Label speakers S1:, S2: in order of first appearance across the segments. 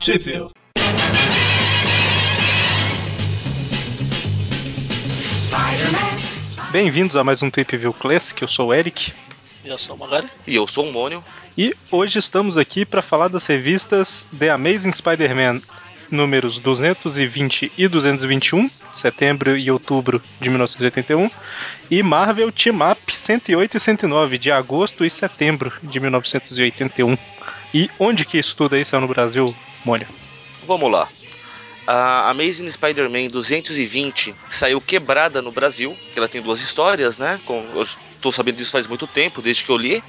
S1: Sheffield. Bem-vindos a mais um Tape View Classic, eu sou o Eric.
S2: Eu sou o Magari.
S3: E eu sou o Mônio.
S1: E hoje estamos aqui para falar das revistas The Amazing Spider-Man números 220 e 221, setembro e outubro de 1981, e Marvel Team Up 108 e 109, de agosto e setembro de 1981. E onde que isso tudo aí saiu no Brasil, Mônio?
S3: Vamos lá. A Amazing Spider-Man 220 saiu quebrada no Brasil, que ela tem duas histórias, né? Com, eu tô sabendo disso faz muito tempo, desde que eu li.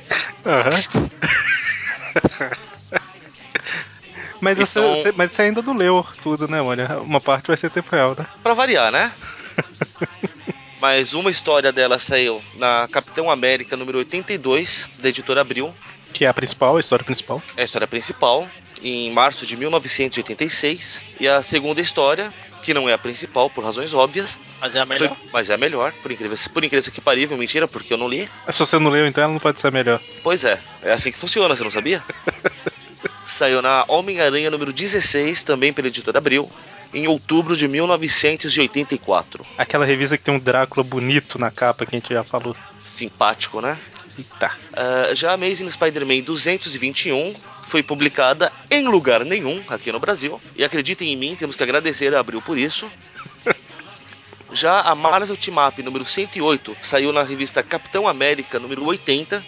S1: Aham. Mas,
S3: Então-
S1: você, mas você ainda não leu tudo, né, Mônio? Uma parte vai ser tempo real, né?
S3: Pra variar, né? Mas uma história dela saiu na Capitão América número 82, da editora Abril,
S1: Que é a principal, a história principal.
S3: é a história principal, em março de 1986. E a segunda história, que não é a principal por razões óbvias,
S2: Mas é a
S3: foi-
S2: melhor.
S3: mas é a melhor, por incrível, por incrível que parível, mentira, porque eu não li.
S1: Se você não leu, então ela não pode ser a melhor.
S3: Pois é, é assim que funciona, você não sabia? Saiu na Homem-Aranha número 16, também pela editora Abril, em outubro de 1984.
S1: Aquela revista que tem um Drácula bonito na capa que a gente já falou.
S3: Simpático, né?
S1: Eita.
S3: Ah, já a Amazing Spider-Man 221 foi publicada em lugar nenhum aqui no Brasil. E acreditem em mim, temos que agradecer a Abril por isso. Já a Marvel Team Up número 108 saiu na revista Capitão América número 80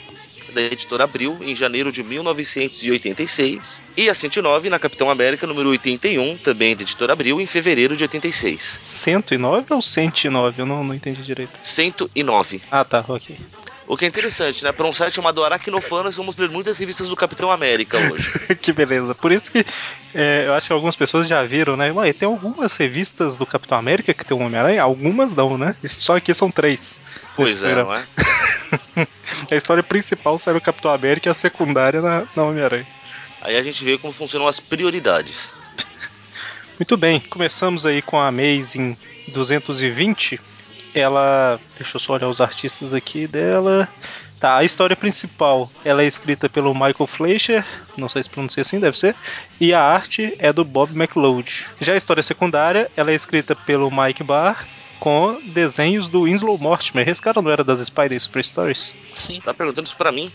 S3: da editora Abril em janeiro de 1986 e a 109 na Capitão América número 81 também da editora Abril em fevereiro de 86.
S1: 109 ou 109? Eu não, não entendi direito.
S3: 109.
S1: Ah, tá, ok.
S3: O que é interessante, né? Para um site chamado Aracnofanas, vamos ler muitas revistas do Capitão América hoje.
S1: que beleza. Por isso que é, eu acho que algumas pessoas já viram, né? Ué, tem algumas revistas do Capitão América que tem o Homem-Aranha? Algumas não, né? Só aqui são três.
S3: Pois
S1: Nesse
S3: é,
S1: programa.
S3: não é?
S1: A história principal saiu o Capitão América e a secundária na, na Homem-Aranha.
S3: Aí a gente vê como funcionam as prioridades.
S1: Muito bem, começamos aí com a Amazing 220. Ela. Deixa eu só olhar os artistas aqui dela. Tá, a história principal ela é escrita pelo Michael Fleischer, não sei se pronuncia assim, deve ser, e a arte é do Bob McLeod. Já a história secundária ela é escrita pelo Mike Barr com desenhos do Winslow Mortimer. Esse cara não era das Spider Super Stories?
S2: Sim.
S3: Tá perguntando isso pra mim?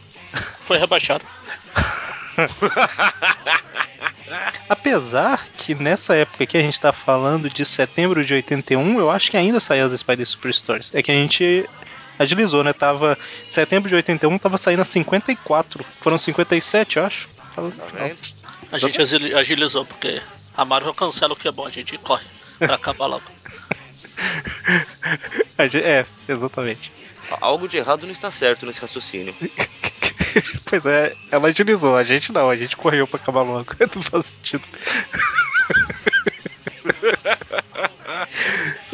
S2: Foi rebaixado.
S1: Apesar que nessa época que a gente tá falando de setembro de 81, eu acho que ainda saía as Spider Super Stories. É que a gente agilizou, né? Tava setembro de 81 tava saindo as 54. Foram 57, eu acho. Tava-
S3: Tá vendo?
S2: A gente agili- agilizou, porque a Marvel cancela o que é bom, a gente corre pra acabar logo.
S1: A gente- É, exatamente.
S3: Algo de errado não está certo nesse raciocínio.
S1: Pois é, ela agilizou, a gente não, a gente correu pra acabar logo. Não faz sentido.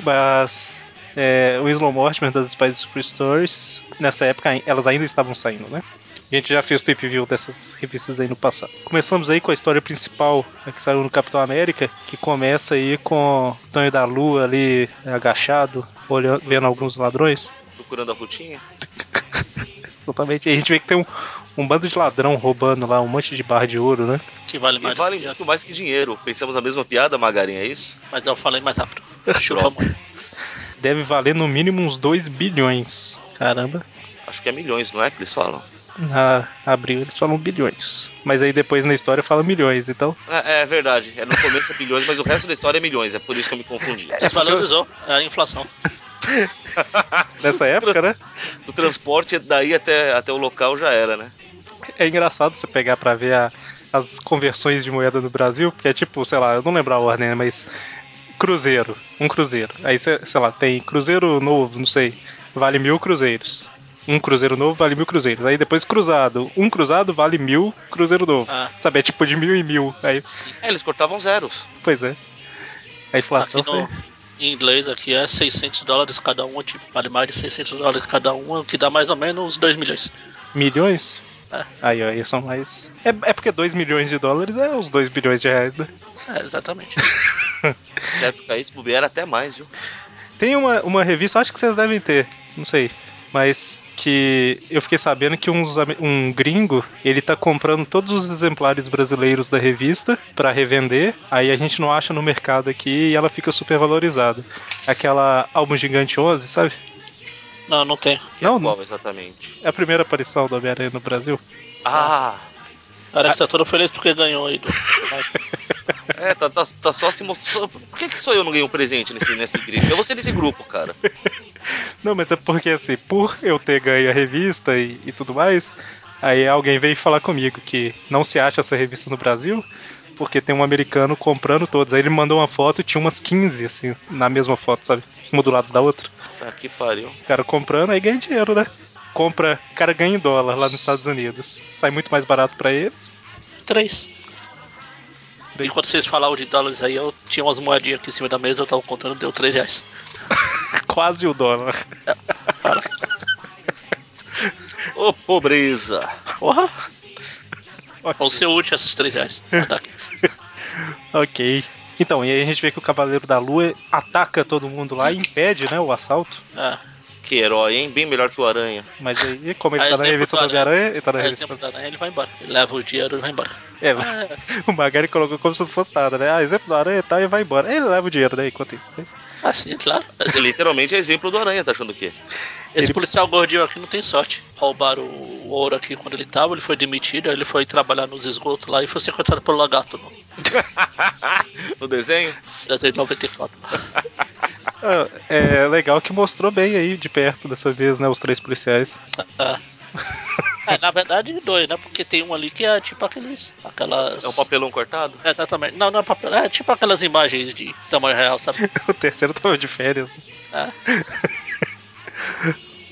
S1: Mas é, o Slow Mortimer das Spider Super Stories, nessa época ai- elas ainda estavam saindo, né? A gente já fez o tape view dessas revistas aí no passado. Começamos aí com a história principal né, que saiu no Capitão América, que começa aí com o Tonho da Lua ali agachado, olhando, vendo alguns ladrões.
S3: Procurando a rotinha?
S1: Exatamente. E a gente vê que tem um, um bando de ladrão roubando lá um monte de barra de ouro, né?
S2: Que vale
S3: E
S2: mais
S3: vale
S2: do que
S3: muito mais que dinheiro. Pensamos a mesma piada, Magarinha, é isso?
S2: Mas eu falei mais rápido. Chupa, mano.
S1: Deve valer no mínimo uns 2 bilhões. Caramba.
S3: Acho que é milhões, não é que eles falam?
S1: Na abril eles falam bilhões. Mas aí depois na história fala milhões, então.
S3: É, é verdade. É, no começo é bilhões, mas o resto da história é milhões. É por isso que eu me confundi.
S2: Desvalorizou a inflação.
S1: Nessa época, né?
S3: O transporte daí até, até o local já era, né?
S1: É engraçado você pegar pra ver a- as conversões de moeda no Brasil, porque é tipo, sei lá, eu não lembro a ordem, né, mas. Cruzeiro, um cruzeiro. Aí, cê- sei lá, tem cruzeiro novo, não sei, vale mil cruzeiros. Um cruzeiro novo vale mil cruzeiros. Aí depois cruzado. Um cruzado vale mil cruzeiro novo.
S2: Ah.
S1: Sabe, é tipo de mil e mil. Aí,
S3: É, eles cortavam zeros.
S1: pois é. assim, A inflação
S2: Aqui no,
S1: foi.
S2: em inglês aqui é 600 dólares cada um, tipo, vale mais de 600 dólares cada um, o que dá mais ou menos 2 milhões.
S1: Milhões?
S2: É.
S1: Aí, ó, aí são mais. É, é porque 2 milhões de dólares é uns 2 bilhões de reais, né?
S2: É, exatamente.
S3: Nessa época aí, se bobear, era até mais, viu?
S1: Tem uma, uma revista, acho que vocês devem ter, não sei. mas que eu fiquei sabendo que uns, am- um gringo ele tá comprando todos os exemplares brasileiros da revista pra revender. Aí a gente não acha no mercado aqui e ela fica super valorizada. Aquela Alma Gigante 11, sabe?
S2: Não, não tem.
S3: Que
S1: Não,
S3: é qual, exatamente?
S1: É a primeira aparição do Homem-Aranha no Brasil.
S3: Ah,
S2: A Alex tá todo feliz porque ganhou aí. do-
S3: é, tá, tá, tá só se mostrando. Por que, que só eu não ganhei um presente nesse, nesse grupo? Eu vou ser nesse grupo, cara.
S1: Não, mas é porque assim, por eu ter ganho a revista e, e tudo mais, aí alguém veio falar comigo que não se acha essa revista no Brasil, porque tem um americano comprando todas. Aí ele mandou uma foto e tinha umas 15, assim, na mesma foto, sabe? Uma do lado da outra.
S3: Tá que pariu.
S1: O cara comprando, aí ganha dinheiro, né? Compra, o cara ganha em dólar lá nos Estados Unidos. Sai muito mais barato pra ele.
S2: Três. Enquanto vocês falavam de dólares aí, eu tinha umas moedinhas aqui em cima da mesa, eu tava contando, deu três reais.
S1: Quase o dólar.
S3: Ô, pobreza.
S1: Porra!
S2: Vão ser úteis esses três reais.
S1: É.
S2: tá Ataque.
S1: Ok. Então, e aí a gente vê que o Cavaleiro da Lua ataca todo mundo lá e impede, né, o assalto.
S2: É,
S3: Que herói, hein? Bem melhor que o Aranha.
S1: Mas aí, como ele
S2: Aí
S1: tá na
S2: sempre
S1: revista do
S2: tá, né?
S1: Homem-Aranha, ele tá na
S2: é
S1: revista.
S2: exemplo da aranha, ele vai embora. Ele leva o dinheiro e vai embora.
S1: É,
S2: É,
S1: o Magari colocou como se não fosse nada, né? Ah, exemplo do Aranha e tal, e vai embora. Ele leva o dinheiro, né? Enquanto isso. Mas...
S2: assim, claro.
S3: Mas, Literalmente é exemplo do Aranha, tá achando o quê?
S2: Esse
S1: Ele-
S2: policial gordinho aqui não tem sorte. Roubaram o ouro aqui quando ele tava, ele foi demitido, aí ele foi trabalhar nos esgotos lá e foi sequestrado pelo lagarto no
S3: no desenho?
S2: desenho de 94.
S1: Ah, é legal que mostrou bem aí de perto dessa vez, né? Os três policiais.
S2: Ah. É, na verdade, dois, né? Porque tem um ali que é tipo aqueles. Aquelas.
S3: É um papelão cortado?
S2: É, Exatamente. Não, não é papel. É tipo aquelas imagens de tamanho real, sabe?
S1: o terceiro tava de férias. né?
S2: É.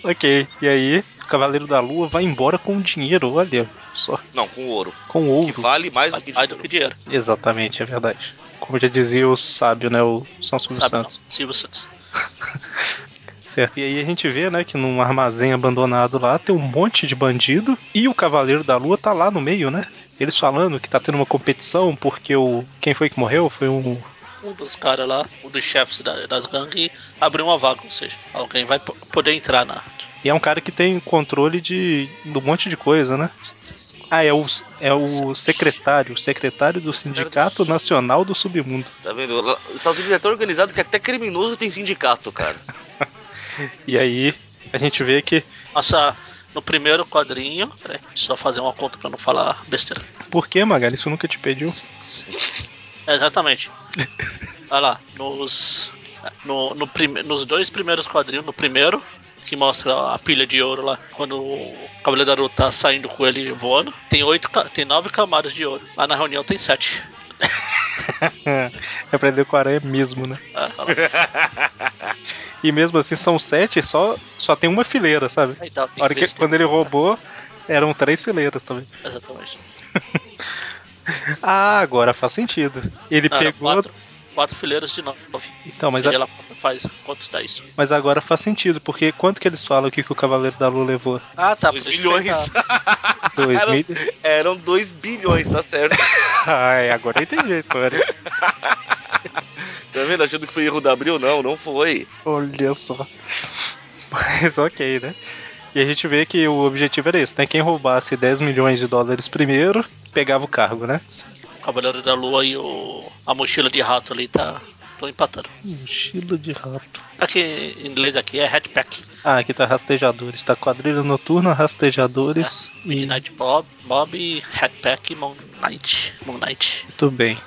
S1: Ok, e aí, o Cavaleiro da Lua vai embora com o dinheiro, olha só.
S3: Não, com ouro.
S1: Com
S3: Que
S1: ouro.
S3: vale mais do que
S2: Mais do que dinheiro.
S1: Exatamente, é verdade. Como já dizia o sábio, né? O São Silvio
S2: Sabe? Não.
S1: Santos.
S2: Silvio Santos.
S1: Certo, e aí a gente vê, né, que num armazém abandonado lá tem um monte de bandido e o Cavaleiro da Lua tá lá no meio, né? Eles falando que tá tendo uma competição porque o. Quem foi que morreu? Foi um.
S2: Um dos caras lá, um dos chefes da- das gangues, abriu uma vaga, ou seja, alguém vai po- poder entrar na.
S1: E é um cara que tem controle de. de um monte de coisa, né? Ah, é o, é o secretário, o secretário do Sindicato Nacional do Submundo.
S3: Tá vendo? Lá- Os Estados Unidos é tão organizado que até criminoso tem sindicato, cara.
S1: E aí a gente vê que
S2: Nossa, no primeiro quadrinho. Peraí, só fazer uma conta pra não falar besteira.
S1: Por que, Magali? Isso nunca te pediu?
S2: É, Exatamente. Olha lá, nos, no, no prime- nos dois primeiros quadrinhos, no primeiro, que mostra a pilha de ouro lá, quando o Cavaleiro da Lua tá saindo com ele voando, tem, oito, ca- tem nove camadas de ouro. Lá na reunião tem sete.
S1: É aprender com a aranha mesmo, né?
S2: Ah, olha lá.
S1: E mesmo assim são sete, só, só tem uma fileira, sabe?
S2: Aí tá, tem
S1: A hora que,
S2: três,
S1: quando ele roubou, eram três fileiras também.
S2: Exatamente.
S1: Ah, agora faz sentido. Ele
S2: Não, era
S1: pegou.
S2: quatro, quatro fileiras de nove.
S1: Então, mas,
S2: Seja
S1: a-
S2: lá quanto faz quantos dá isso.
S1: mas agora faz sentido, porque quanto que eles falam que, que o Cavaleiro da Lua levou?
S2: Ah, tá.
S3: 2
S2: por isso que
S3: bilhões.
S2: fez
S1: Dois
S3: Era-
S1: mil.
S3: Eram 2 bilhões, tá certo.
S1: Ai, agora eu entendi a história.
S3: Tá vendo? Achando que foi erro da Abril? Não, não foi.
S1: Olha só. Mas ok, né? E a gente vê que o objetivo era esse, né? Quem roubasse 10 milhões de dólares primeiro, pegava o cargo, né?
S2: a- O Cavaleiro da Lua e o, a mochila de rato ali tá. Tô empatando.
S1: Mochila de rato.
S2: Aqui em inglês aqui é Hatpack.
S1: Ah, aqui tá rastejadores, tá quadrilha noturna,
S2: É,
S1: rastejadores e
S2: Midnight Bob, Bob, Hatpack e Moon Knight. Moon Knight.
S1: muito bem.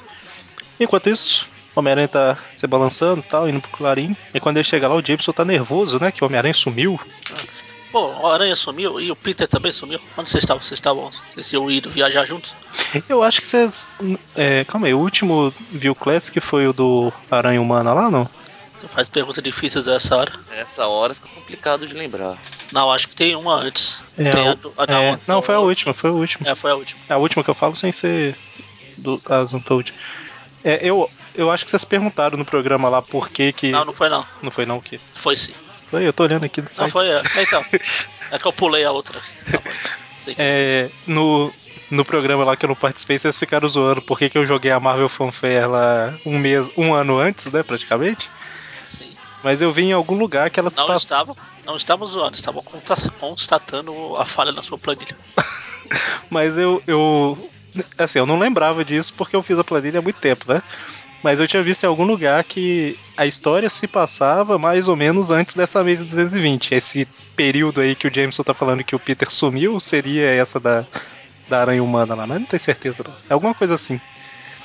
S1: Enquanto isso, o Homem-Aranha tá se balançando e tal, indo pro Clarim. E quando ele chega lá, o Jameson tá nervoso, né? Que o Homem-Aranha sumiu.
S2: Pô, o Aranha sumiu e o Peter também sumiu. Onde vocês estavam? Vocês estavam. Vocês iam ido viajar juntos?
S1: Eu acho que vocês. É, calma aí, o último View Classic foi o do Aranha Humana lá, não?
S2: Você faz perguntas difíceis a essa hora.
S3: Essa hora fica complicado de lembrar.
S2: Não, acho que tem uma antes. tem
S1: o- é,
S2: outra-
S1: não, foi a última, foi a última.
S2: É, foi a última.
S1: A última que eu falo sem ser do as Untold. É, eu, eu acho que vocês perguntaram no programa lá por que que.
S2: Não, não foi não.
S1: não foi não o quê?
S2: Foi sim.
S1: Foi, eu tô olhando aqui do
S2: Não
S1: site.
S2: foi. é, Então. É que eu pulei a outra. Tá bom. Sim.
S1: É, no, no programa lá que eu não participei, vocês ficaram zoando porque que eu joguei a Marvel Fanfare lá um mês, um ano antes, né, praticamente.
S2: sim.
S1: Mas eu vi em algum lugar que ela se
S2: Não
S1: passa-
S2: estava, não estava zoando, estava consta- constatando a falha na sua planilha.
S1: Mas eu, eu. Assim, eu não lembrava disso porque eu fiz a planilha há muito tempo, né? Mas eu tinha visto em algum lugar que a história se passava mais ou menos antes dessa mesa 220. Esse período aí que o Jameson tá falando que o Peter sumiu seria essa da, da aranha humana lá, mas não tenho certeza não. É alguma coisa assim.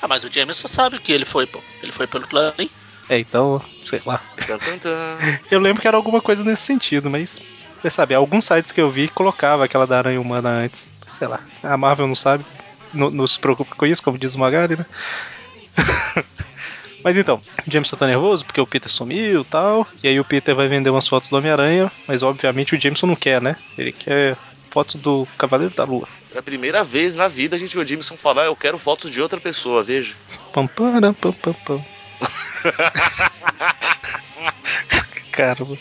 S2: Ah, mas o Jameson sabe que ele foi, pô. Ele foi pelo plano, hein?
S1: É, então, sei lá.
S3: Tan, tan, tan.
S1: Eu lembro que era alguma coisa nesse sentido, mas. Você sabe, alguns sites que eu vi colocava aquela da aranha humana antes. Sei lá. A Marvel não sabe. Não, não se preocupe com isso, como diz o Magari, né? mas então, o Jameson tá nervoso porque o Peter sumiu e tal. E aí o Peter vai vender umas fotos do Homem-Aranha, mas obviamente o Jameson não quer, né? Ele quer fotos do Cavaleiro da Lua.
S3: Pela primeira vez na vida a gente viu o Jameson falar: Eu quero fotos de outra pessoa, veja.
S1: Pam, param, pam, pam, pam. Caramba.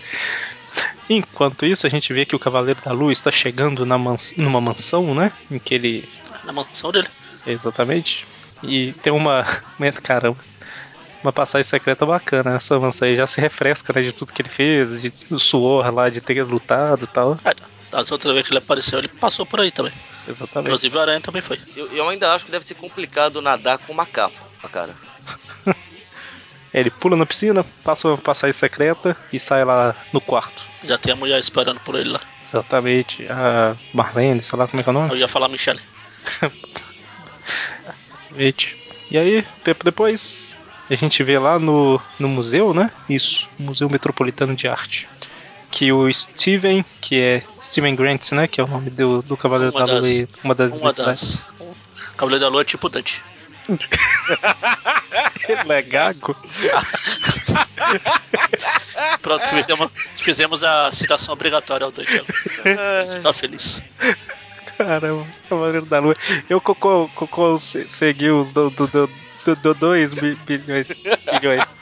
S1: Enquanto isso, a gente vê que o Cavaleiro da Lua está chegando na mans- numa mansão, né? Em que ele.
S2: Na mansão dele.
S1: Exatamente. E tem uma. Caramba. Uma passagem secreta bacana. Essa mansão aí já se refresca, né? De tudo que ele fez, de do suor lá, de ter lutado e tal.
S2: Ah, das outras vezes que ele apareceu, ele passou por aí também.
S1: Exatamente.
S2: Inclusive o Aranha também foi.
S3: Eu, eu ainda acho que deve ser complicado nadar com uma capa, cara.
S1: Ele pula na piscina, passa uma passagem secreta e sai lá no quarto.
S2: Já tem a mulher esperando por ele lá.
S1: Exatamente. A Marlene, sei lá como é que é o nome.
S2: Eu ia falar Michelle.
S1: Exatamente. E aí, tempo depois, a gente vê lá no, no museu, né? Isso, Museu Metropolitano de Arte. Que o Steven, que é Steven Grant, né? Que é o nome do, do Cavaleiro
S2: Uma
S1: da Lua
S2: das-
S1: e uma das.
S2: Uma das. Cavaleiro da Lua é tipo Dante.
S1: Ele é gago?
S2: Pronto, fizemos, fizemos a citação obrigatória ao Dante. Você tá feliz.
S1: Caramba, Cavaleiro da Lua. Eu, Cocô, Cocô se- seguiu os do, do, do, do, do dois bi- bilhões. bilhões.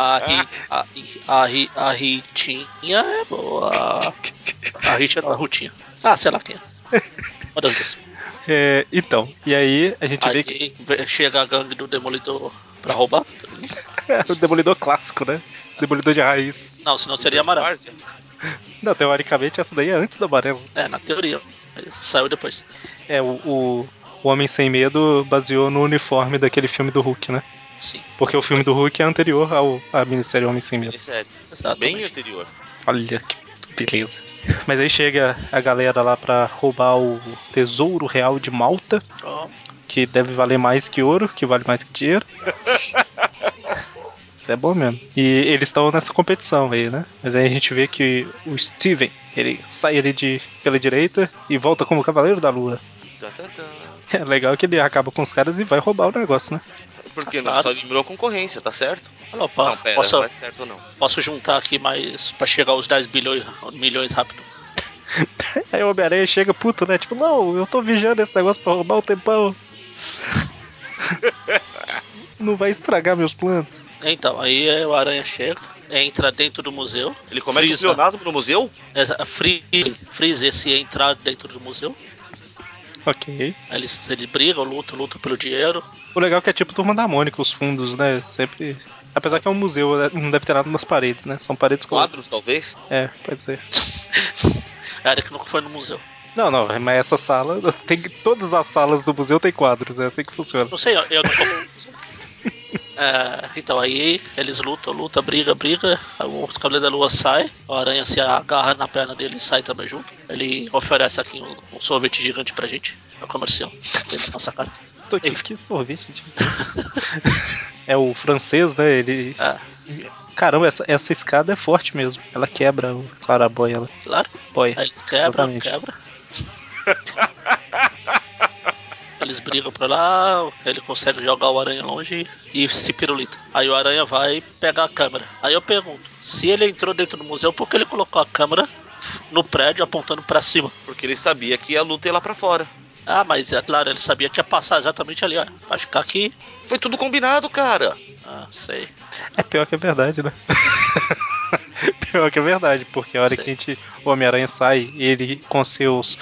S2: A, ri, a, ri- a, ri- a Ritinha é boa. A Ritinha não, a Rutinha. Ah, sei lá quem é. Uma das duas.
S1: É, então, e aí a gente vê que
S2: Aí vê- chega a gangue do Demolidor pra roubar.
S1: é o Demolidor clássico, né? Demolidor de raiz.
S2: Não, senão seria amarelo.
S3: Várzea.
S1: Não, teoricamente essa daí é antes da amarelo.
S2: É, na teoria. Ele Saiu depois.
S1: É, o, o, o Homem Sem Medo baseou no uniforme daquele filme do Hulk, né?
S2: Sim,
S1: Porque o filme do Hulk é anterior ao à minissérie Homem Sem Medo.
S3: Bem é sério.
S2: exatamente.
S3: Bem anterior.
S1: Olha que beleza. Mas aí chega a galera lá pra roubar o Tesouro Real de Malta,
S2: Ó,
S1: que deve valer mais que ouro, que vale mais que dinheiro. Isso é bom mesmo. E eles estão nessa competição aí, né? Mas aí a gente vê que o Steven, ele sai ali de, pela direita e volta como Cavaleiro da Lua.
S3: Tan, tan, tan.
S1: É legal que ele acaba com os caras e vai roubar o negócio, né?
S3: Por que
S2: Ah,
S3: não?
S2: claro.
S3: Só ignorou a concorrência, tá certo?
S2: olha, opa,
S3: não, pera,
S2: posso,
S3: não é certo ou não.
S2: posso juntar aqui mais pra chegar aos 10 bilhões, milhões rápido.
S1: Aí o Homem-Aranha chega puto, né? Tipo, não, eu tô vigiando esse negócio pra roubar o tempão. Não vai estragar meus planos.
S2: Então, aí é, o Aranha chega, entra dentro do museu.
S3: Ele comete
S2: Frieza.
S3: um pleonasmo no museu?
S2: Essa- Freeze, Freeze esse entrar dentro do museu.
S1: Ok.
S2: Aí Eles, eles brigam, lutam, lutam pelo dinheiro.
S1: O legal é que é tipo turma da Mônica, os fundos, né? Sempre. Apesar que é um museu, né? não deve ter nada nas paredes, né? São paredes com.
S3: Quadros, talvez?
S1: É, pode ser.
S2: A Eric nunca foi no museu.
S1: Não, não, mas essa sala. Tem... Todas as salas do museu tem quadros, é assim que funciona.
S2: Não sei, eu, eu não tô no museu. É, então, aí eles lutam, lutam, briga, briga. Aí O Cavaleiro da Lua sai, a aranha se agarra na perna dele e sai também junto. Ele oferece aqui um, um sorvete gigante pra gente. É comercial. Tem na nossa cara.
S1: Tô aqui, que sorvete, gente. é o francês, né? Ele.
S2: É,
S1: Caramba, essa, essa escada é forte mesmo. Ela quebra o clarabóia, ela
S2: claro.
S1: apoia.
S2: Aí eles quebram,
S1: Exatamente.
S2: quebra. Eles brigam pra lá, ele consegue jogar o aranha longe e se pirulita. Aí o aranha vai pegar a câmera. Aí eu pergunto, se ele entrou dentro do museu, por que ele colocou a câmera no prédio apontando pra cima?
S3: Porque ele sabia que a luta ia lá pra fora.
S2: Ah, mas é claro, ele sabia que ia passar exatamente ali, ó. Vai ficar aqui.
S3: Foi tudo combinado, cara.
S2: Ah, sei.
S1: É pior que é verdade, né? pior que é verdade, porque a hora
S2: Sei.
S1: que a gente. O Homem-Aranha sai, ele com seus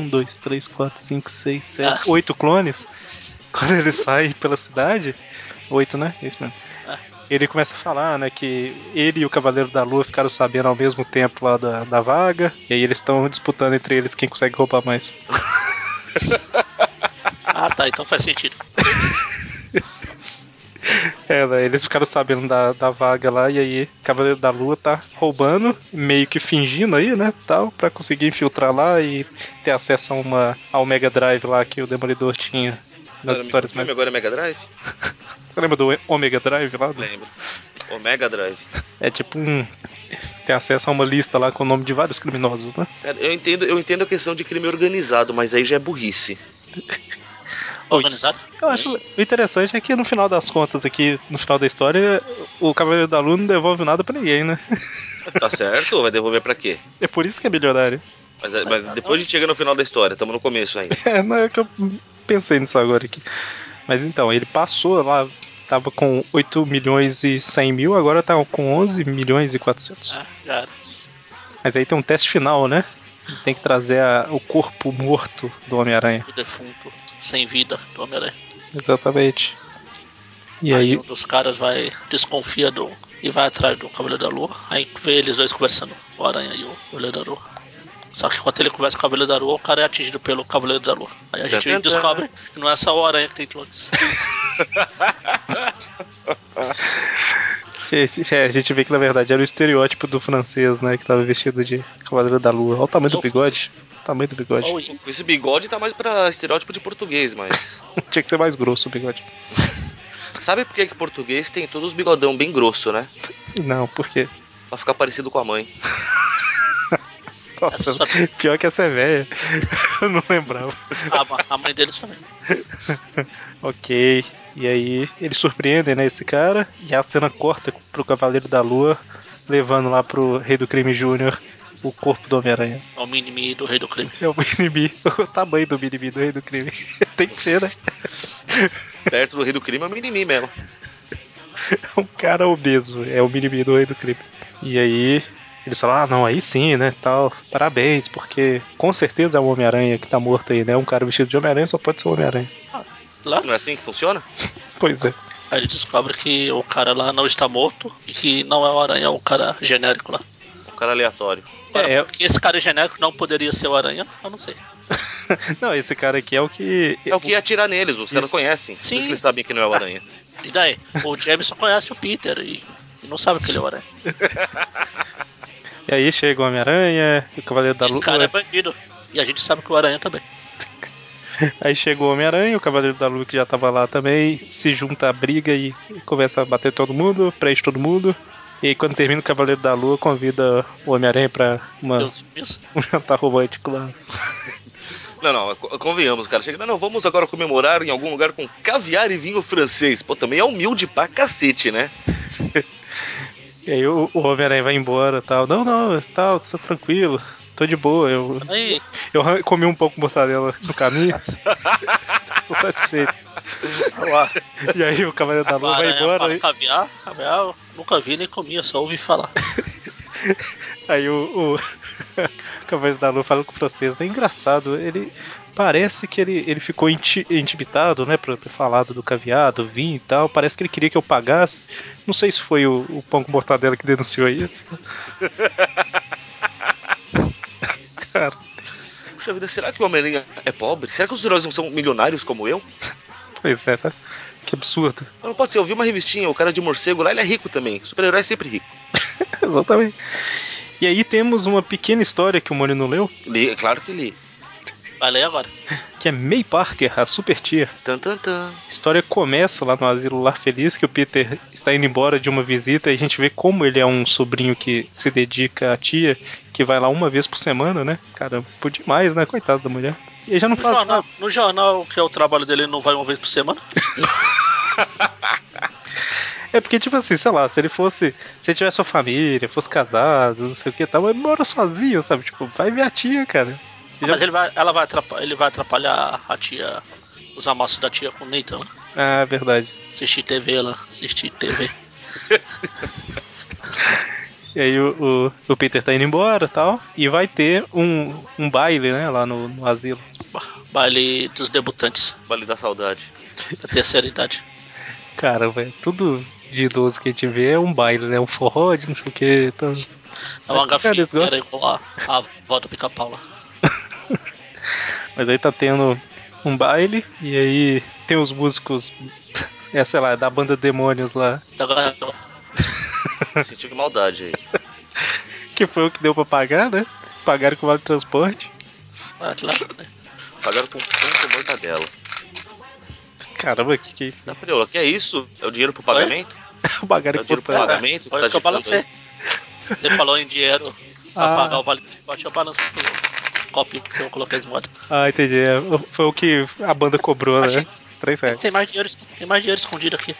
S1: 1, 2, 3, 4, 5, 6, 7, 8 clones. Quando ele sai pela cidade. 8, né? É Isso mesmo.
S2: Ah.
S1: ele começa a falar, né, que ele e o Cavaleiro da Lua ficaram sabendo ao mesmo tempo lá da, da vaga, e aí eles estão disputando entre eles quem consegue roubar mais.
S2: Ah, tá, então faz sentido.
S1: É, né, eles ficaram sabendo da, da vaga lá, e aí o Cavaleiro da Lua tá roubando, meio que fingindo aí, né, tal, pra conseguir infiltrar lá e ter acesso a uma ao Mega Drive lá que o Demolidor tinha nas
S3: Agora,
S1: histórias
S3: me-
S1: mais...
S3: filme agora é Mega Drive?
S1: Você lembra do Omega Drive lá? do-
S3: Lembro. O Mega Drive.
S1: É tipo um... Tem acesso a uma lista lá com o nome de vários criminosos, né?
S3: Cara, eu entendo, eu entendo a questão de crime organizado, mas aí já é burrice.
S2: Organizado?
S1: Eu acho o interessante é que no final das contas aqui, no final da história, o Cavaleiro da Lua não devolve nada pra ninguém, né?
S3: Tá certo? Vai devolver pra quê?
S1: É por isso que é milionário.
S3: Mas, é, mas depois a gente chega no final da história, estamos no começo ainda.
S1: É, não é que eu pensei nisso agora aqui. Mas então, ele passou lá, tava com 8 milhões e 100 mil, agora tá com 11 milhões e 400.
S2: Ah, já era.
S1: Mas aí tem um teste final, né? Tem que trazer a- o corpo morto do Homem-Aranha.
S2: O defunto, sem vida do Homem-Aranha.
S1: Exatamente. E aí,
S2: um dos caras vai, desconfia do. e vai atrás do Cavaleiro da Lua. Aí vê eles dois conversando, o Aranha e o Cavaleiro da Lua. Só que quando ele conversa com o Cavaleiro da Lua, o cara é atingido pelo Cavaleiro da Lua. Aí a gente
S3: Tantantã.
S2: descobre que não é só o Aranha que tem clones.
S1: é, a gente vê que na verdade era o estereótipo do francês, né? Que tava vestido de Cavaleiro da Lua. Olha o tamanho do
S2: Não,
S1: bigode. O tamanho do bigode.
S2: Ou e-
S3: Esse bigode tá mais pra estereótipo de português, mas.
S1: Tinha que ser mais grosso o bigode.
S3: Sabe por que, que português tem todos os bigodão bem grosso, né?
S1: Não, porque.
S3: Pra ficar parecido com a mãe.
S1: Nossa,
S2: Só que-
S1: pior que essa é velha. Eu não lembrava.
S2: a, ma- a mãe deles também.
S1: Ok. E aí eles surpreendem, né, esse cara. E a cena corta pro Cavaleiro da Lua, levando lá pro Rei do Crime Júnior o corpo do Homem-Aranha.
S2: É o mini do rei do crime.
S1: É o Minibi, o tamanho do Minibi do Rei do Crime. Tem que ser, né?
S3: Perto do rei do crime é o mimimi mesmo.
S1: É um cara obeso, é o Minibi do Rei do Crime. E aí eles falam, ah, não, aí sim, né, tal, parabéns, porque com certeza é o Homem-Aranha que tá morto aí, né? Um cara vestido de Homem-Aranha só pode ser o Homem-Aranha.
S2: Lá,
S3: Não é assim que funciona?
S1: Pois é.
S2: aí ele descobre que o cara lá não está morto e que não é o Aranha, é um cara genérico lá.
S3: Um cara aleatório.
S1: É, é-
S2: Que esse cara genérico não poderia ser o Aranha, eu não sei.
S1: não, esse cara aqui é o que.
S3: É o que ia atirar neles, os caras
S1: Isso.
S3: conhecem. Por isso
S2: Sim.
S3: que eles sabem que não é o aranha.
S2: E daí? O James só conhece o Peter e, e não sabe que ele é o Aranha.
S1: E aí chega o Homem-Aranha, o Cavaleiro da
S2: Esse
S1: Lua.
S2: cara é bandido. E a gente sabe que o Aranha também.
S1: Aí chegou o Homem-Aranha, o Cavaleiro da Lua que já tava lá também, se junta à briga e começa a bater todo mundo, prende todo mundo. E aí quando termina o Cavaleiro da Lua, convida o Homem-Aranha pra uma,
S2: Deus isso.
S1: um jantar romântico lá.
S3: Não, não, é co- convenhamos, cara. Chega, não, não, vamos agora comemorar em algum lugar com caviar e vinho francês. Pô, também é humilde pra cacete, né?
S1: E aí o, o Homem-Aranha vai embora tal. Não, não, tal, tá tranquilo, tô de boa, eu,
S2: Aí,
S1: eu ran- comi um pouco de mortadela no caminho. tô satisfeito.
S2: lá,
S1: E aí o Cavaleiro da
S2: o
S1: Lua vai
S2: Aranha
S1: embora.
S2: fala
S1: aí-
S2: caviar, caviar, eu nunca vi nem comia, só ouvi falar.
S1: Aí o, o Cavaleiro da Lua fala com o francês, né? Engraçado, ele parece que ele, ele ficou inti- intimidado, né? Por ter falado do caviar, do vinho e tal. Parece que ele queria que eu pagasse. Não sei se foi o, o pão com mortadela que denunciou isso. Cara,
S3: Puxa vida, será que o Homem-Aranha é pobre? Será que os heróis não são milionários como eu?
S1: pois é, né? Que absurdo.
S3: Não pode ser, eu vi uma revistinha, o cara de morcego lá, ele é rico também. Super-herói é sempre rico.
S1: Exatamente. E aí temos uma pequena história que o Mori não leu,
S3: Li, é claro que li.
S2: Vai ler agora.
S1: que é May Parker, a super tia.
S3: Tan, tan, tan.
S1: A história começa lá no Asilo Lar Feliz, que o Peter está indo embora de uma visita e a gente vê como ele é um sobrinho que se dedica à tia, que vai lá uma vez por semana, né? Caramba, por demais, né? Coitado da mulher. E ele já não
S2: No
S1: faz nada.
S2: jornal, no jornal, que é o trabalho dele, não vai uma vez por semana.
S1: É porque, tipo assim, sei lá, se ele fosse. Se ele tivesse sua família, fosse casado, não sei o que e tal, ele mora sozinho, sabe? Tipo, vai ver a tia, cara. Já-
S2: Mas ele vai, ela vai atrapalhar, ele vai atrapalhar a tia, os amassos da tia com o Nathan. né?
S1: Ah, é verdade.
S2: Assistir TV lá, assistir TV.
S1: E aí o, o, o Peter tá indo embora e tal. E vai ter um, um baile, né, lá no, no asilo.
S2: Baile dos debutantes
S3: Vale da saudade.
S2: da terceira idade.
S1: Cara, velho, tudo de idoso que a gente vê é um baile, né? Um forró de não sei o que. Tá...
S2: É uma
S1: Mas, cara,
S2: gafinha,
S1: eles gostam.
S2: era igual a, a avó do pica-pau lá.
S1: Mas aí tá tendo um baile e aí tem os músicos, é, sei lá, da banda Demônios lá,
S2: Então, Agora,
S3: Sentiu maldade aí.
S1: que foi o que deu pra pagar, né? Pagaram com o vale transporte.
S2: ah, que lá, né?
S3: Pagaram com ponto mortadela.
S1: Caramba, que que é isso?
S3: Tá, Pneu, que é isso? É o dinheiro pro pagamento? É
S1: Pagaram
S3: o
S1: com
S3: dinheiro pro
S1: o
S3: pagamento? que
S2: Olha
S3: tá
S2: que eu
S3: ditando
S2: balancei.
S3: aí?
S2: Você falou em dinheiro pra
S1: Ah.
S2: pagar o vale transporte, eu balancei o copinho que eu coloquei de moda.
S1: Ah, entendi. é, Foi o que a banda cobrou, né?
S2: Achei.
S1: Três reais.
S2: Tem mais dinheiro, tem mais dinheiro escondido aqui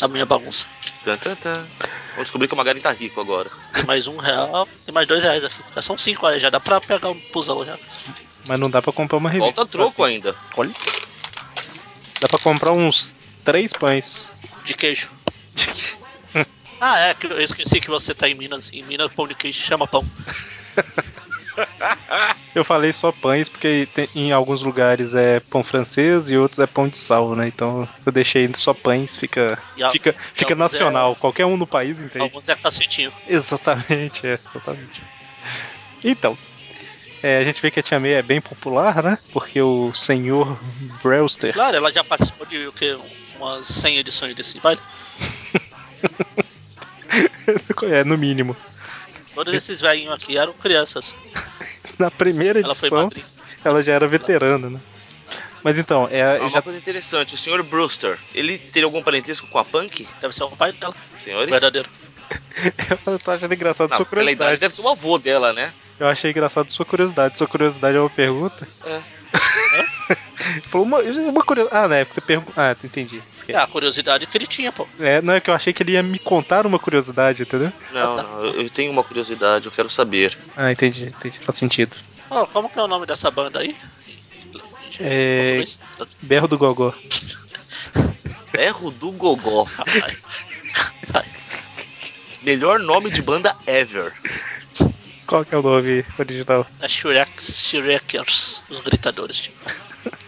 S2: na minha bagunça.
S3: Tan, tan, tan. Vamos descobrir que o Magari tá rico agora.
S2: Tem mais um real, tem mais dois reais aqui. Já são cinco aí, já dá pra pegar um busão já.
S1: Mas não dá pra comprar uma revista.
S3: Falta troco ainda.
S1: Olha. Dá pra comprar uns três pães.
S2: De queijo. Ah, é, que eu esqueci que você tá em Minas. Em Minas, pão de queijo chama pão.
S1: Eu falei só pães porque tem- em alguns lugares é pão francês e outros é pão de sal, né? Então eu deixei só pães, fica
S2: E a-
S1: fica, fica
S2: alguns
S1: nacional. Qualquer um no país entende.
S2: Alguns é cacetinho.
S1: Exatamente, é, exatamente. Então, é, a gente vê que a Tia May é bem popular, né? Porque o senhor Brewster
S2: Claro, ela já participou de o quê? Umas 100 edições desse baile.
S1: é no mínimo.
S2: Todos esses velhinhos aqui eram crianças.
S1: Na primeira
S2: Ela foi
S1: edição,
S2: madrinha.
S1: ela já era veterana, né? Mas então,
S3: Ah,
S1: é,
S3: Uma
S1: já
S3: coisa interessante, o senhor Brewster, ele teria algum parentesco com a Punk,
S2: Deve ser o pai dela,
S3: senhores?
S2: verdadeiro.
S1: Eu tô achando engraçado
S3: Não,
S1: sua
S3: pela
S2: é
S3: idade
S1: curiosidade.
S3: deve ser o avô dela, né?
S1: Eu achei engraçado sua curiosidade. Sua curiosidade é uma pergunta?
S3: É.
S1: Falou uma, uma curiosidade. Ah, né? Porque você pergunta. Ah, entendi.
S2: É a
S1: Esquece.
S2: curiosidade que ele tinha, pô.
S1: É, não é que eu achei que ele ia me contar uma curiosidade, entendeu?
S3: Não, não, eu eu tenho uma curiosidade, eu quero saber.
S1: Ah, entendi, entendi. Faz sentido.
S2: Ó, como que é o nome dessa banda aí?
S1: É. Berro do Gogó.
S3: Erro do Gogó,
S2: Rapaz.
S3: melhor nome de banda ever.
S1: Qual que é o nome original?
S2: É Shrek, Shrekers, os gritadores, tipo.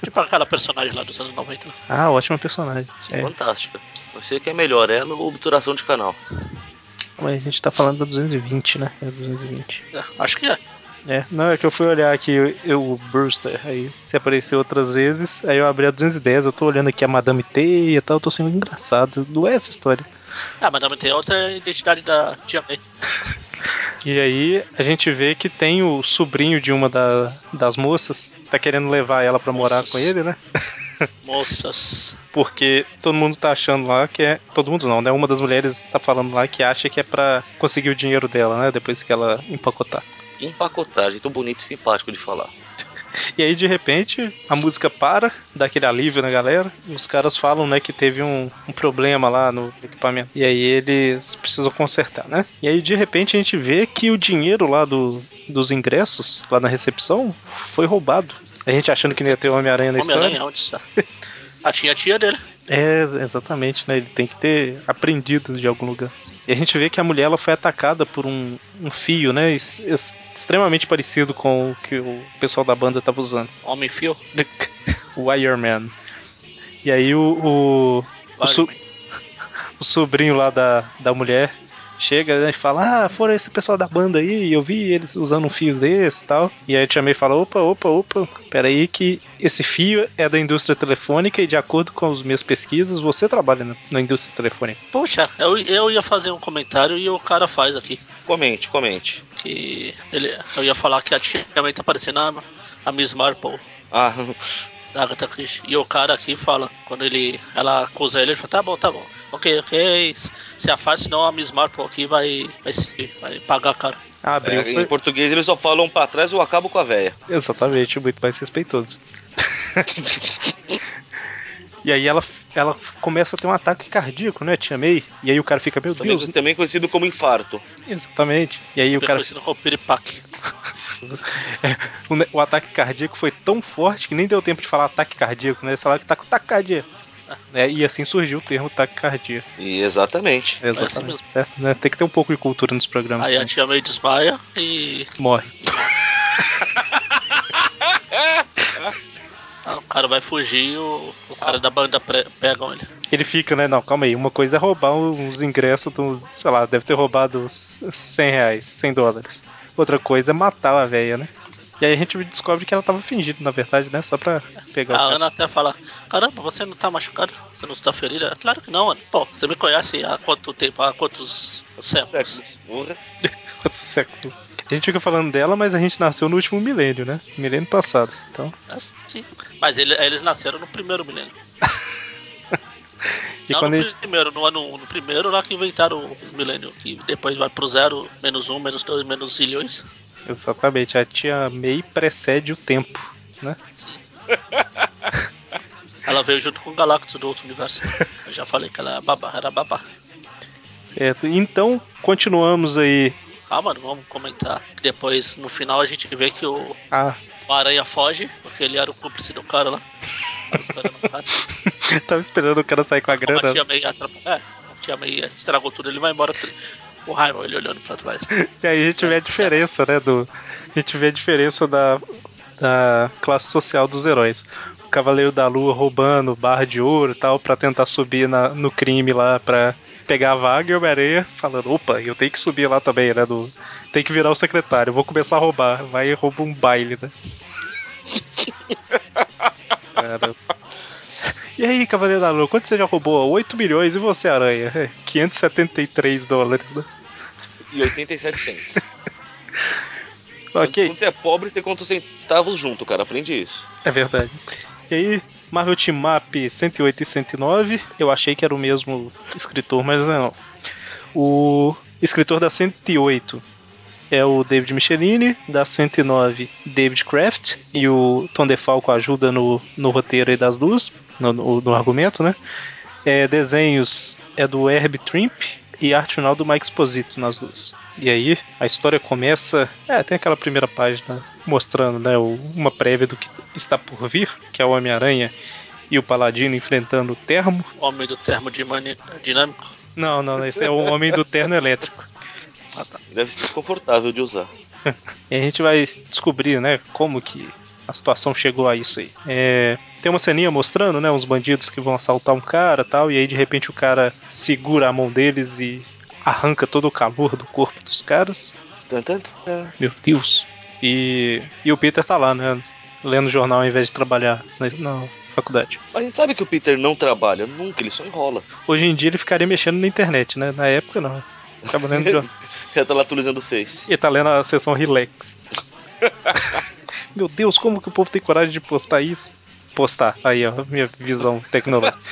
S2: Tipo aquela personagem lá dos anos 90. né?
S1: Ah, ótima personagem.
S3: Sim,
S1: É,
S3: fantástica. Você que é melhor, ela ou obturação de canal?
S1: mas a gente tá falando da 220, né? É 220.
S2: É, acho que é.
S1: É, não, é que eu fui olhar aqui eu, o Brewster, aí se apareceu outras vezes, aí eu abri a 210, eu tô olhando aqui a Madame T e tal, eu tô sendo engraçado. Não é essa história.
S2: Ah, mas também tem outra identidade da Tia May.
S1: E aí a gente vê que tem o sobrinho de uma da- das moças, tá querendo levar ela pra morar
S2: Moças.
S1: com ele, né?
S2: Moças.
S1: Porque todo mundo tá achando lá que é. Todo mundo não, né? Uma das mulheres tá falando lá que acha que é pra conseguir o dinheiro dela, né? Depois que ela empacotar.
S3: Empacotagem, tão bonito e simpático de falar.
S1: E aí de repente a música para, dá aquele alívio na galera. e os caras falam, né, que teve um, um problema lá no equipamento. E aí eles precisam consertar, né? E aí de repente a gente vê que o dinheiro lá do, dos ingressos, lá na recepção, foi roubado. A gente achando que não ia ter o Homem-Aranha na história.
S2: Homem-Aranha, onde está? Ah, tinha a tia dele.
S1: É, exatamente, né? Ele tem que ter aprendido de algum lugar. E a gente vê que a mulher ela foi atacada por um, um fio, né? es- es- Extremamente parecido com o que o pessoal da banda tava usando.
S2: Homem-fio.
S1: O Wireman. E aí o, o, o, so- o sobrinho lá da, da mulher chega né, e fala: Ah, foram esse pessoal da banda aí, eu vi eles usando um fio desse e tal. E aí a Tia May fala: opa, opa, opa, peraí, que esse fio é da indústria telefônica e de acordo com as minhas pesquisas, você trabalha na, na indústria telefônica.
S2: Puxa, eu, eu ia fazer um comentário e o cara faz aqui.
S3: Comente, comente.
S2: Que ele, eu ia falar que a tia May tá parecendo a, a Miss Marple.
S3: Ah,
S2: da Agatha Christie. E o cara aqui fala, quando ele, ela acusa ele, ele fala, tá bom, tá bom. Ok, ok, se afaste, senão a Miss Marple aqui vai, vai, se, vai pagar caro.
S1: Ah, abriu.
S3: é, em
S1: foi-
S3: português eles só falam pra trás ou acabo com a véia.
S1: Exatamente, muito mais respeitoso. E aí ela, ela começa a ter um ataque cardíaco, né, Tia May? E aí o cara fica, meu
S3: Também,
S1: Deus,
S3: também conhecido como infarto.
S1: exatamente. E aí o cara É,
S2: Conhecido como piripaque.
S1: O, ne- o ataque cardíaco foi tão forte que nem deu tempo de falar ataque cardíaco, né? Eles falaram que tá com taquicardia.
S2: Ah.
S1: Né? E assim surgiu o termo taquicardia.
S3: E exatamente.
S1: Exatamente.
S2: É mesmo.
S1: certo, né? Tem que ter um pouco de cultura nos programas.
S2: Aí a
S1: também.
S2: tia meio desmaia e
S1: Morre.
S2: Ah, o cara vai fugir e o- os caras da banda pre- pegam ele.
S1: Ele fica, né? Não, calma aí. Uma coisa é roubar uns ingressos do. Sei lá, deve ter roubado uns 100 reais, 100 dólares. Outra coisa é matar a velha, né? E aí a gente descobre que ela tava fingindo, na verdade, né? Só pra pegar
S2: A
S1: o. cara.
S2: Ana até fala: Caramba, você não tá machucado? Você não tá ferida? Claro que não, Ana. Pô, você me conhece há quanto tempo? Há quantos séculos?
S3: Porra.
S1: Quantos séculos? A gente fica falando dela, mas a gente nasceu no último milênio, né? Milênio passado. Então.
S2: É, sim. Mas ele- eles nasceram no primeiro milênio.
S1: E
S2: não,
S1: quando
S2: no
S1: a gente.
S2: primeiro, no ano um, no primeiro lá que inventaram o milênio, que depois vai pro zero, menos um, menos dois, menos zilhões.
S1: Exatamente, a tia May precede o tempo, né?
S2: Sim. ela veio junto com o Galactus do outro universo. Eu já falei que ela é babá, era babá.
S1: Certo. Então, continuamos aí.
S2: Ah, mano, vamos comentar. Depois, no final, a gente vê que o
S1: Ah,
S2: o Aranha foge, porque ele era o cúmplice do cara lá. Tava esperando o cara.
S1: tava esperando o cara sair com a
S2: Como a
S1: grana.
S2: tia May atrapalha- É, a tia May estragou tudo, ele vai embora. tri- O Raimon, ele olhando pra trás.
S1: E aí a gente vê a diferença, né? Do, a gente vê a diferença da, da classe social dos heróis. O Cavaleiro da Lua roubando barra de ouro e tal, pra tentar subir na- no crime lá pra pegar a vaga e o Homem-Aranha falando, opa, eu tenho que subir lá também, né? Do, tem que virar o secretário, vou começar a roubar. Vai e rouba um baile, né? Cara. E aí, Cavaleiro da Lua, quanto você já roubou? 8 milhões e você, Aranha? É, 573 dólares, né?
S3: E 87 cents.
S1: Ok.
S3: Quando você é pobre, você conta os centavos junto, cara. Aprende isso.
S1: É verdade. E aí, Marvel Team Up 108 e 109, eu achei que era o mesmo escritor, mas não. O escritor da 108 é o David Michelini, da 109, David Kraft, e o Tom DeFalco ajuda no, no roteiro aí das duas, no, no- no argumento, né? É, desenhos é do Herb Trimp e arte final do Mike Exposito nas duas. E aí, a história começa. É, tem aquela primeira página mostrando, né, o- uma prévia do que está por vir, que é o Homem-Aranha e o Paladino enfrentando o Termo.
S2: O homem do termo dimani- dinâmico.
S1: Não, não, não, esse é o Homem do Terno Elétrico.
S3: Deve ser desconfortável de usar.
S1: E a gente vai descobrir, né, como que a situação chegou a isso aí. É, tem uma ceninha mostrando, né, uns bandidos que vão assaltar um cara tal, e aí de repente o cara segura a mão deles e arranca todo o calor do corpo dos caras.
S3: Tan, tan, tan.
S1: Meu Deus. E, e o Peter tá lá, né, lendo jornal ao invés de trabalhar na, na faculdade.
S3: Mas a gente sabe que o Peter não trabalha nunca, ele só enrola.
S1: Hoje em dia ele ficaria mexendo na internet, né, na época não. Tava lendo jornal.
S3: Já tá lá atualizando o Face.
S1: E tá lendo a sessão relax. Meu Deus, como que o povo tem coragem de postar isso? Postar, aí ó, minha visão tecnológica.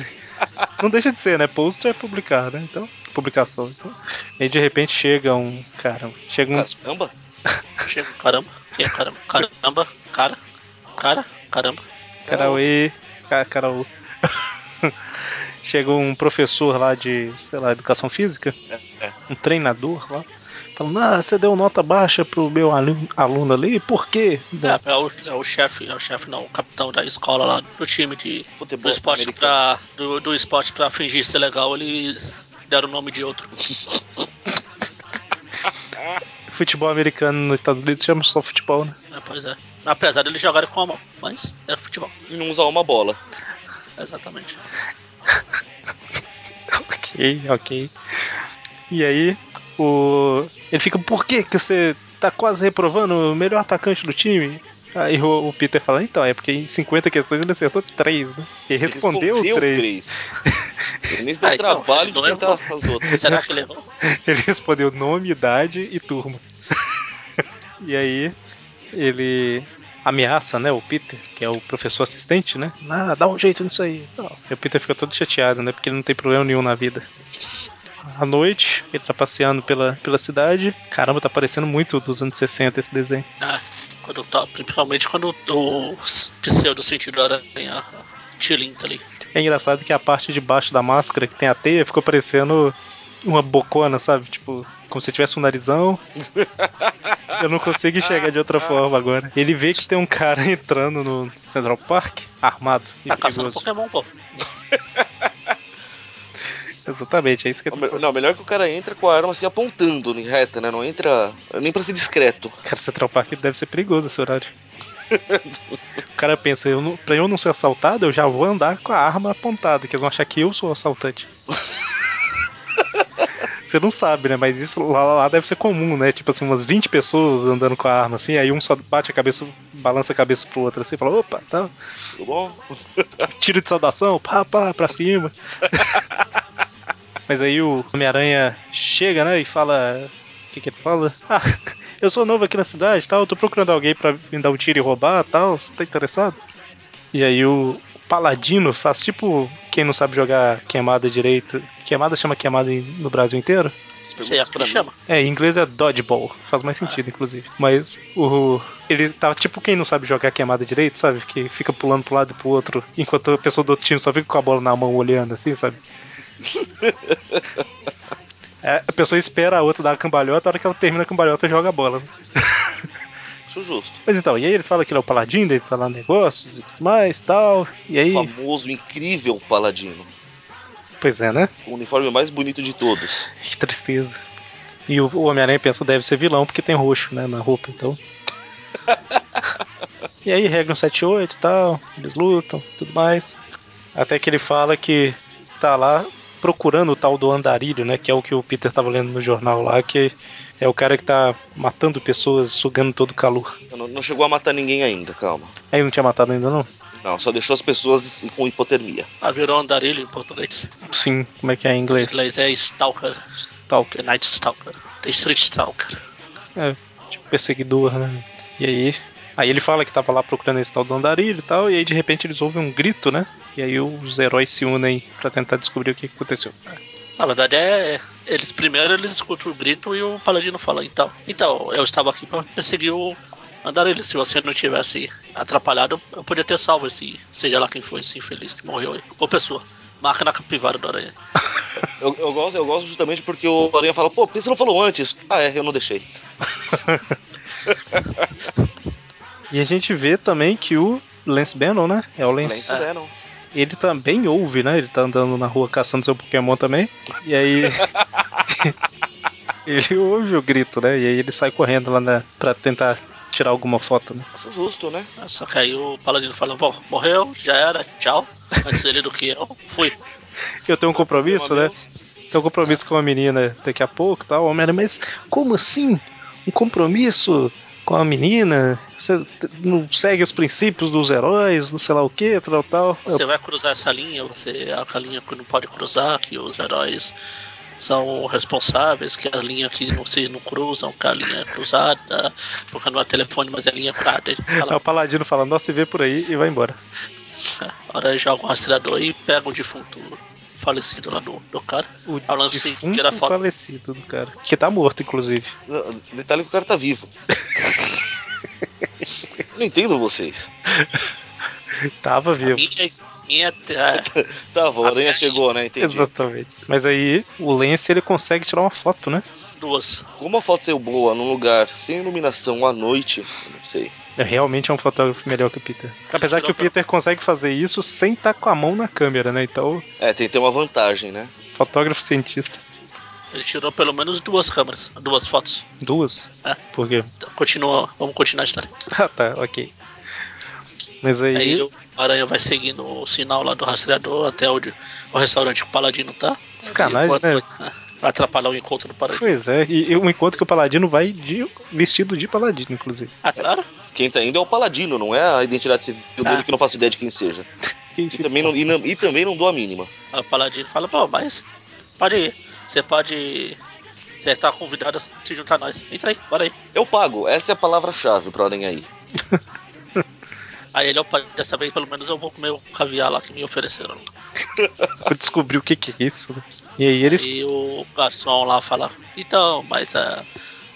S1: Não deixa de ser, né? Post é publicar, né? Então, publicação. Então. E de repente chega um. Caramba, chega
S3: Tá
S1: um.
S3: Caramba!
S2: Chega, caramba. Quem é caramba? Caramba, cara, cara, caramba.
S1: Carauê. Ca- Caraú. chega um professor lá de, sei lá, educação física.
S3: É, é.
S1: um treinador lá, falando, ah, você deu nota baixa pro meu aluno, aluno ali, por quê?
S3: Ah.
S2: É, é o, é o chefe, é o chefe não, o capitão da escola lá, do time de do
S3: Futebol
S2: esporte pra,
S3: americano.
S2: do, do esporte pra fingir ser legal, eles deram o nome de outro.
S1: Futebol americano nos Estados Unidos chama só futebol, né?
S2: É, pois é. Apesar deles jogarem com a mão, mas é futebol,
S3: E não usar uma bola.
S2: exatamente.
S1: ok, ok. E aí, o... ele fica, por que que você tá quase reprovando o melhor atacante do time? Aí o, o Peter fala, então, é porque em 50 questões ele acertou 3, né? E
S3: Ele
S1: respondeu 3.
S3: Ele nem se deu
S2: Ah, então,
S3: trabalho
S2: ele
S3: de
S2: não errou.
S3: tentar as outras.
S2: Será que ele errou?
S1: Ele respondeu nome, idade e turma. e aí ele ameaça, né, o Peter, que é o professor assistente, né? Ah, dá um jeito nisso aí. e tal. E o Peter fica todo chateado, né? Porque ele não tem problema nenhum na vida. À noite, ele tá passeando pela, pela cidade. Caramba, tá parecendo muito dos anos 60 esse desenho.
S2: Ah, quando tá, principalmente quando o pseudo sentido da aranha tilinta ali.
S1: É engraçado que a parte de baixo da máscara, que tem a teia, ficou parecendo uma bocona, sabe? Tipo, como se tivesse um narizão. Eu não consigo enxergar de outra forma agora. Ele vê que tem um cara entrando no Central Park, armado e
S2: Tá caçando
S1: perigoso.
S2: Pokémon, pô.
S1: Exatamente, é isso que é.
S3: Não, melhor- Não, melhor que o cara entra com a arma assim apontando em reta, né? Não entra nem pra ser discreto.
S1: Cara, Central Park deve ser perigoso esse horário. O cara pensa, eu não, pra eu não ser assaltado, eu já vou andar com a arma apontada, que eles vão achar que eu sou o assaltante. Você não sabe, né? Mas isso lá, lá deve ser comum, né? Tipo assim, umas 20 pessoas andando com a arma assim, aí um só bate a cabeça, balança a cabeça pro outro assim, e fala, opa, tá.
S3: Tudo bom?
S1: Tiro de saudação, pá, pá, pra cima. Mas aí o Homem-Aranha chega, né? E fala. O que, que ele fala? Ah, eu sou novo aqui na cidade tal, eu tô procurando alguém pra me dar um tiro e roubar tal, você tá interessado? E aí o Paladino faz tipo quem não sabe jogar queimada direito. Queimada chama queimada em- no Brasil inteiro?
S3: As
S2: Sei, é
S3: perguntas
S2: o que
S3: pra
S2: ele
S3: mim.
S2: chama.
S1: É, em inglês é dodgeball, faz mais sentido, inclusive. Mas o. Ele tá tipo quem não sabe jogar queimada direito, sabe? Que fica pulando pro lado e pro outro, enquanto a pessoa do outro time só fica com a bola na mão olhando assim, sabe? É, a pessoa espera a outra dar a cambalhota, a hora que ela termina a cambalhota, joga a bola.
S3: Acho é justo.
S1: Mas então, e aí ele fala que ele é o paladino, ele tá lá em negócios e tudo mais tal. E aí.
S3: O famoso, incrível paladino.
S1: Pois é, né?
S3: O uniforme mais bonito de todos.
S1: Que tristeza. E o o Homem-Aranha pensa deve ser vilão porque tem roxo, né, na roupa, então. e aí regra um 78 e tal, eles lutam, tudo mais. Até que ele fala que tá lá procurando o tal do andarilho, né, que é o que o Peter tava lendo no jornal lá, que é o cara que tá matando pessoas, sugando todo o calor.
S3: Não, não chegou a matar ninguém ainda, calma.
S1: Aí não tinha matado ainda não?
S3: Não, só deixou as pessoas com hipotermia.
S2: Ah, virou andarilho em português.
S1: Sim, como é que é em
S2: Em
S1: inglês?
S2: inglês é Stalker,
S1: Tal,
S2: The Night Stalker, The Street Stalker.
S1: tipo perseguidor, né? E aí. Aí ele fala que tava lá procurando esse tal do andarilho e tal, e aí de repente eles ouvem um grito, né? E aí os heróis se unem pra tentar descobrir o que que aconteceu.
S2: Na verdade é. Eles primeiro eles escutam o grito e o paladino fala, então. Então, eu estava aqui para perseguir o andarilho. Se você não tivesse atrapalhado, eu podia ter salvo esse, seja lá quem foi, esse infeliz que morreu aí. Ou pessoa. Marca na capivara do aranha.
S3: Eu, eu gosto, eu gosto justamente porque o Aranha fala, pô, por que você não falou antes? Ah, é, eu não deixei.
S1: E a gente vê também que o Lance Bannon, né? É o Lance.
S3: Lance Bannon.
S1: Ele também ouve, né? Ele tá andando na rua caçando seu Pokémon também. E aí. ele ouve o grito, né? E aí ele sai correndo lá na... pra tentar tirar alguma foto, né?
S3: Acho justo, né?
S2: Só que aí o paladino fala, bom, morreu, já era, tchau. Antes dele do que eu, fui.
S1: Eu tenho um compromisso, né?
S3: Meu amigo,
S1: Tem um compromisso com a menina daqui a pouco, tal, Homem-Aranha, mas como assim? Um compromisso com a menina? Você t- não segue os princípios dos heróis, não sei lá o que, tal, tal. É
S2: Você vai cruzar essa linha, você é a linha que não pode cruzar, que os heróis são responsáveis, que é a linha que não, se não cruzam, que a linha é cruzada, porque não é telefone, mas é linha prata. Ele
S1: Aí
S2: fala,
S1: o Paladino fala, nossa, se vê por aí e vai embora.
S2: Agora joga um rastreador e pega o defunto falecido lá do, do cara.
S1: O
S2: Ah, o lance
S1: defunto
S2: que era foto.
S1: falecido do cara. Que tá morto, inclusive.
S3: n- Detalhe que o cara tá vivo. não entendo vocês.
S1: Tava
S2: A
S1: vivo.
S2: minha, minha é,
S3: Tava, o Aranha Tá, chegou, né? Entendi.
S1: Exatamente. Mas aí o Lance ele consegue tirar uma foto, né?
S2: é duas.
S3: Como a foto saiu boa num lugar sem iluminação à noite, eu não sei.
S1: É, Realmente é um fotógrafo melhor que o Peter. Apesar que o
S2: Tirou pela-
S1: Peter consegue fazer isso sem estar com a mão na câmera, né? Então,
S3: É, tem que ter uma vantagem, né?
S1: fotógrafo cientista.
S2: Ele tirou pelo menos duas câmeras, duas fotos.
S1: Duas?
S2: É.
S1: Por quê?
S2: Então, continua, vamos continuar a história.
S1: Ah, tá, ok. Mas aí.
S2: Aí o Aranha vai seguindo o sinal lá do rastreador até onde o restaurante que o Paladino tá.
S1: Sacanagem, né?
S2: E- Pra atrapalhar o encontro do Paladino.
S1: Pois é, e e um encontro que o Paladino vai de vestido de Paladino, inclusive.
S2: Ah, claro.
S3: Quem tá indo é o Paladino, não é a identidade civil dele
S2: Ah.
S3: que eu não faço ideia de quem seja.
S1: Que
S3: E
S1: isso?
S3: também não, e não- e também não dou a mínima.
S2: Aí o Paladino fala, pô, mas pode ir. Você pode. Você está convidado a se juntar a nós. Entra aí, bora aí.
S3: Eu pago, essa é a palavra-chave pro Aranha aí.
S2: Aí ele, opa, dessa vez pelo menos eu vou comer o caviar lá que me ofereceram.
S1: Vou descobrir o que, que é isso. né? E aí eles.
S2: E o garçom lá fala, então, mas ah,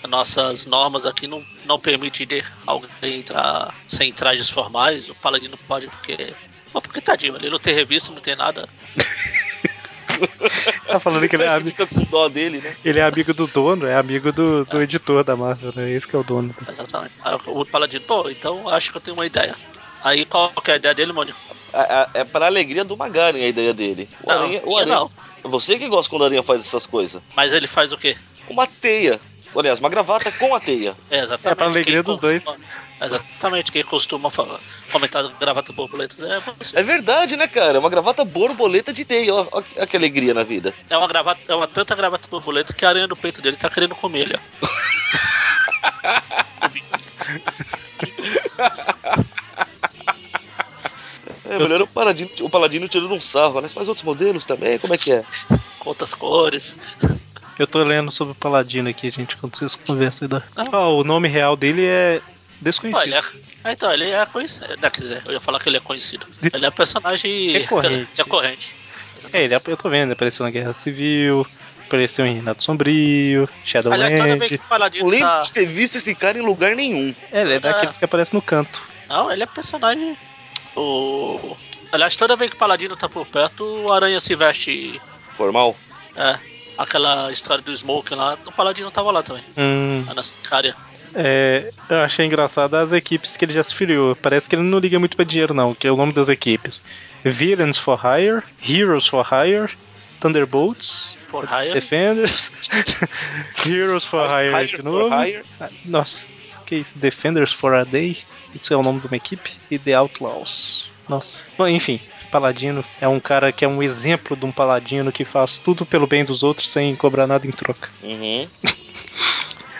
S2: as nossas normas aqui não, não permitem de alguém entrar sem trajes formais, o paladino pode porque. Pô, porque tadinho, ele não tem revista, não tem nada.
S1: Tá falando que ele é,
S3: A
S1: ami-
S3: gente fica com dó dele, né?
S1: ele é amigo do dono, é amigo do, do editor da Marvel, né? Esse que é o dono.
S2: Exatamente. Aí o paladino, pô, então acho que eu tenho uma ideia. Aí qual que é a ideia dele, Mônico?
S3: A- a- é para alegria do Magaren a ideia dele. O
S2: Não,
S3: Aranha, o é
S2: minha
S3: Aranha-
S2: não.
S3: Você que gosta quando o Aranha faz essas coisas.
S2: Mas ele faz o quê?
S3: uma teia. Aliás, uma gravata com a teia.
S2: É, exatamente.
S1: É, pra alegria
S2: Quem
S1: dos dois.
S2: costuma- Exatamente, quem costuma falar, comentar gravata borboleta é você.
S3: É verdade, né, cara? Uma gravata borboleta de teia. Ó, ó que- ó que alegria na vida.
S2: É uma gravata, é uma tanta gravata borboleta que a aranha no peito dele tá querendo comer ele, ó.
S3: É, melhor o Paladino, o Paladino tirando um sarro, né? Você faz outros modelos também? Como é que é?
S2: Com outras cores.
S1: Eu tô lendo sobre o Paladino aqui, gente, quando vocês conversam. aí Da... Ah, o nome real dele é
S2: Pô, ele
S1: desconhecido.
S2: é, ah, então, ele é conhecido. Não, quer dizer, eu ia falar que ele é conhecido. Ele é um personagem
S1: Recorrente.
S2: recorrente.
S1: É, ele, eu tô vendo, ele apareceu na Guerra Civil, apareceu em Renato Sombrio,
S2: Aliás, toda vez
S1: Shadowland.
S2: que o Paladino
S3: Eu lembro
S2: tá...
S3: de ter visto esse cara em lugar nenhum.
S1: É, ele é daqueles que aparece no canto.
S2: Não, ele é personagem. O. Aliás, toda vez que o Paladino tá por perto, o Aranha se veste.
S3: Formal.
S2: É, aquela história do Smoke lá. O Paladino tava lá também,
S1: Hum,
S2: lá na Sicária.
S1: é, eu achei engraçado as equipes que ele já se filiou. Parece que ele não liga muito pra dinheiro, não, que é o nome das equipes: Villains for Hire, Heroes for Hire, Thunderbolts,
S2: For Hire.
S1: Defenders, Heroes for Hire, de novo.
S3: hire.
S1: Ah, Nossa, que isso? Defenders for a Day? Isso é o nome de uma equipe? E The Outlaws. Nossa. Bom, enfim, Paladino é um cara que é um exemplo de um paladino que faz tudo pelo bem dos outros sem cobrar nada em troca.
S3: Uhum.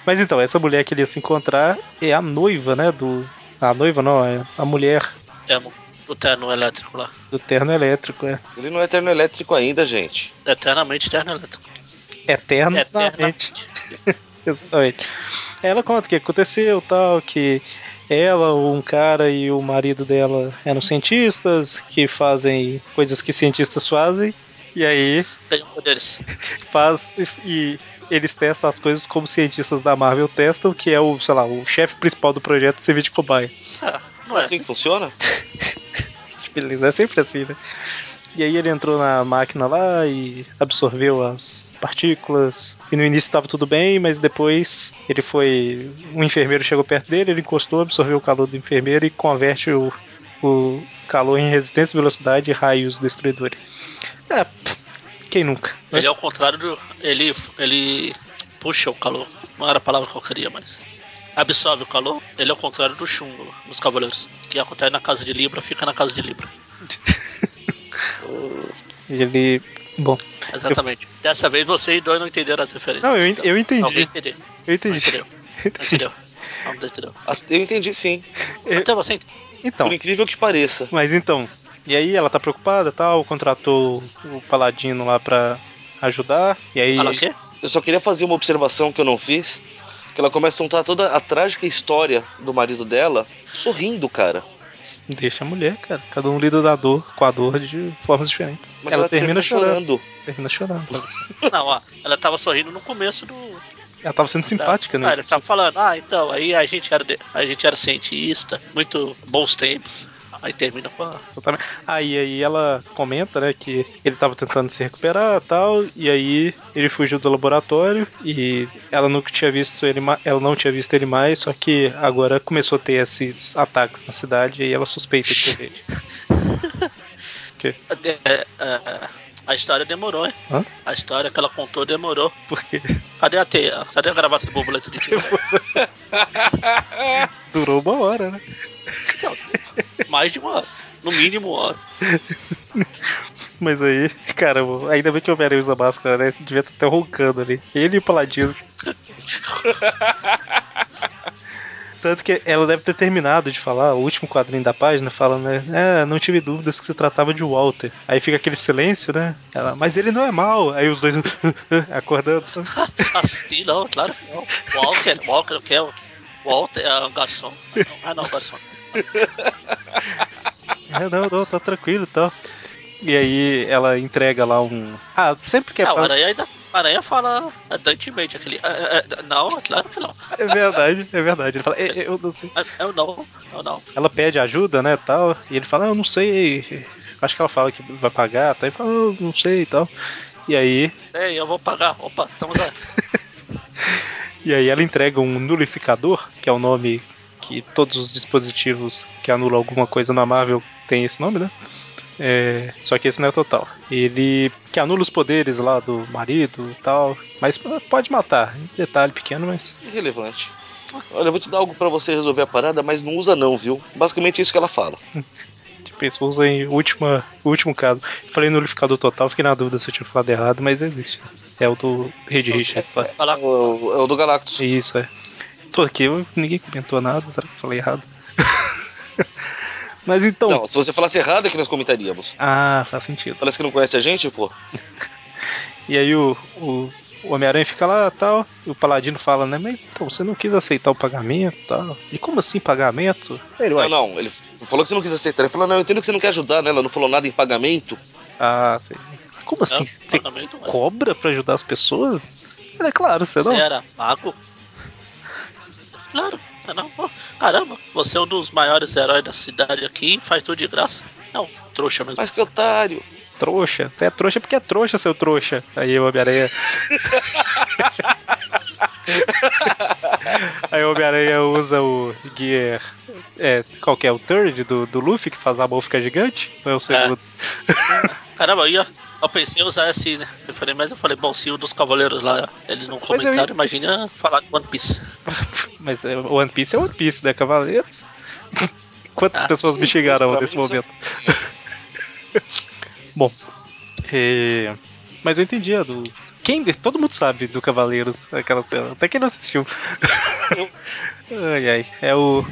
S1: Mas então, essa mulher que ele ia se encontrar é a noiva, né? Do. A noiva não, é a mulher
S2: É, do terno elétrico lá.
S1: do terno elétrico, é.
S3: Ele não é terno elétrico ainda, gente.
S2: é, Eternamente terno elétrico.
S1: Eternamente.
S2: Eternamente.
S1: Exatamente. Ela conta o que aconteceu, tal, que ela, um cara e o marido dela eram cientistas que fazem coisas que cientistas fazem, e aí
S2: Ganham poderes.
S1: faz e eles testam as coisas como cientistas da Marvel testam, que é o, sei lá, o chefe principal do projeto servir de cobaia.
S2: Ah, não
S3: É
S2: é.
S3: assim que funciona?
S1: Beleza, é sempre assim, né? E aí ele entrou na máquina lá e absorveu as partículas. E no início estava tudo bem, mas depois ele foi. Um enfermeiro chegou perto dele, ele encostou, absorveu o calor do enfermeiro e converte o, o calor em resistência, velocidade e raios destruidores. É, pff, quem nunca? né?
S2: Ele é o contrário do. Ele. ele puxa o calor. Não era a palavra que eu queria, mas. Absorve o calor. Ele é o contrário do chumbo nos cavaleiros. Que acontece na casa de Libra, fica na casa de Libra.
S1: Ele. Bom.
S2: Exatamente. Dessa vez vocês dois não entenderam as referências. Então,
S1: Não, eu, en- eu
S2: Alguém
S1: entendi.
S2: entendeu.
S1: Eu
S2: Não
S1: entendi.
S2: entendeu. Não entendeu. Não entendeu.
S3: Ah, Eu entendi sim.
S1: Eu-
S2: Até você entendeu.
S1: Então.
S3: Por incrível que pareça.
S1: Mas então, e aí ela tá preocupada tal, contratou o Paladino lá pra ajudar, e aí.
S2: Fala o quê?
S3: Eu só queria fazer uma observação que eu não fiz. Que ela começa a contar toda a trágica história do marido dela sorrindo, cara.
S1: Deixa a mulher, cara. Cada um lida da dor, com a dor de formas diferentes.
S3: Mas
S1: ela, termina, chorando. Termina chorando.
S2: Não, ó. Ela tava sorrindo no começo do.
S1: Ela tava sendo simpática,
S2: Ah,
S1: né?
S2: ele tava falando, ah, então, aí a gente era, de- a gente era cientista, muito bons tempos. Aí termina com a.
S1: Exatamente. Aí, aí ela comenta, né, que ele tava tentando se recuperar tal, e aí ele fugiu do laboratório e ela nunca tinha visto ele ma- ela não tinha visto ele mais, só que agora começou a ter esses ataques na cidade e aí ela suspeita que teve ele.
S2: É, é, é, a história demorou, hein?
S1: Hã?
S2: A história que ela contou demorou.
S1: Porque
S2: Cadê a teia? Cadê a gravata do borboleta de teia?
S1: durou uma hora, né?
S2: Mais de uma hora. No mínimo uma hora.
S1: Mas aí, cara, ainda bem que o Homem-Aranha usa máscara, né? Devia estar até roncando ali. Ele e o Paladino. Tanto que ela deve ter terminado de falar, o último quadrinho da página, fala, né? É, não tive dúvidas que se tratava de Walter. Aí fica aquele silêncio, né? Ela, mas ele não é mal. Aí os dois acordando. sabe?
S2: Assim não, claro que não. Walker, Walker, o que é? o- Walter, é o garçom. Ah, não, garçom.
S1: É, não, não, tá tranquilo e tal. E aí ela entrega lá um. Ah, sempre que é.
S2: Não, o
S1: pra-
S2: Aranha ainda. Aranha fala adantemente aquele. "Ah, ah, ah, Não, é claro que não.
S1: É verdade, é verdade. Ele fala, "Eu- eu não sei.
S2: Ah, Eu não, não, não.
S1: ela pede ajuda, né, tal, e ele fala, "Ah, eu não sei, acho que ela fala que vai pagar, tá, ele fala, "Ah, eu não sei e tal. E aí,
S2: Sei, eu vou pagar. Opa, estamos aí.
S1: e aí ela entrega um nulificador, que é o nome que todos os dispositivos que anulam alguma coisa na Marvel tem esse nome, né? É, só que esse não é o total. Ele que anula os poderes lá do marido e tal. Mas pode matar. Detalhe pequeno, mas.
S3: Irrelevante. Olha, eu vou te dar algo pra você resolver a parada, mas não usa não, viu? Basicamente é isso que ela fala.
S1: Tipo, isso usa em última, último caso. Falei no unificador total, fiquei na dúvida se eu tinha falado errado, mas existe. É o do Red Richard. lá.
S3: É, o, é o do Galactus.
S1: Isso, é. Tô aqui, eu- ninguém comentou nada, será que eu falei errado? mas então.
S3: Não, se você falasse errado é que nós comentaríamos.
S1: Ah, faz sentido.
S3: Parece que não conhece a gente, pô.
S1: E aí o, o, o Homem-Aranha fica lá tal, e o Paladino fala, né? Mas então, você não quis aceitar o pagamento e tal. E como assim pagamento? Ele,
S3: Não,
S1: ué,
S3: não, ele falou que você não quis aceitar. Ele falou, não, eu entendo que você não quer ajudar, né? Ela não falou nada em pagamento.
S1: ah, sei. Como assim?
S2: Não,
S1: Você
S2: É, pagamento, ué.
S1: cobra pra ajudar as pessoas? Ele, é claro, você não.
S2: Você era mago? Claro, eu não. Pô, Caramba, você é um dos maiores heróis da cidade aqui faz tudo de graça. Não, trouxa mesmo.
S3: Mas que otário.
S1: Trouxa. Você é trouxa porque é trouxa, seu trouxa. Aí o Homem-Aranha. Aí o Homem-Aranha usa o Gear. É, qual que é? O third do, do Luffy que faz a mão ficar gigante? Ou é o segundo?
S2: Caramba, eu, ia- eu pensei em usar esse, né? Eu falei, mas eu falei, bom, se o dos cavaleiros lá eles não
S1: eu
S2: comentaram, imagina falar de One Piece.
S1: Mas é, One Piece é One Piece, né, Cavaleiros? Quantas
S2: Ah,
S1: pessoas me
S3: sim,
S1: xingaram
S3: pra
S1: nesse
S3: mim são-
S1: momento? Bom, é, mas eu entendi a do. Quem, todo mundo sabe do Cavaleiros, aquela cena, até quem não assistiu. ai ai, é o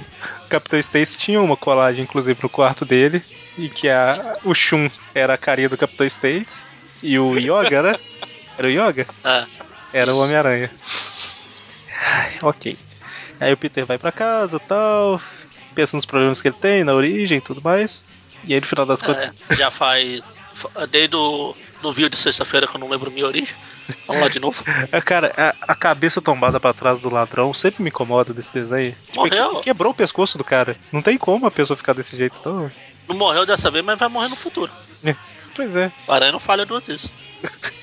S1: Capitão Stacy tinha uma colagem, inclusive, no quarto dele, em que a, o Shun era a carinha do Capitão Stacy e o Yoga, né? Era o Yoga?
S2: É,
S1: Era o
S2: Isso.
S1: Homem-Aranha. Ai, Ok. Aí o Peter vai pra casa tal, pensa nos problemas que ele tem, na origem e tudo mais. E aí no final das contas.
S2: é, já faz. fa- Desde o do vídeo de sexta-feira que eu não lembro minha origem. Vamos lá de novo.
S1: É, Cara, a, a cabeça tombada pra trás do ladrão sempre me incomoda desse desenho. Tipo,
S2: Morreu?
S1: que- quebrou o pescoço do cara. Não tem como a pessoa ficar desse jeito, não.
S2: Não morreu dessa vez, mas vai morrer no futuro.
S1: Pois é.
S2: O Aranha não falha duas vezes.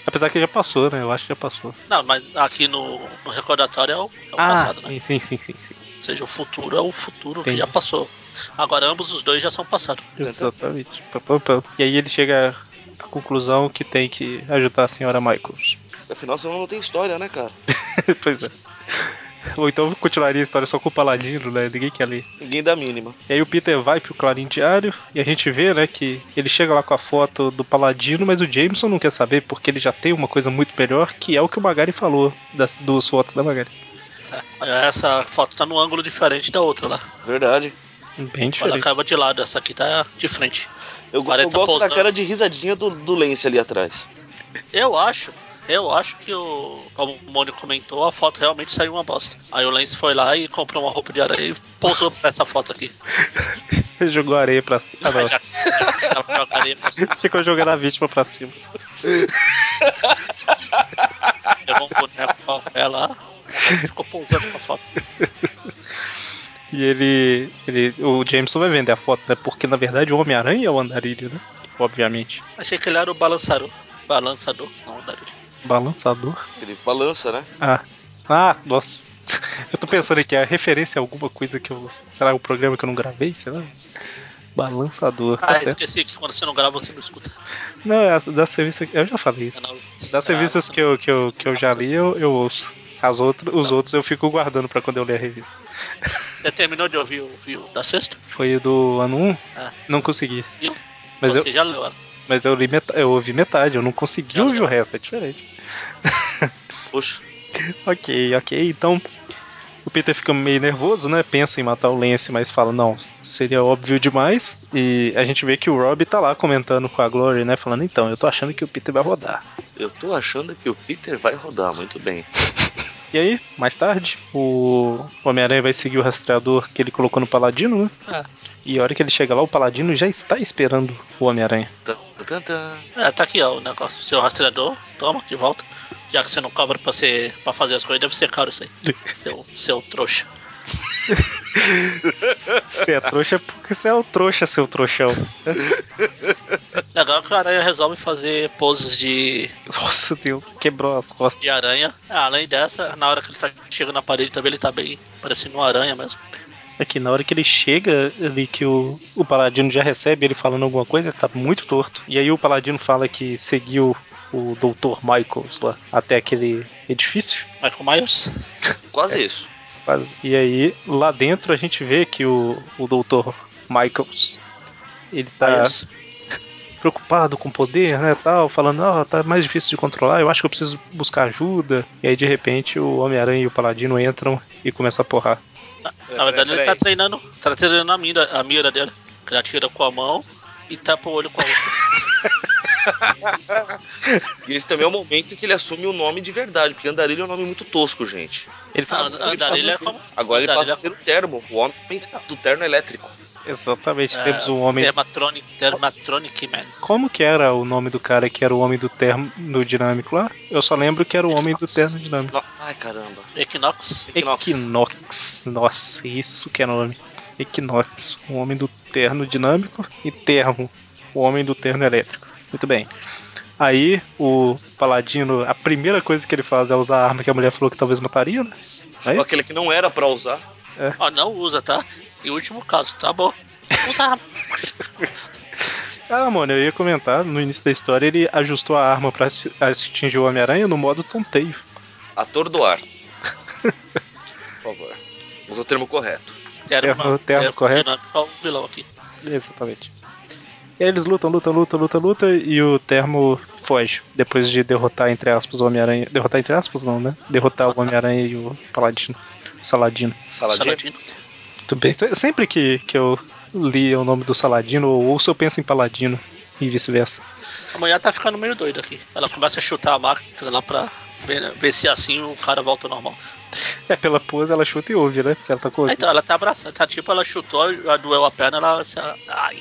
S1: Apesar que já passou, né? Eu acho que já passou.
S2: Não, mas aqui no, no recordatório é o, é o
S1: Ah,
S2: passado, né?
S1: sim, sim, sim, sim, sim.
S2: Ou seja, o futuro é o futuro
S1: Entendi.
S2: que já passou. Agora ambos os dois já são passados.
S1: Exatamente. Pam, pam, pam. E aí ele chega à conclusão que tem que ajudar a senhora Michaels.
S3: Afinal, senão não tem história, né, cara?
S1: pois é. Ou então continuaria a história só com o Paladino, né? Ninguém quer ler.
S3: Ninguém dá a mínima.
S1: E aí o Peter vai pro Clarim Diário e a gente vê, né, que ele chega lá com a foto do Paladino, mas o Jameson não quer saber porque ele já tem uma coisa muito melhor, que é o que o Magari falou das duas fotos da Magari.
S2: É, Essa foto tá num ângulo diferente da outra lá.
S3: Verdade.
S1: Bem
S2: Ela
S1: diferente.
S2: acaba de lado, essa aqui tá de frente.
S3: Eu,
S2: Cara,
S3: eu
S2: ele tá
S3: gosto da
S2: pousando.
S3: cara de risadinha do, do Lance ali atrás.
S2: Eu acho, eu acho que o. Como o Mônio comentou, a foto realmente saiu uma bosta. Aí o Lance foi lá e comprou uma roupa de aranha e pousou pra essa foto aqui.
S1: Ele jogou areia pra cima. Ah,
S2: Aí
S1: não.
S2: já- já- já trocaria com você.
S1: Ficou jogando a vítima pra cima.
S2: Pegou um boneco com a fé lá. Ficou pousando com a foto.
S1: E ele, ele. O Jameson vai vender a foto, né? Porque na verdade o Homem-Aranha é o andarilho, né? Obviamente.
S2: Achei que ele era o balançador. Balançador, não, Dario.
S1: Balançador.
S3: Ele balança, né?
S1: Ah, ah nossa. Eu tô pensando aqui, a referência a alguma coisa que eu. Será um programa que eu não gravei? Sei lá. Balançador.
S2: Ah,
S1: tá certo.
S2: esqueci que quando você não grava, você não escuta.
S1: Não, é das revistas. Eu já falei isso.
S2: Canal-
S1: Das revistas que eu, que eu, que eu já li, eu, eu ouço. As outras, os outros eu fico guardando pra quando eu ler a revista.
S2: Você terminou de ouvir o fio da sexta?
S1: Foi o do ano 1,
S2: Ah.
S1: não consegui.
S2: Viu?
S1: Mas
S2: Você
S1: eu,
S2: já leu ela.
S1: mas eu, li meta- eu ouvi metade, eu não consegui
S2: Já
S1: ouvir
S2: leu.
S1: o resto, é diferente.
S3: Poxa.
S1: Ok, ok. Então, o Peter fica meio nervoso, né? Pensa em matar o Lance, mas fala, não, seria óbvio demais. E a gente vê que o Rob tá lá comentando com a Glory, né? Falando, então, eu tô achando que o Peter vai rodar.
S3: Eu tô achando que o Peter vai rodar muito bem.
S1: E aí, mais tarde, o Homem-Aranha vai seguir o rastreador que ele colocou no Paladino, né?
S2: Ah.
S1: E a hora que ele chega lá, o Paladino já está esperando o Homem-Aranha.
S3: Tan, tan, tan.
S2: É, tá aqui ó, o negócio. Seu rastreador, toma, de volta. Já que você não cobra pra, ser, pra fazer as coisas, deve ser caro isso aí. Seu, seu trouxa.
S1: Você é trouxa porque você é o trouxa, seu trouxão.
S2: Legal que o aranha resolve fazer poses de,
S1: Nossa Deus, quebrou as costas.
S2: de aranha. Ah, Além dessa, na hora que ele tá chegando na parede também, ele tá bem parecendo uma aranha mesmo.
S1: É que na hora que ele chega ali, que o, o Paladino já recebe ele falando alguma coisa, ele tá muito torto. E aí o Paladino fala que seguiu o Dr. Michaels lá até aquele edifício.
S2: Michael Myers?
S3: Quase isso.
S1: E aí lá dentro a gente vê que o, o Dr. Michaels ele tá
S2: Myers.
S1: preocupado com o poder, né, tal, falando, ó, tá mais difícil de controlar, eu acho que eu preciso buscar ajuda. E aí de repente o Homem-Aranha e o Paladino entram e começam a porrar.
S3: É,
S2: Na verdade, ele
S4: Peraí,
S2: tá
S4: peraí.
S2: treinando, tá treinando a mira, a mira dele. Que ele atira com a mão e tapa o olho com a outra.
S3: E esse também é o momento que ele assume o nome de verdade, porque Andarilho é um nome muito tosco, gente.
S1: Ele assim."
S2: Ah,
S1: fala,
S2: and- Andarilho é como.
S3: Agora ele
S2: Andarilho
S3: passa
S2: é-
S3: a ser o termo, o homem do terno elétrico.
S1: exatamente,
S2: é,
S1: temos um homem.
S2: Dermatronic, Dermatronic Man.
S1: Como que era o nome do cara que era o homem do terno do dinâmico lá? Eu só lembro que era o homem do terno dinâmico.
S3: No- Ai, caramba.
S2: Equinox.
S3: Equinox.
S1: Equinox. Nossa, isso que é nome. Equinox, o homem do terno dinâmico e termo, o homem do terno elétrico. Muito bem. Aí o paladino, a primeira coisa que ele faz é usar a arma que a mulher falou que talvez mataria, né? Aí,
S3: Aquele que não era pra usar.
S2: Ó, não usa, tá? E último caso, tá bom. Usa.
S1: Ah, mano, eu ia comentar, no início da história ele ajustou a arma pra ati- atingir o Homem-Aranha no modo tonteio.
S3: Atordoar. Por favor. Usa o termo correto.
S1: Termo- termo correto?
S2: Dinâmico, ó, o vilão aqui.
S1: Exatamente. E aí eles lutam, lutam, lutam, lutam, lutam e o Termo foge. Depois de derrotar, entre aspas, o Homem-Aranha. Derrotar, entre aspas, não, né? Derrotar o Homem-Aranha e o Paladino. O Saladino.
S3: Saladinho.
S2: Saladino.
S1: Muito bem. Se- Sempre que, que eu li o nome do Saladino ou ouço, eu penso em Paladino e vice-versa.
S2: A mulher tá ficando meio doida aqui. Ela começa a chutar a máquina lá pra ver, ver se assim o cara volta ao normal.
S1: É, pela pose ela chuta e ouve, né? Porque ela tá com
S2: Ah, Então, ela tá abraçando. Tá tipo, ela chutou, ela doeu a perna, ela. se- Ai.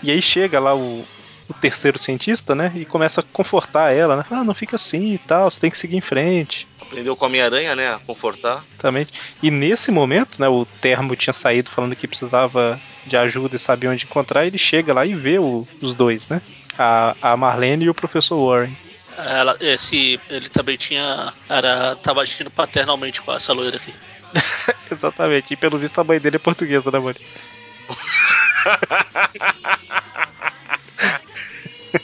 S1: E aí chega lá o, o terceiro cientista, né? E começa a confortar ela, né? Ah, não fica assim e tal, você tem que seguir em frente.
S3: Aprendeu com a Homem-Aranha, né? A confortar.
S1: Exatamente. E nesse momento, né, o Termo tinha saído falando que precisava de ajuda e sabia onde encontrar, ele chega lá e vê o- os dois, né? A, a Marlene e o professor Warren.
S2: Ela, esse, ele também tinha. Era, tava agindo paternalmente com essa loira aqui.
S1: Exatamente. E pelo visto a mãe dele é portuguesa, né, mano?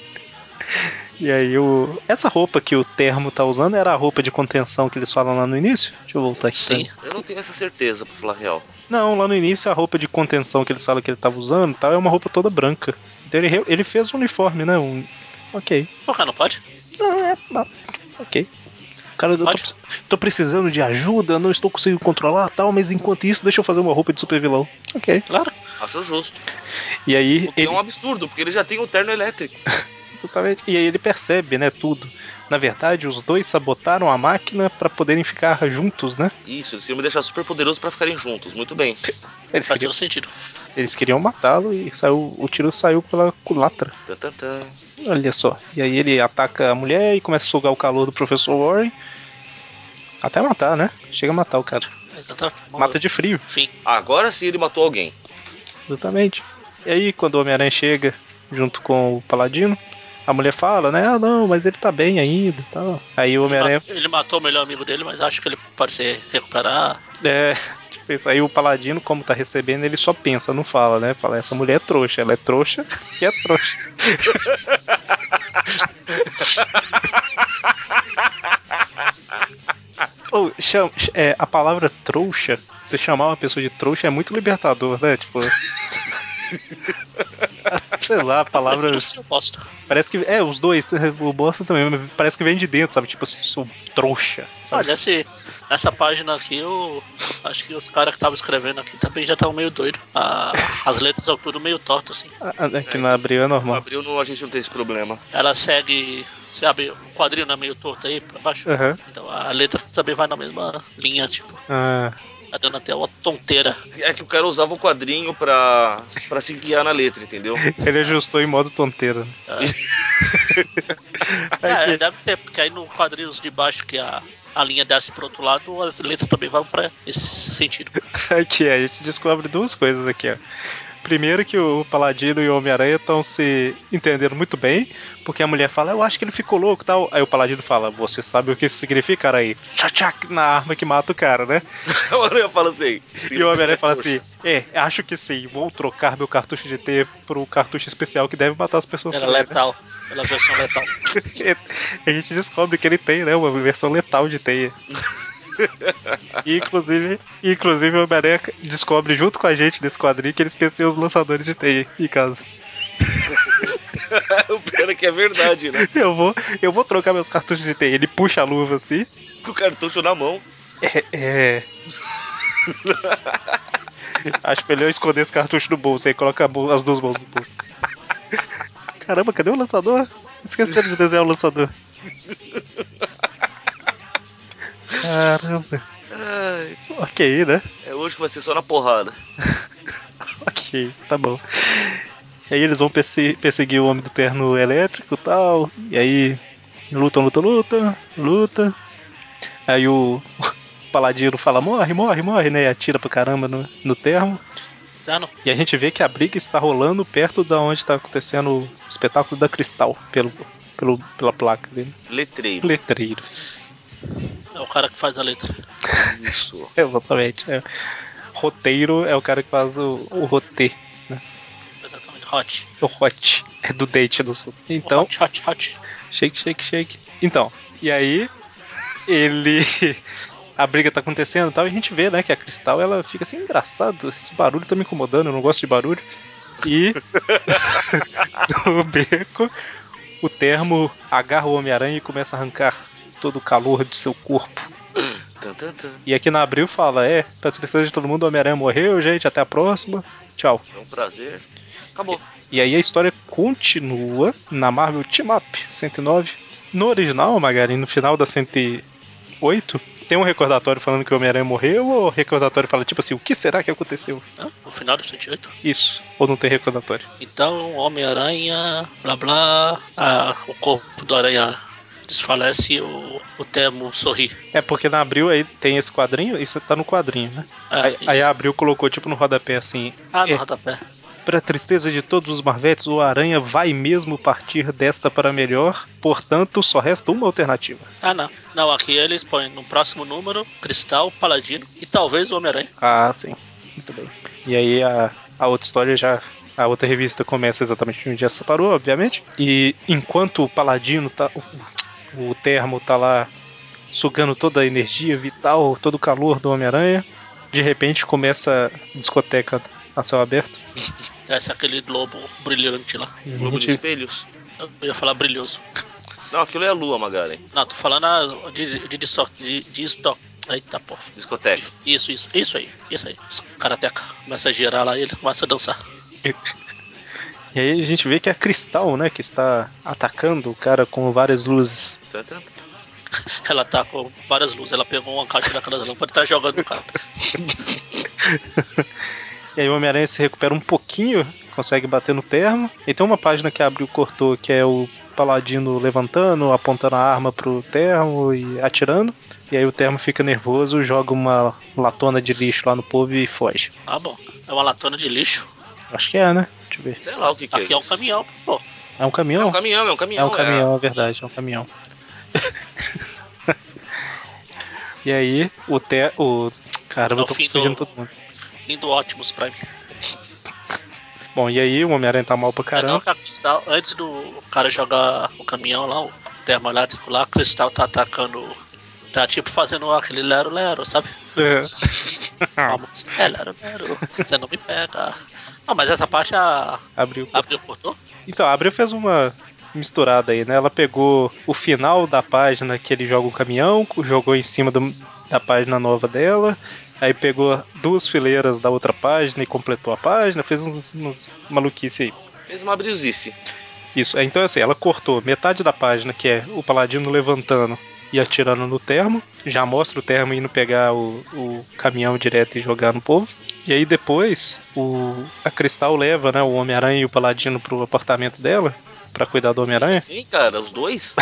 S1: E aí o. Essa roupa que o Termo tá usando era a roupa de contenção que eles falam lá no início? Deixa eu voltar aqui.
S2: Sim.
S3: Eu não tenho essa certeza, pra falar a real.
S1: Não, lá no início a roupa de contenção que eles falam que ele tava usando e tal é uma roupa toda branca. Então ele, re- ele fez um uniforme, né? Um... Ok.
S2: Por que não pode?
S1: Não, é. não. Ok. Cara, eu tô,
S2: Pode.
S1: precis- tô precisando de ajuda, não estou conseguindo controlar tal, mas enquanto isso, deixa eu fazer uma roupa de super vilão. Ok.
S2: Claro.
S3: Acho justo.
S1: E aí,
S3: O que
S1: ele,
S3: é um absurdo, porque ele já tem o terno elétrico.
S1: exatamente, e aí ele percebe, né, tudo. Na verdade, os dois sabotaram a máquina pra poderem ficar juntos, né?
S3: Isso, eles queriam me deixar super poderoso pra ficarem juntos. Muito bem.
S1: Eles
S2: Faz
S1: queriam,
S2: todo sentido.
S1: eles queriam matá-lo e saiu, o tiro saiu pela culatra.
S3: Tan, tan, tan.
S1: Olha só. E aí ele ataca a mulher e começa a sugar o calor do professor Warren. Até matar, né? Chega a matar o cara.
S2: Exatamente.
S1: Mata de frio.
S2: Fim.
S3: Ah, Agora sim ele matou alguém.
S1: Exatamente. E aí, quando o Homem-Aranha chega junto com o Paladino, a mulher fala, né? Ah, não, mas ele tá bem ainda e tal. Aí o Homem-Aranha.
S2: Ele matou o melhor amigo dele, mas acho que ele pode se recuperar.
S1: É. tipo isso. Aí o Paladino, como tá recebendo, ele só pensa, não fala, né? Fala, essa mulher é trouxa, ela é trouxa e é trouxa. Ou, cham- é, a palavra trouxa, você chamar uma pessoa de trouxa é muito libertador, né? Tipo. Sei lá, a palavra.
S2: Mas Eu posso.
S1: Parece que. É, os dois, o bosta também, mas parece que vem de dentro, sabe? Tipo assim, sou trouxa. Sabe?
S2: Olha, esse, essa página aqui, eu acho que os caras que estavam escrevendo aqui também já estavam meio doidos. Ah, as letras são tudo meio tortas, assim.
S1: Ah, ah, Aqui na abril é normal.
S3: Abriu, não, a gente não tem esse problema.
S2: Ela segue, sabe, o quadrinho não é meio torto aí pra baixo.
S1: Aham.
S2: Então a letra também vai na mesma linha, tipo,
S1: Ah,
S2: tá dando até uma tonteira.
S3: É que o cara usava o quadrinho pra, pra se guiar na letra, entendeu?
S1: ele ajustou em modo tonteiro. né?
S2: É, deve ser, porque aí no quadrinhos de baixo que a, a linha desce pro outro lado, as letras também vão pra esse sentido.
S1: Aqui, a gente descobre duas coisas aqui, ó. Primeiro que o Paladino e o Homem-Aranha estão se entendendo muito bem, porque a mulher fala, eu acho que ele ficou louco e tal. Aí o Paladino fala, você sabe o que isso significa, cara aí? Tchac-tchac na arma que mata o cara, né?
S3: O Aranha fala assim.
S1: E o Homem-Aranha fala assim, é, acho que sim, vou trocar meu cartucho de T pro cartucho especial que deve matar as pessoas
S2: Era
S1: também, né?"
S2: é letal. Era versão letal.
S1: a gente descobre que ele tem, né? Uma versão letal de teia. E, inclusive, inclusive o Homem-Aranha descobre junto com a gente desse quadrinho que ele esqueceu os lançadores de teia em casa.
S3: o pior é que é verdade, né?
S1: Eu vou, eu vou trocar meus cartuchos de teia. Ele puxa a luva assim.
S3: Com o cartucho na mão.
S1: É. Acho melhor esconder esse cartucho no bolso aí, coloca a mão- as duas mãos no bolso. Caramba, cadê o lançador? Esqueceram de desenhar o lançador. Caramba.
S3: Ai,
S1: Ok, né?
S3: é hoje que vai ser só na porrada.
S1: Ok, tá bom. E aí eles vão perse- perseguir o homem do terno elétrico e tal. E aí lutam, lutam, lutam, luta. Aí o Paladino fala: morre, morre, morre, né? E atira pra caramba no, no termo.
S2: Ah, não.
S1: E a gente vê que a briga está rolando perto da onde está acontecendo o espetáculo da Cristal, pelo, pelo, pela placa dele.
S3: Letreiro.
S1: Letreiro.
S2: É o cara que faz a letra.
S3: Isso.
S1: Exatamente. é. Roteiro é o cara que faz o, o roteiro.
S2: Exatamente. Hot.
S1: O hot. É do date do sul. Então.
S2: Hot, hot, hot.
S1: Shake, shake, shake. Então, e aí ele. A briga tá acontecendo e tal, e a gente vê, né, que a Cristal ela fica assim, engraçado, esse barulho tá me incomodando, eu não gosto de barulho. E no beco, o termo agarra o Homem-Aranha e começa a arrancar todo o calor do seu corpo.
S3: Tan, tan, tan.
S1: E aqui na abril fala, é, pra tristeza de todo mundo, o Homem-Aranha morreu, gente, até a próxima. Tchau.
S3: É um prazer. Acabou.
S1: E aí a história continua na Marvel Team Up 109. No original, Magari, no final da 108, tem um recordatório falando que o Homem-Aranha morreu, ou o recordatório fala tipo assim, o que será que aconteceu?
S2: Hã? O final do 108.
S1: Isso. Ou não tem recordatório?
S2: Então, Homem-Aranha, blá blá. ah, o corpo do aranha desfalece e o, o Temo sorri.
S1: É porque na Abril aí tem esse quadrinho, isso tá no quadrinho, né?
S2: Ah,
S1: Aí,
S2: isso.
S1: aí a Abril colocou tipo no rodapé assim,
S2: ah no
S1: é.
S2: rodapé.
S1: Para tristeza de todos os Marvetes, o Aranha vai mesmo partir desta para melhor, portanto só resta uma alternativa.
S2: Ah, não. Não, aqui eles põem no próximo número Cristal, Paladino e talvez o Homem-Aranha.
S1: Ah, sim. Muito bem. E aí a, a outra história já. A outra revista começa exatamente onde essa parou, obviamente. E enquanto o Paladino tá. O, o termo tá lá sugando toda a energia vital, todo o calor do Homem-Aranha, de repente começa a discoteca a céu aberto.
S2: Esse é aquele globo brilhante lá.
S1: E a
S3: Globo de
S1: gente-
S3: espelhos.
S2: Eu ia falar brilhoso.
S3: Não, aquilo é a lua, Magaren.
S2: Não, tô falando ah, de, de, disto- de, de estoque. Eita porra.
S3: Discoteca.
S2: Isso, isso, isso aí, isso aí. Karateca começa a girar lá e ele começa a dançar.
S1: e aí a gente vê que é a Cristal, né, que está atacando o cara com várias luzes.
S3: Tan, tan, tan.
S2: Ela tá com várias luzes, ela pegou uma caixa daquelas lâmpadas e tá jogando no cara.
S1: E aí o Homem-Aranha se recupera um pouquinho, consegue bater no termo. E tem uma página que abriu cortou, que é o Paladino levantando, apontando a arma pro termo e atirando. E aí o termo fica nervoso, joga uma latona de lixo lá no povo e foge.
S2: Ah, bom. É uma latona de lixo.
S1: Acho que é, né? Deixa eu ver.
S3: Sei lá o que, que
S2: Aqui é,
S3: é.
S2: um
S3: isso.
S2: caminhão, pô.
S1: É um
S3: É
S1: caminhão?
S3: um caminhão, é um caminhão.
S1: É um caminhão, é verdade, é um caminhão. e aí o ter... o Caramba,
S2: É
S1: eu
S2: o
S1: tô
S2: fim do-
S1: confundindo todo mundo.
S2: Indo ótimos pra mim.
S1: Bom, e aí o Homem-Aranha tá mal pra
S2: É, Não,
S1: caramba.
S2: que a Cristal, antes do cara jogar o caminhão lá, o termoelétrico lá, a Cristal tá atacando. Tá tipo fazendo aquele lero-lero, sabe?
S1: É.
S2: Vamos. É lero-lero, você não me pega. Não, mas essa parte a...
S1: Abriu.
S2: abriu o portão.
S1: Então, a Abril fez uma misturada aí, né? Ela pegou o final da página que ele joga o caminhão, jogou em cima do- da página nova dela, aí pegou duas fileiras da outra página e completou a página, fez uns, uns maluquice aí.
S3: Fez É. uma brilzice.
S1: Isso, é, então assim, ela cortou metade da página, que é o Paladino levantando e atirando no termo, já mostra o termo indo pegar o, o caminhão direto e jogar no povo. E aí depois, o, a Cristal leva, né, o Homem-Aranha e o Paladino pro apartamento dela, pra cuidar do Homem-Aranha.
S3: Sim, cara, os dois?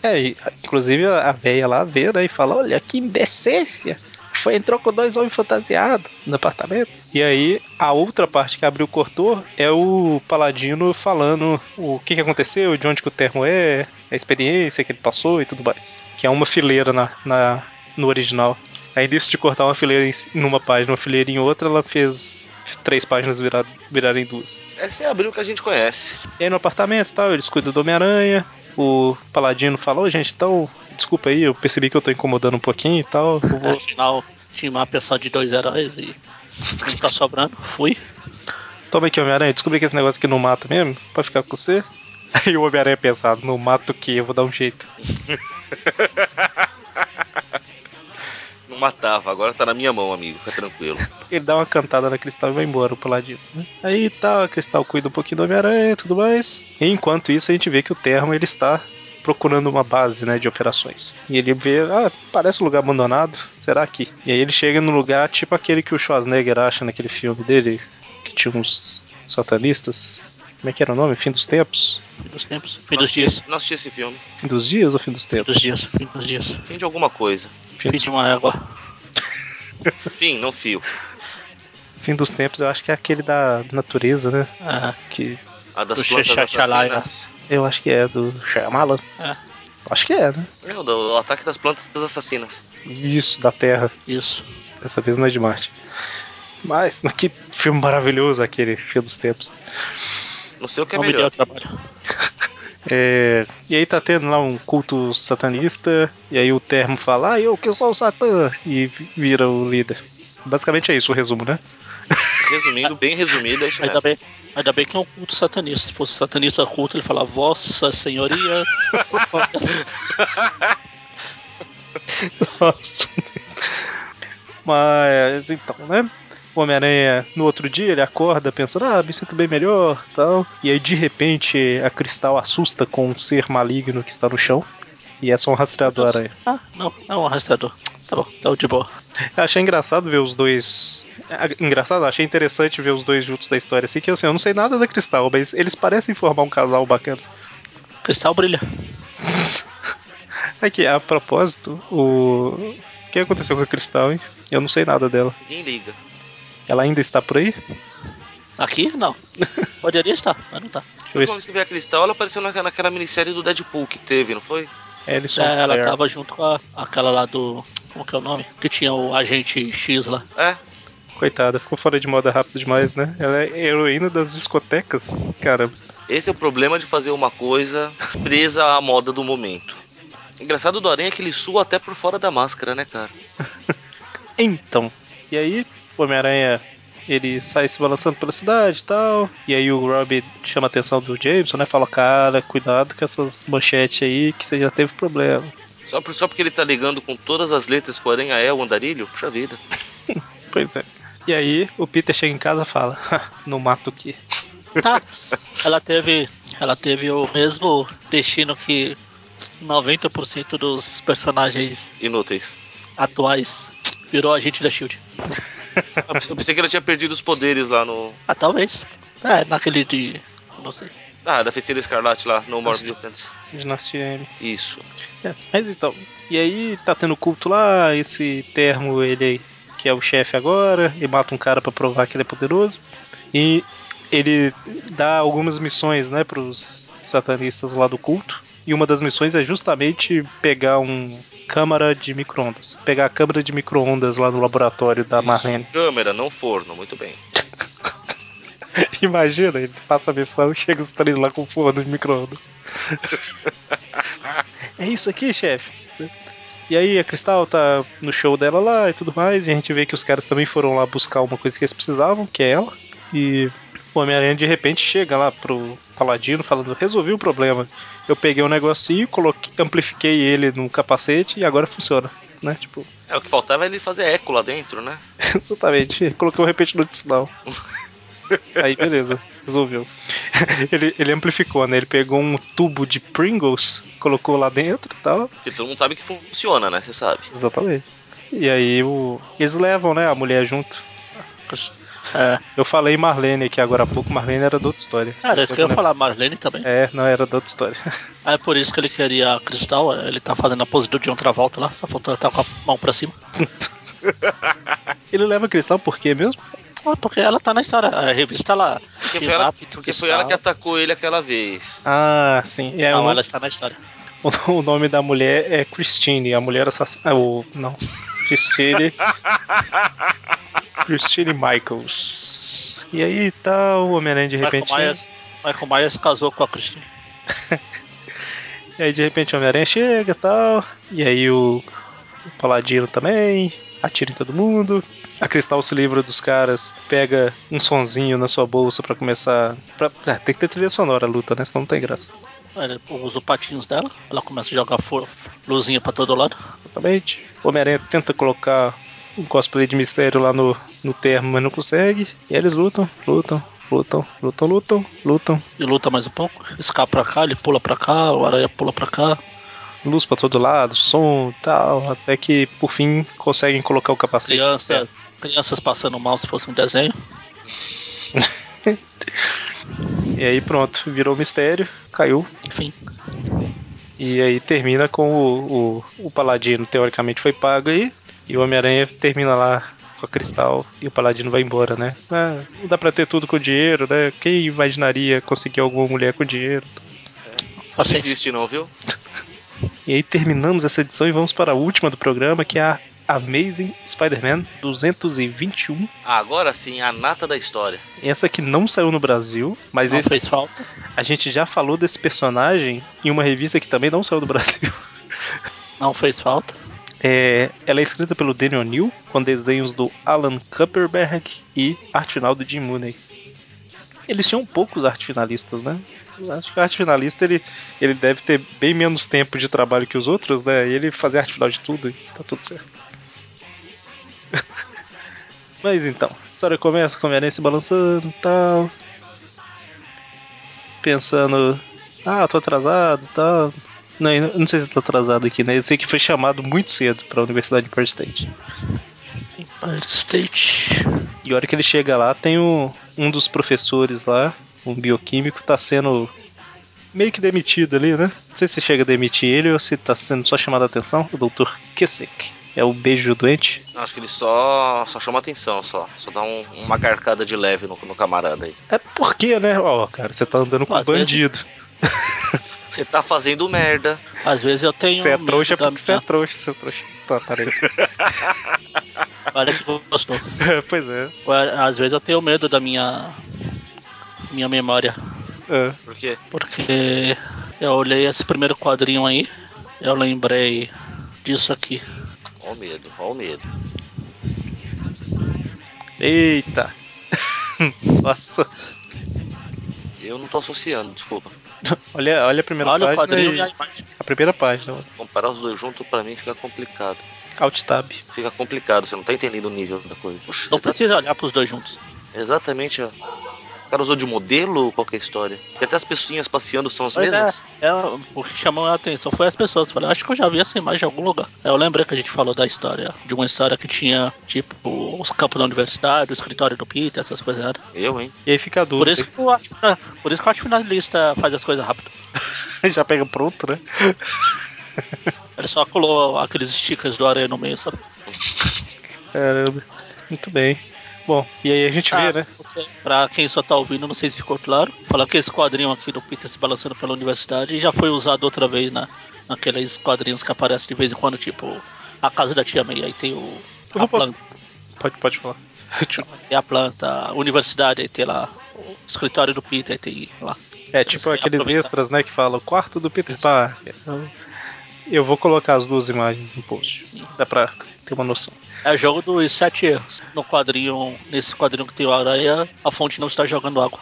S1: É, e, inclusive a a véia lá vê, né, e fala, olha que indecência. foi, entrou com dois homens fantasiados no apartamento. E aí, a outra parte que abriu o cortor é o Paladino falando o que, que aconteceu, de onde que o termo é, a experiência que ele passou e tudo mais. Que é uma fileira na, na, no original. Aí disso de cortar uma fileira em uma página, uma fileira em outra, ela fez três páginas virar, virarem duas.
S3: Essa é a abril que a gente conhece.
S1: E aí no apartamento e tal, eles cuidam do Homem-Aranha. O Paladino fala, ô gente, então, desculpa aí, eu percebi que eu tô incomodando um pouquinho e tal. eu vou-
S2: Afinal, tinha uma pessoa de dois heróis e não tá sobrando. Fui.
S1: Toma aqui, Homem-Aranha, descobri que esse negócio aqui não mata mesmo, pode ficar com você. Aí o Homem-Aranha pensado, não mata o quê? Eu vou dar um jeito.
S3: Não matava, agora tá na minha mão, amigo, fica tranquilo.
S1: Ele dá uma cantada na Cristal e vai embora, o Paladino. né? Aí tá, a Cristal cuida um pouquinho do Homem-Aranha e tudo mais. E enquanto isso, a gente vê que o Termo ele está procurando uma base né, de operações. E ele vê, ah, parece um lugar abandonado, será que? E aí ele chega num lugar tipo aquele que o Schwarzenegger acha naquele filme dele, que tinha uns satanistas. Como é que era o nome? Fim dos tempos?
S2: Fim dos tempos. Fim dos dias.
S3: Não assisti esse filme.
S1: Fim dos dias ou fim dos
S2: Fim
S1: tempos?
S2: dos dias. Fim dos dias.
S3: Fim de alguma coisa.
S1: Fim
S2: Fim
S1: dos
S2: de uma égua.
S3: Fim, não fio.
S1: Fim dos tempos, eu acho que é aquele da natureza, né?
S2: Ah,
S1: Que
S3: A das
S2: Do
S3: plantas
S2: Xaxalaia.
S3: assassinas.
S1: eu acho que é do Shyamalan.
S2: É.
S1: Acho que é, né?
S3: Não, do, do ataque das plantas assassinas.
S1: Isso, da Terra.
S2: isso.
S1: Dessa vez não é de Marte. Mas, mas que filme maravilhoso aquele, Fim dos Tempos.
S3: Não sei o que é
S2: Não me
S3: melhor.
S2: deu trabalho.
S1: É, e aí tá tendo lá um culto satanista, e aí o termo fala, ah, eu que sou o Satã, e vi- vira o líder. Basicamente é isso o resumo, né?
S3: Resumindo, bem resumido, é isso
S2: Ainda
S3: mesmo.
S2: bem, ainda bem que é um culto satanista. Se fosse satanista culto, ele fala Vossa Senhoria.
S1: Nossa. Mas então, né? O Homem-Aranha, no outro dia, ele acorda pensando, ah, me sinto bem melhor tal. E aí, de repente, a Cristal assusta com um ser maligno que está no chão. E é só um rastreador aranha.
S2: Ah, não, não, um rastreador. Tá bom, tá de boa.
S1: Eu achei engraçado ver os dois. ah, Engraçado, achei interessante ver os dois juntos da história, assim, que assim, eu não sei nada da Cristal, mas eles parecem formar um casal bacana.
S2: Cristal brilha.
S1: Aqui, É a propósito, o. O que aconteceu com a Cristal, hein? Eu não sei nada dela.
S3: Ninguém liga.
S1: Ela ainda está por aí?
S2: Aqui? Não. Poderia estar, mas não tá.
S1: Deixa eu
S3: A
S1: ver
S3: última
S1: se.
S3: vez que veio a Cristal, ela apareceu na- naquela minissérie do Deadpool que teve, não foi?
S1: Ellison
S2: É, ela
S1: Clare.
S2: tava junto com a- aquela lá do. Como que é o nome? Que tinha o agente X lá.
S3: É,
S1: Coitada, ficou fora de moda rápido demais, né? Ela é heroína das discotecas, cara.
S3: Esse é o problema de fazer uma coisa presa à moda do momento. Engraçado do Aranha é que ele sua até por fora da máscara, né, cara?
S1: Então, e aí, o Homem-Aranha, ele sai se balançando pela cidade e tal. E aí o Rob chama a atenção do Jameson, né? Fala, cara, cuidado com essas manchetes aí, que você já teve problema.
S3: Só, por- só porque ele tá ligando com todas as letras que o Aranha é o andarilho? Puxa vida.
S1: Pois é. E aí, o Peter chega em casa e fala, "Ha, não mata o quê?
S2: Tá. Ela teve. Ela teve o mesmo destino que 90% dos personagens
S3: Inúteis.
S2: atuais. Virou agente da Shield.
S3: Eu pensei- Eu pensei que ele tinha perdido os poderes lá no.
S2: Ah, talvez. É, naquele de. Não sei.
S3: Ah, da feiticeira escarlate lá, No More Mutants.
S1: Dinastia M.
S3: Isso.
S1: É, mas então, e aí tá tendo culto lá, esse termo ele que é o chefe agora, e mata um cara pra provar que ele é poderoso. E ele dá algumas missões, né, pros satanistas lá do culto. E uma das missões é justamente pegar um câmara de micro-ondas. Pegar a câmara de micro-ondas lá no laboratório da Marlene.
S3: Isso. Câmera, não forno, muito bem.
S1: Imagina, ele passa a missão e chega os três lá com forno de micro-ondas. é isso aqui, chefe. E aí a Cristal tá no show dela lá e tudo mais, e a gente vê que os caras também foram lá buscar uma coisa que eles precisavam, que é ela. E o Homem-Aranha de repente chega lá pro Paladino falando: resolvi o problema. Eu peguei um negocinho, coloquei, amplifiquei ele num capacete e agora funciona. Né? Tipo,
S3: É, o que faltava é ele fazer eco lá dentro, né?
S1: Exatamente. Colocou um repetidor de sinal. Aí, beleza. Resolveu. Ele, ele amplificou, né? Ele pegou um tubo de Pringles, colocou lá dentro e tal.
S3: Porque todo mundo sabe que funciona, né? Você sabe.
S1: Exatamente. E aí o... eles levam, né, a mulher junto.
S2: É,
S1: Eu falei Marlene aqui agora há pouco, Marlene Ah, era da outra história.
S2: cara, isso que eu ia falar, Marlene também.
S1: É, não era da outra história.
S2: Ah, É por isso que ele queria a Cristal, ele tá fazendo a pose do John Travolta lá, só faltou ele tá com a mão pra cima.
S1: Ele leva cristal por quê mesmo?
S2: Ah, porque ela tá na história. A revista lá.
S3: Porque foi, ela, porque foi ela que atacou ele aquela vez.
S1: Ah, sim. É, o,
S2: Não,
S1: nome,
S2: ela está na história.
S1: o nome da mulher é Christine. A mulher assassina. o não. Christine. Christine Michaels. E aí tá o Homem-Aranha de repente.
S2: Michael Myers, Michael Myers casou com a Christine.
S1: E aí de repente o Homem-Aranha chega e tal. E aí o, o Paladino também. Atira em todo mundo. A Cristal se livra dos caras. Pega um sonzinho na sua bolsa pra começar. Pra, ah, tem que ter trilha sonora a luta, né? Senão não tem graça.
S2: Ela usa os patinhos dela. Ela começa a jogar for- luzinha pra todo lado.
S1: Exatamente. O Homem-Aranha tenta colocar um cosplay de mistério lá no, no termo, mas não consegue. E aí eles lutam, lutam, lutam, lutam, lutam, lutam.
S2: E luta mais um pouco. Escapa pra cá, ele pula pra cá, o aranha pula pra cá.
S1: Luz pra todo lado, som e tal. Até que por fim conseguem colocar o capacete.
S2: Criança,
S3: é.
S2: crianças passando mal se fosse um desenho.
S1: E aí pronto, virou mistério, caiu.
S2: Enfim.
S1: E aí termina com o, o, o Paladino, teoricamente foi pago aí, e o Homem-Aranha termina lá com a Cristal e o Paladino vai embora, né? Ah, não dá pra ter tudo com dinheiro, né? Quem imaginaria conseguir alguma mulher com dinheiro?
S3: Não
S2: Paciência.
S3: existe não, viu?
S1: E aí terminamos essa edição e vamos para a última do programa, que é a Amazing Spider-Man 221.
S3: Ah, Agora sim, a nata da história.
S1: Essa que não saiu no Brasil, mas
S2: Não
S1: ele-
S2: fez falta.
S1: a gente já falou desse personagem em uma revista que também não saiu do Brasil.
S2: Não fez falta.
S1: É, ela é escrita pelo Daniel Neal, com desenhos do Alan Kupperberg e arte final do Jim Mooney. Eles tinham poucos arte finalistas, né? Eu Acho que o arte finalista ele, ele deve ter bem menos tempo de trabalho que os outros, né? E ele fazer arte final de tudo e tá tudo certo. Mas então, a história começa com o Homem-Aranha se balançando e tal. Pensando, ah, tô atrasado e tal. Não, eu não sei se tá atrasado aqui, né? Eu sei que foi chamado muito cedo pra Universidade de Pearl State.
S2: Empire State.
S1: E a hora que ele chega lá, tem um, um dos professores lá, um bioquímico, tá sendo meio que demitido ali, né? Não sei se chega a demitir ele ou se tá sendo só chamado a atenção. O Dr. Kesek. É o beijo doente.
S3: Acho que ele só, só chama atenção, só. Só dá um- uma carcada de leve no, no camarada aí.
S1: É porque, né? Ó, cara, você tá andando com
S2: Às vezes-
S1: bandido.
S3: Você tá fazendo merda.
S2: Às vezes eu tenho.
S1: Você é
S2: medo
S1: trouxa
S2: um da
S1: porque você é
S2: minha-
S1: trouxa, seu trouxa. Tá, parei.
S2: Olha que gostou.
S1: pois é.
S2: Ué, Às vezes eu tenho medo da minha. Minha memória.
S1: é.
S3: Por quê?
S2: Porque eu olhei esse primeiro quadrinho aí, eu lembrei disso aqui.
S3: Ó o medo, ó o medo.
S1: Eita. Nossa.
S3: Eu não tô associando, desculpa.
S1: Olha, olha a primeira
S2: Olha o
S1: página.
S2: quadrinho
S1: e-
S2: e a imagem.
S1: A primeira página.
S3: Comparar os dois juntos pra mim fica complicado.
S1: Alt Tab.
S3: Fica complicado, você não tá entendendo o nível da coisa. Puxa,
S2: Não
S3: exa-
S2: precisa olhar pros dois juntos.
S3: exatamente, ó. O cara usou de modelo ou qualquer história? Porque até as pessoinhas passeando são as
S2: Pois
S3: mesmas.
S2: É, o que chamou a atenção foi as pessoas. Falei, acho que eu já vi essa imagem em algum lugar. Aí Eu lembrei que a gente falou da história, de uma história que tinha, tipo, os campos da universidade, o escritório do Peter, essas coisas. né?
S3: Eu, hein?
S1: E aí fica a dúvida.
S2: Por isso que eu acho, por isso que eu acho que o finalista faz as coisas rápido.
S1: já pega pronto, né?
S2: Ele só colou aqueles stickers do aranha no meio, sabe?
S1: Caramba. Muito bem. Bom, e aí a gente
S2: Ah,
S1: vê, né?
S2: não sei. Pra quem só tá ouvindo, não sei se ficou claro. Falar que esse quadrinho aqui do Peter se balançando pela universidade já foi usado outra vez na, naqueles quadrinhos que aparecem de vez em quando, tipo A Casa da Tia May, aí tem o.
S1: Eu
S2: a,
S1: vou postar.
S2: planta,
S1: Pode, pode falar.
S2: tem a planta, a universidade, aí tem lá o escritório do Peter, aí tem lá.
S1: É tipo
S2: Eu
S1: aqueles
S2: aproveitar.
S1: extras, né? Que falam quarto do Peter
S2: Isso.
S1: Parker. Então, Eu vou colocar as duas imagens no post.
S2: Sim.
S1: Dá pra ter uma noção.
S2: É o jogo dos sete erros. No quadrinho, nesse quadrinho que tem o aranha, a fonte não está jogando água.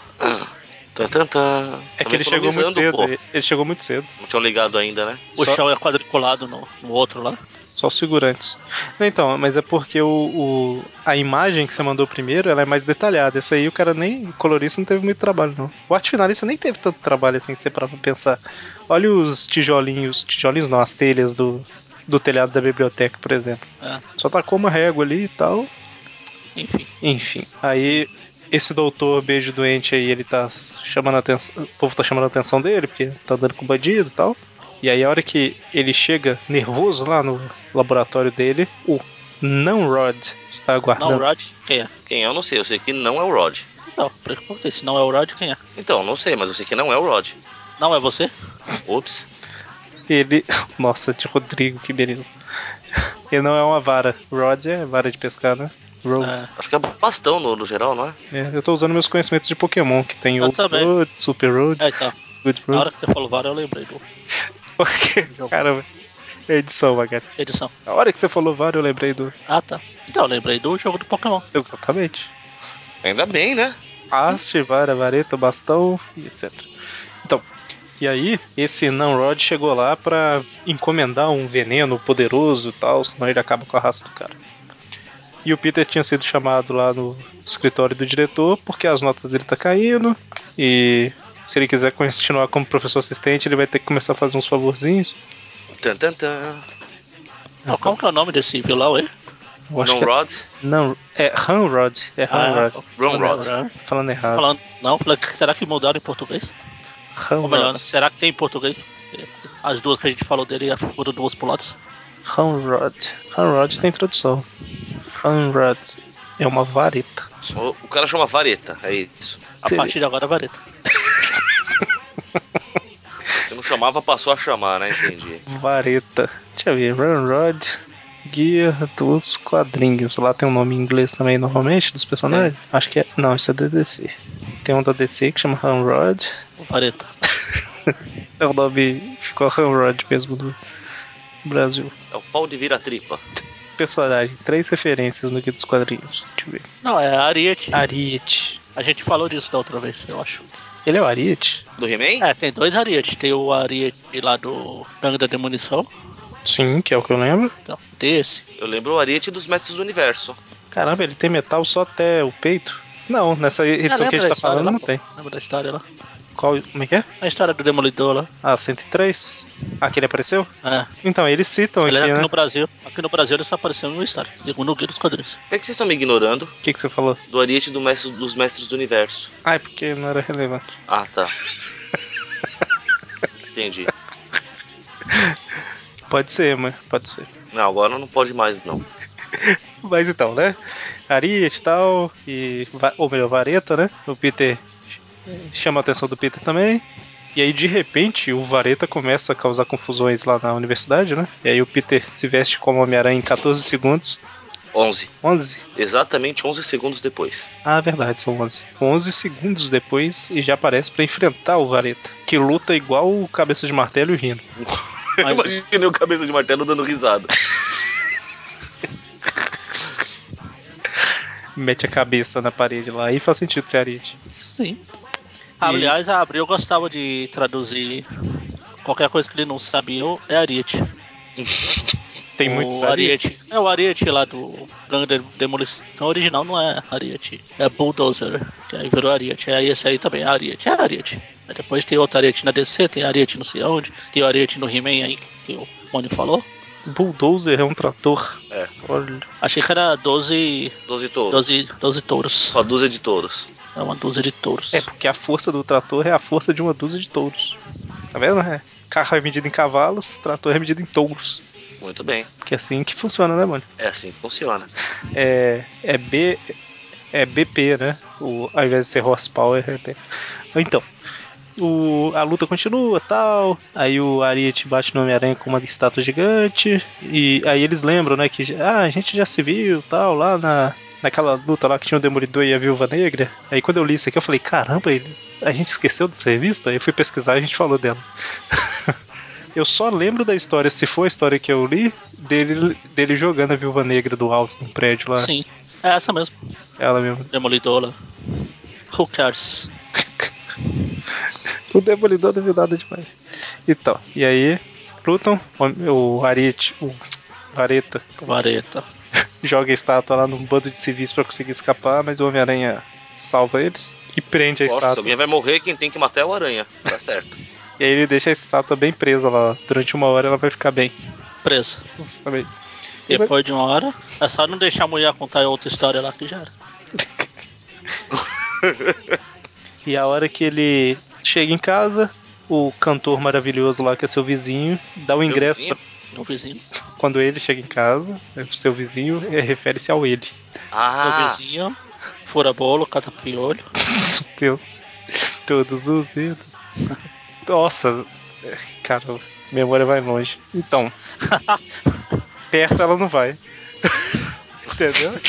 S3: Tan, tan, tan.
S1: É
S3: Tamo
S1: que ele chegou
S2: um
S1: muito
S3: economizando,
S1: cedo.
S3: pô.
S1: Ele ele chegou muito cedo.
S3: Não tinham ligado ainda, né?
S2: O
S1: Só-
S2: chão é quadriculado no, no outro lá.
S1: Só os segurantes. Então, mas é porque o, o- a imagem que você mandou primeiro ela é mais detalhada. Essa aí o cara nem. O colorista não teve muito trabalho, não. O arte finalista nem teve tanto trabalho assim que você parar pra pensar. Olha os tijolinhos. Tijolinhos não, as telhas do, do telhado da biblioteca, por exemplo.
S2: É.
S1: Só tacou uma régua ali e tal.
S2: Enfim.
S1: Enfim. Aí. Esse doutor beijo doente aí, ele tá chamando a atenção. O povo tá chamando a atenção dele, porque tá andando com bandido e tal. E aí a hora que ele chega nervoso lá no laboratório dele, o Não Rod está
S2: Não,
S1: aguardando.
S2: o Rod, quem é?
S3: Quem é, eu não sei. Eu sei que não é o Rod.
S2: Não, por que eu perguntei, se não é o Rod, quem é?
S3: Então, não sei, mas eu sei que não é o Rod.
S2: Não é você?
S3: Ops.
S1: Ele. Nossa, de Rodrigo, que beleza. Ele não é uma vara. Rod é vara de pescar, né? Rod.
S2: É.
S3: Acho que é bastão no, no geral, não é?
S1: É, eu tô usando meus conhecimentos de Pokémon, que tem
S2: Eu
S1: Old
S2: também.
S1: Road, Super Road,
S2: É, então.
S1: Good
S2: Na
S1: Road.
S2: hora que você falou vara, eu lembrei do
S1: Porque, caramba, é edição, Magari.
S2: edição.
S1: Na hora que você falou VAR, eu lembrei do.
S2: Ah, tá. Então, eu lembrei do jogo do Pokémon.
S1: Exatamente.
S3: Ainda bem, né?
S1: Haste, vara, vareta, bastão e etc. Então, e aí, esse Nanrod chegou lá pra encomendar um veneno poderoso e tal, senão ele acaba com a raça do cara. E o Peter tinha sido chamado lá no escritório do diretor porque as notas dele tá caindo e se ele quiser continuar como professor assistente, ele vai ter que começar a fazer uns favorzinhos.
S3: Tan, tan, tan.
S2: Não, como que é o nome desse vilão aí?
S1: Eu acho
S3: Não
S1: que é-
S3: Rod.
S1: não, é Hanrod,
S2: Ah,
S1: é Hanrod.
S3: Ron Rod.
S1: Falando errado.
S2: né? Falando, não, falando que- será que mudaram em português? Ou melhor, né?
S1: Hanrod.
S2: será que tem em português? As duas que a gente falou dele foram duas puladas.
S1: Hanrod. Hanrod tem tradução. Hanrod é uma vareta.
S3: O, o cara chama vareta, é isso.
S2: A
S1: Seria.
S2: partir de agora, vareta.
S3: Se não chamava, passou a chamar, né? Entendi.
S1: Vareta. Deixa eu ver. Hanrod. Guia dos quadrinhos. Lá tem um nome em inglês também, normalmente, dos personagens. Acho que é. Não, isso é da DC. Tem um da DC que chama Hanrod.
S2: Vareta.
S1: É o nome. Ficou Hanrod mesmo no Brasil.
S3: É o pau de vira tripa.
S1: Personagem. Três referências no Guia dos Quadrinhos. Deixa eu ver.
S2: Não, é Ariete.
S1: Ah. Ariete.
S2: A gente falou disso da outra vez, eu acho.
S1: Ele é o Ariete?
S3: Do He-Man?
S2: É, tem dois Ariete. Tem o Ariete lá do Gangue da Demolição.
S1: Sim, que é o que eu lembro.
S2: Então, tem esse.
S3: Eu lembro o Ariete dos Mestres do Universo.
S1: Caramba, ele tem metal só até o peito? Não, nessa edição
S2: Ah, lembra
S1: que a
S2: da
S1: gente tá
S2: história
S1: falando
S2: lá,
S1: não
S2: pô?
S1: tem.
S2: Lembra da história lá?
S1: Qual, como é que é?
S2: A história do Demolidor lá.
S1: Ah, 103? Ah, que ele apareceu?
S2: É.
S1: Então, eles citam
S2: Ele
S1: aqui,
S2: aqui
S1: né?
S2: no Brasil. Aqui no Brasil ele só apareceu em uma história. Segundo o Guia dos Quadrinhos.
S3: Por que que vocês estão me ignorando?
S1: O que, que você falou?
S3: Do Ariete do Mestre- dos Mestres do Universo.
S1: Ah, é porque não era relevante.
S3: Ah, tá. Entendi.
S1: Pode ser, mas pode ser.
S3: Não, agora não pode mais, não.
S1: Mas então, né? Arias e tal, e. va- Ou melhor, Vareta, né? O Peter chama a atenção do Peter também. E aí, de repente, o Vareta começa a causar confusões lá na universidade, né? E aí o Peter se veste como Homem-Aranha em 14 segundos.
S3: 11.
S1: 11?
S3: Exatamente 11 segundos depois.
S1: Ah, verdade, são 11. 11 segundos depois e já aparece pra enfrentar o Vareta, que luta igual o Cabeça de Martelo e o Rino.
S3: Eu imaginei o cabeça de martelo dando risada.
S1: Mete a cabeça na parede lá e faz sentido ser Ariete.
S2: Sim. Aliás, a Abril gostava de traduzir qualquer coisa que ele não sabia, ou é Ariete.
S1: Tem
S2: o
S1: muitos Ariete.
S2: Ariete. É o Ariete lá do Gangue da Demolição original, não é Ariete. É Bulldozer, que aí virou Ariete. Aí esse aí também é Ariete. É Ariete. Aí depois tem outro Ariete na DC, tem Ariete não sei onde, tem o Ariete no He-Man aí, que o Mônio falou.
S1: Bulldozer é um trator.
S3: É.
S1: Olha.
S2: Achei que era 12,
S3: 12 touros.
S2: 12, 12 touros.
S3: Uma dúzia de touros.
S2: É uma dúzia de touros.
S1: É porque a força do trator é a força de uma dúzia de touros. Tá vendo? É. Carro é medido em cavalos, trator é medido em touros.
S3: Muito bem.
S1: Porque é assim que funciona, né, mano?
S3: É assim que funciona.
S1: É, é B. É BP, né? O, ao invés de ser horsepower, é BP. Então, o, a luta continua tal. Aí o Ariete bate no Homem-Aranha com uma estátua gigante. E aí eles lembram, né? Que ah, a gente já se viu tal, lá na. Naquela luta lá que tinha o Demolidor e a Viúva Negra. Aí quando eu li isso aqui, eu falei, caramba, eles, a gente esqueceu dessa revista? Aí eu fui pesquisar e a gente falou dela. eu só lembro da história, se for a história que eu li, dele, dele jogando a Viúva Negra do alto de um prédio lá.
S2: Sim. É essa mesmo.
S1: Ela mesmo.
S2: Demolidor lá. Who cares?
S1: O Demolidor não viu nada demais. Então, e aí, lutam. O, o Ariete, o Vareta,
S2: Vareta.
S1: joga a estátua lá num bando de civis pra conseguir escapar, mas o Homem-Aranha salva eles e prende a
S3: Poxa, se
S1: estátua.
S3: alguém vai morrer, quem tem que matar é o aranha. Tá certo.
S1: E aí ele deixa a estátua bem presa lá. Durante uma hora ela vai ficar bem.
S2: Presa.
S1: Também.
S2: Depois de uma hora, é só não deixar a mulher contar outra história lá que já era.
S1: E a hora que ele chega em casa, o cantor maravilhoso lá, que é seu vizinho, dá o ingresso
S3: vizinho?
S1: pra-
S2: No vizinho.
S1: quando ele chega em casa, né, seu vizinho, é, refere-se ao ele.
S2: Ah.
S3: Ah,
S2: vizinho, fura bolo, cata piolho.
S1: Meu Deus. Todos os dedos. Nossa, é, cara, memória vai longe. Então, perto ela não vai. Entendeu?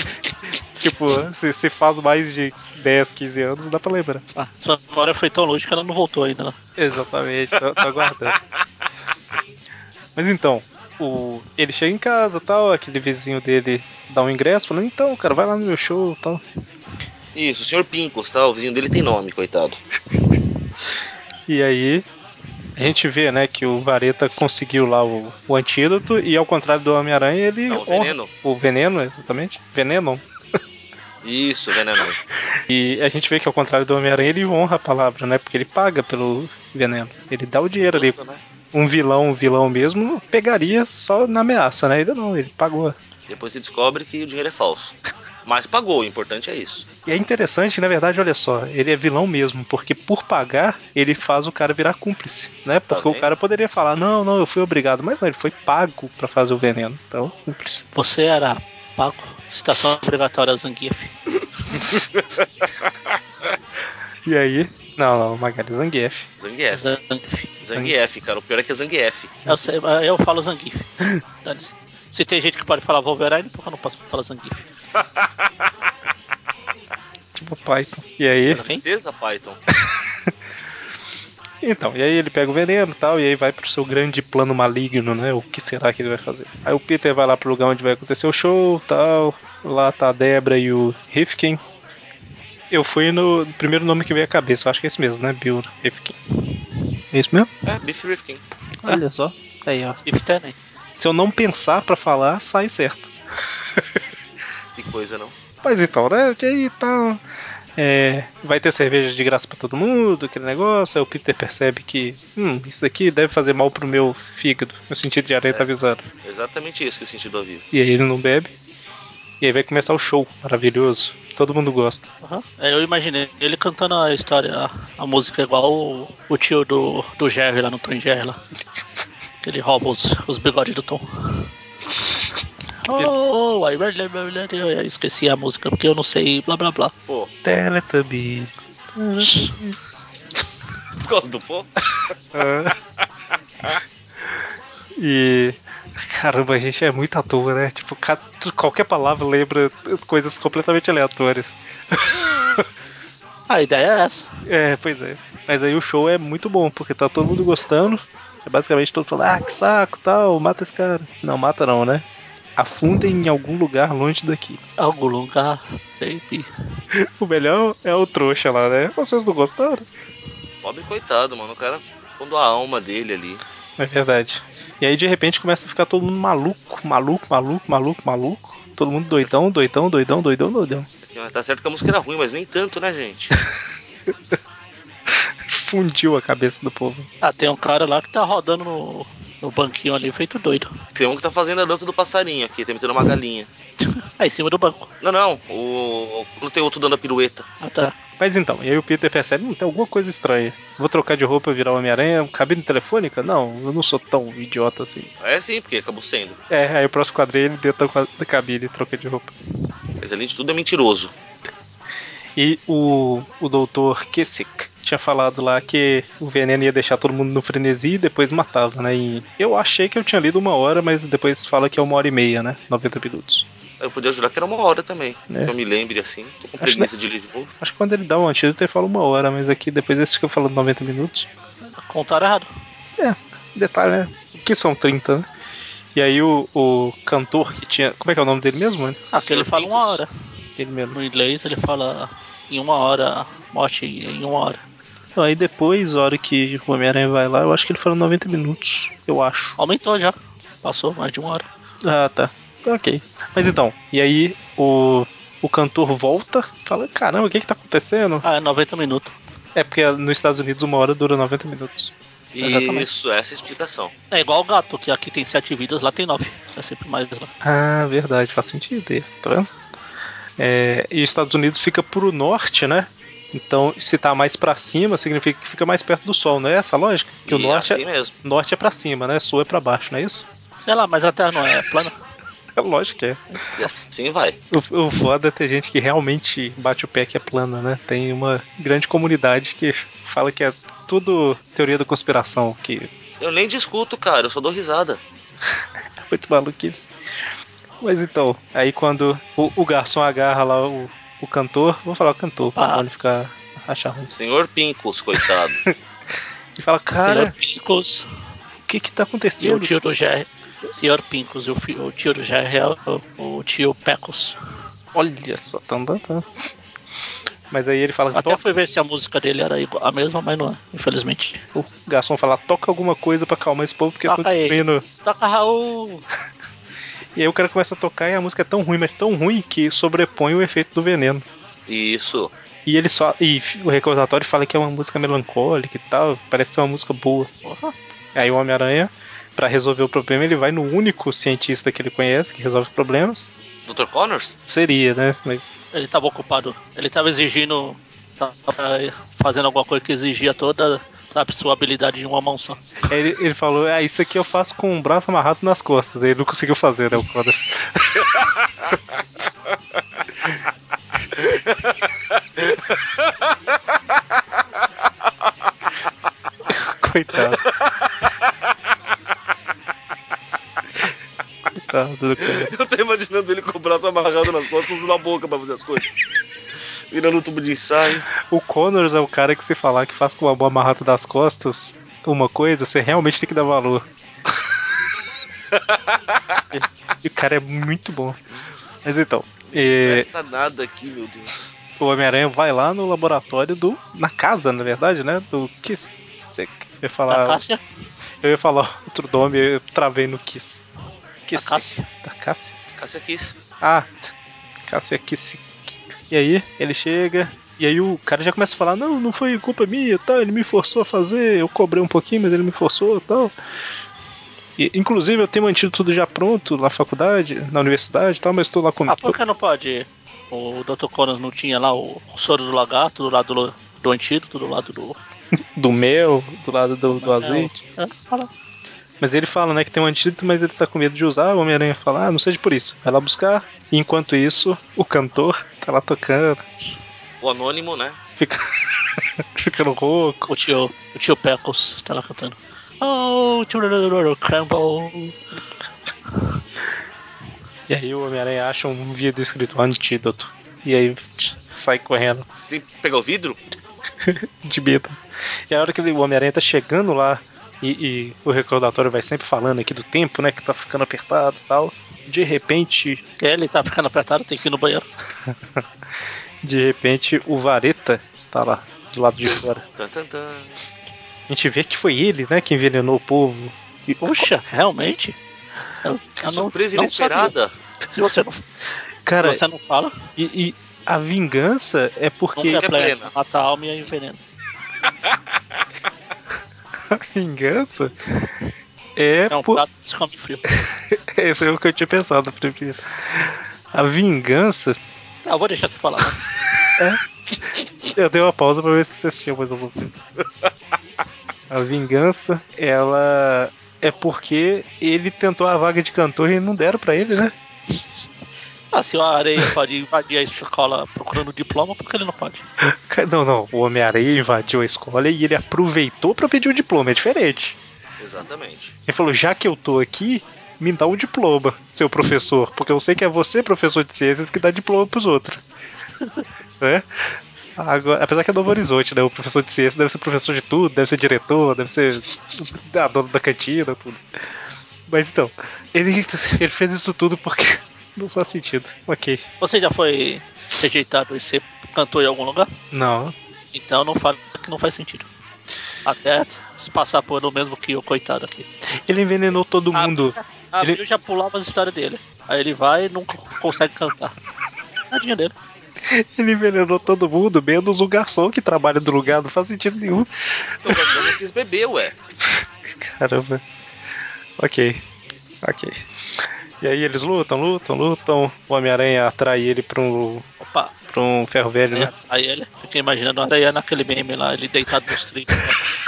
S1: tipo, se, se faz mais de 10, 15 anos, dá pra lembrar.
S2: Ah, sua memória foi tão longe que ela não voltou ainda. né?
S1: Exatamente, tô, tô aguardando. Mas então, o, ele chega em casa tal, aquele vizinho dele dá um ingresso, falando, então, cara, vai lá no meu show tal.
S3: isso, o senhor Pincos, tá? O vizinho dele tem nome, coitado.
S1: E aí a gente vê, né, que o Vareta conseguiu lá o, o antídoto e ao contrário do Homem-Aranha, ele
S3: Não, o
S1: honra-
S3: É um veneno?
S1: o veneno, exatamente. Veneno.
S3: Isso, veneno.
S1: E a gente vê que ao contrário do Homem-Aranha, ele honra a palavra, né? Porque ele paga pelo veneno. Ele dá o dinheiro ali.
S3: Justo, né?
S1: Um vilão, um vilão mesmo, pegaria só na ameaça, né? Ainda não, ele pagou.
S3: Depois se descobre que o dinheiro é falso. Mas pagou, o importante é isso.
S1: E é interessante, na verdade, olha só, ele é vilão mesmo, porque por pagar, ele faz o cara virar cúmplice, né? Porque
S3: Também.
S1: o cara poderia falar, não, não, eu fui obrigado, mas não, ele foi pago pra fazer o veneno. Então, cúmplice.
S2: Você era pago. Citação obrigatória Zangief.
S1: E aí? Não, não, Magali Zangief.
S3: Zangief.
S2: Zangief.
S3: Zangief, cara. O pior é que é Zangief.
S2: Eu, sei, mas eu falo Zangief. Dane-se. Se tem gente que pode falar Wolverine, por que eu não posso falar Zangief?
S1: Tipo Python. E aí?
S2: Quem?
S3: Princesa Python.
S1: Então, e aí ele pega o veneno e tal, e aí vai pro seu grande plano maligno, né? O que será que ele vai fazer? Aí o Peter vai lá pro lugar onde vai acontecer o show tal. Lá tá a Debra e o Rifkin. Eu fui no primeiro nome que veio à cabeça, eu acho que é esse mesmo, né? Bill Rifkin. É isso mesmo?
S3: É, Beef Rifkin.
S1: Olha só. Aí, ó.
S2: If Tenen.
S1: Se eu não pensar pra falar, sai certo.
S3: Que coisa, não?
S1: Mas então, né? E aí tá. é, vai ter cerveja de graça pra todo mundo, aquele negócio. Aí o Peter percebe que, hum, isso daqui deve fazer mal pro meu fígado. No sentido de areia tá avisando.
S3: É Exatamente isso que eu senti do aviso.
S1: E aí ele não bebe. E aí vai começar o show maravilhoso. Todo mundo gosta.
S2: Aham. É, Eu imaginei ele cantando a história, a, a música igual o, o tio do, do Jerry lá no Tom e Jerry lá. Que ele rouba os, os bigodes do Tom. Oh, oh, I really, really, really, eu esqueci a música porque eu não sei, blá blá blá.
S3: Pô,
S1: Teletubbies.
S3: por causa do pô?
S1: Ah. e. Caramba, a gente é muito à toa, né? Tipo, ca- qualquer palavra lembra coisas completamente aleatórias.
S2: A ideia é essa.
S1: É, pois é. Mas aí o show é muito bom, porque tá todo mundo gostando. É basicamente todo mundo falando, ah, que saco, tal, mata esse cara. Não, mata não, né? Afundem em algum lugar longe daqui.
S2: Algum lugar, baby.
S1: O melhor é o trouxa lá, né? Vocês não gostaram?
S3: Pobre coitado, mano. O cara pondo a alma dele ali.
S1: É verdade. E aí de repente começa a ficar todo mundo maluco, maluco, maluco, maluco, maluco. Todo mundo doidão, doidão, doidão, doidão, doidão.
S3: Tá certo que a música era ruim, mas nem tanto, né, gente?
S1: Fundiu a cabeça do povo.
S2: Ah, tem um cara lá que tá rodando no, no banquinho ali, feito doido.
S3: Tem um que tá fazendo a dança do passarinho aqui, tá metendo uma galinha.
S2: Aí Ah, em cima do banco.
S3: Não, não. O... Não tem outro dando a pirueta.
S2: Ah, tá.
S1: Mas então, e aí o Peter percebe, hum, tem alguma coisa estranha. Vou trocar de roupa, virar Homem-Aranha, cabine telefônica? Não, eu não sou tão idiota assim.
S3: É sim, porque acabou sendo.
S1: É, aí o próximo quadrinho ele dentro da qua- da cabine troca de roupa.
S3: Mas além de tudo é mentiroso.
S1: E o, o doutor Kissick tinha falado lá que o veneno ia deixar todo mundo no frenesi e depois matava, né? E eu achei que eu tinha lido uma hora, mas depois fala que é uma hora e meia, né? 90 minutos.
S3: Eu podia jurar que era uma hora também.
S1: É.
S3: Que eu me lembre assim. Tô com
S1: Acho
S3: preguiça de ler de novo.
S1: Acho que quando ele dá um antídoto ele fala uma hora, mas aqui depois eles ficam falando 90 minutos.
S2: Contaram errado.
S1: Detalhe, né? Que são 30, né? E aí o, o cantor que tinha. Como é que é o nome dele mesmo, mano?
S2: Ah, que ele fala uma hora.
S1: Ele mesmo.
S2: No inglês ele fala em uma hora, morte em uma hora.
S1: Então, aí depois, a hora que o Homem-Aranha vai lá, eu acho que ele falou 90 minutos. Eu acho.
S2: Aumentou já. Passou mais de uma hora.
S1: Ah, tá. Ok. Mas então, e aí o, o cantor volta, fala, caramba, o que que tá acontecendo?
S2: Ah, é 90 minutos.
S1: É porque nos Estados Unidos uma hora dura 90 minutos. Exatamente.
S3: Isso, essa é a explicação.
S2: É igual o gato, que aqui tem sete vidas, lá tem nove. É sempre mais lá.
S1: Ah, verdade, faz sentido, aí, tá vendo? É, e os Estados Unidos fica pro norte, né? Então, se tá mais pra cima, significa que fica mais perto do sol, não é essa a lógica? Que o
S3: E
S1: norte,
S3: assim mesmo.
S1: é, norte é pra cima, né? Sul é pra baixo, não é isso?
S2: Sei lá, mas a Terra não é plana.
S1: É lógico que é.
S3: E assim vai.
S1: O, o foda é ter gente que realmente bate o pé que é plana, né? Tem uma grande comunidade que fala que é tudo teoria da conspiração, que
S3: Eu nem discuto, cara, eu só dou risada.
S1: é muito maluquice. Mas então, aí quando o, o garçom agarra lá o, o cantor, vou falar o cantor, pra
S2: Ah.
S1: não ficar achar ruim.
S3: Senhor Pincos, coitado.
S1: E fala,
S2: Senhor
S1: cara,
S2: Pincos
S1: o que que tá
S2: e o
S1: acontecendo?
S2: tio do Jair. Senhor Pincos e o, fi- o tio do Jair é o, o tio Pecos.
S1: Olha só, tão dando. Mas aí ele fala,
S2: Até
S1: "Toca-
S2: fui ver se a música dele era igual- a mesma, mas não é, infelizmente.
S1: o garçom fala, toca alguma coisa pra acalmar esse povo, porque eles
S2: Toca
S1: estão
S2: Ah, tá aí.
S1: destruindo.
S2: Toca Raul!
S1: E aí o cara começa a tocar e a música é tão ruim, mas tão ruim que sobrepõe o efeito do veneno.
S3: Isso.
S1: E ele só. E o recordatório fala que é uma música melancólica e tal, parece ser uma música boa. Aí o Homem-Aranha, pra resolver o problema, ele vai no único cientista que ele conhece, que resolve os problemas.
S3: Dr. Connors?
S1: Seria, né? Mas.
S2: Ele tava ocupado. Ele tava exigindo. Tava fazendo alguma coisa que exigia toda sabe, sua habilidade em uma mão só.
S1: Aí ele, ele falou: Ah, isso aqui eu faço com o braço amarrado nas costas. Aí ele não conseguiu fazer, né? O Codas. Coitado. Coitado do cara.
S3: Eu tô imaginando ele com o braço amarrado nas costas, usando a boca pra fazer as coisas. Virando o tubo de ensaio.
S1: O Connors é o cara que se falar que faz com uma boa amarrada das costas uma coisa, você realmente tem que dar valor. e o cara é muito bom. Mas então,
S3: Não
S1: eh,
S3: resta nada aqui, meu Deus.
S1: o Homem-Aranha vai lá no laboratório do. na casa, na verdade, né? Do Kiss. Você ia
S2: A
S1: falar.
S2: Cássia?
S1: Eu ia falar outro nome, eu travei no Kiss.
S2: A Cássia?
S1: Da Cassia?
S3: Cássia Kiss.
S1: Ah, t- Cássia que se. E aí, ele chega. E aí o cara já começa a falar, não, não foi culpa minha, tal, ele me forçou a fazer, eu cobrei um pouquinho, mas ele me forçou tal. E, inclusive eu tenho mantido tudo já pronto na faculdade, na universidade tal, mas estou lá com
S2: Ah, por que não pode? O Dr. Conas não tinha lá o soro do lagarto do lado do, do antídoto, do lado do.
S1: do mel, do lado do, do azeite.
S2: É, fala.
S1: Mas ele fala, né, que tem um antídoto, mas ele tá com medo de usar, o Homem-Aranha fala, ah, não seja por isso. Vai lá buscar. E enquanto isso, o cantor tá lá tocando,
S3: O anônimo, né?
S1: fica... ficando rouco.
S2: O tio, o tio Pecos tá lá cantando. Oh, tchurururu, crumble.
S1: E aí o Homem-Aranha acha um vidro escrito antídoto. E aí sai correndo
S3: Sem pegar o vidro?
S1: de medo. E a hora que ele- o Homem-Aranha tá chegando lá, e, e o recordatório vai sempre falando aqui do tempo, né? Que tá ficando apertado e tal. De repente,
S2: Ele tá ficando apertado, tem que ir no banheiro.
S1: de repente, o Vareta está lá, do lado de fora.
S3: Tan, tan, tan.
S1: A gente vê que foi ele, né, que envenenou o povo. E,
S2: Puxa, realmente? Eu,
S3: Que
S2: eu não-
S3: surpresa
S2: não
S3: inesperada.
S2: sabia. Se você não,
S1: cara,
S2: se você não fala,
S1: e, e a vingança é porque.
S2: nunca é
S3: que é
S2: plena.
S3: plena.
S2: Mata a alma e a envenena.
S1: A vingança é,
S2: É um
S1: por-
S2: prato que se come frio.
S1: Esse é o que eu tinha pensado primeiro. A vingança.
S2: Tá, eu vou deixar você falar. né?
S1: Eu dei uma pausa pra ver se você assistiu mais alguma coisa. A vingança, ela. É porque ele tentou a vaga de cantor e não deram pra ele, né?
S2: Ah, se o Areia pode invadir a escola procurando diploma, por que ele não pode?
S1: Ca- Não, não. O Homem-Aranha invadiu a escola e ele aproveitou pra pedir o diploma. É diferente.
S3: Exatamente.
S1: Ele falou: já que eu tô aqui, me dá um diploma, seu professor. Porque eu sei que é você, professor de ciências, que dá diploma pros outros. né? Agora, apesar que é Novo Horizonte, né? O professor de ciências deve ser professor de tudo, deve ser diretor, deve ser a dona da cantina, tudo. Mas então, ele, ele fez isso tudo porque não faz sentido. Ok.
S2: Você já foi rejeitado e você cantou em algum lugar?
S1: Não.
S2: Então não fala que não faz sentido. Até se passar por o mesmo que o coitado aqui.
S1: Ele envenenou todo
S2: Ah,
S1: mundo.
S2: Ah,
S1: Ele-
S2: ele... já pulava as histórias dele. Aí ele vai e nunca consegue cantar. Tadinha dele.
S1: Ele envenenou todo mundo, menos o garçom que trabalha do lugar. Não faz sentido nenhum.
S3: Então o Batman não quis beber, ué.
S1: Caramba. Ok. Ok. E aí eles lutam, lutam, lutam. O Homem-Aranha atrai ele pra um,
S2: Opa,
S1: pra um ferro velho, né?
S2: aí ele fica imaginando a areia naquele meme lá, ele deitado nos trilhos.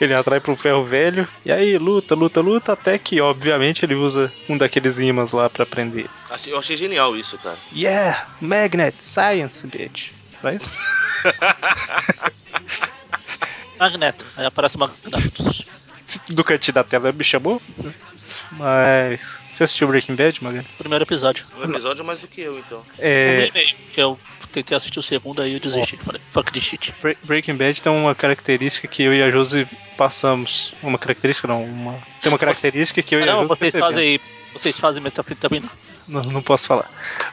S1: Ele atrai pro ferro velho. E aí luta, luta, luta. Até que, obviamente, ele usa um daqueles ímãs lá pra prender.
S3: Achei- Eu achei genial isso, cara.
S1: Yeah, magnet, science, bitch. Vai?
S2: Magneto. Aí aparece o Magneto.
S1: Do cantinho da tela me chamou? Mas. Você assistiu Breaking Bad, Magan?
S2: Primeiro episódio.
S3: Um episódio mais do que eu, então.
S1: É.
S2: Um e-mail, que eu tentei assistir o segundo, aí eu desisti. Falei, fuck de shit.
S1: Bre- Breaking Bad tem uma característica que eu e a Josi passamos. Uma característica não, uma. Tem uma característica que eu e a
S2: Não,
S1: Josi
S2: vocês
S1: percebemos.
S2: fazem. Vocês fazem metanfetamina.
S1: Não, não posso falar.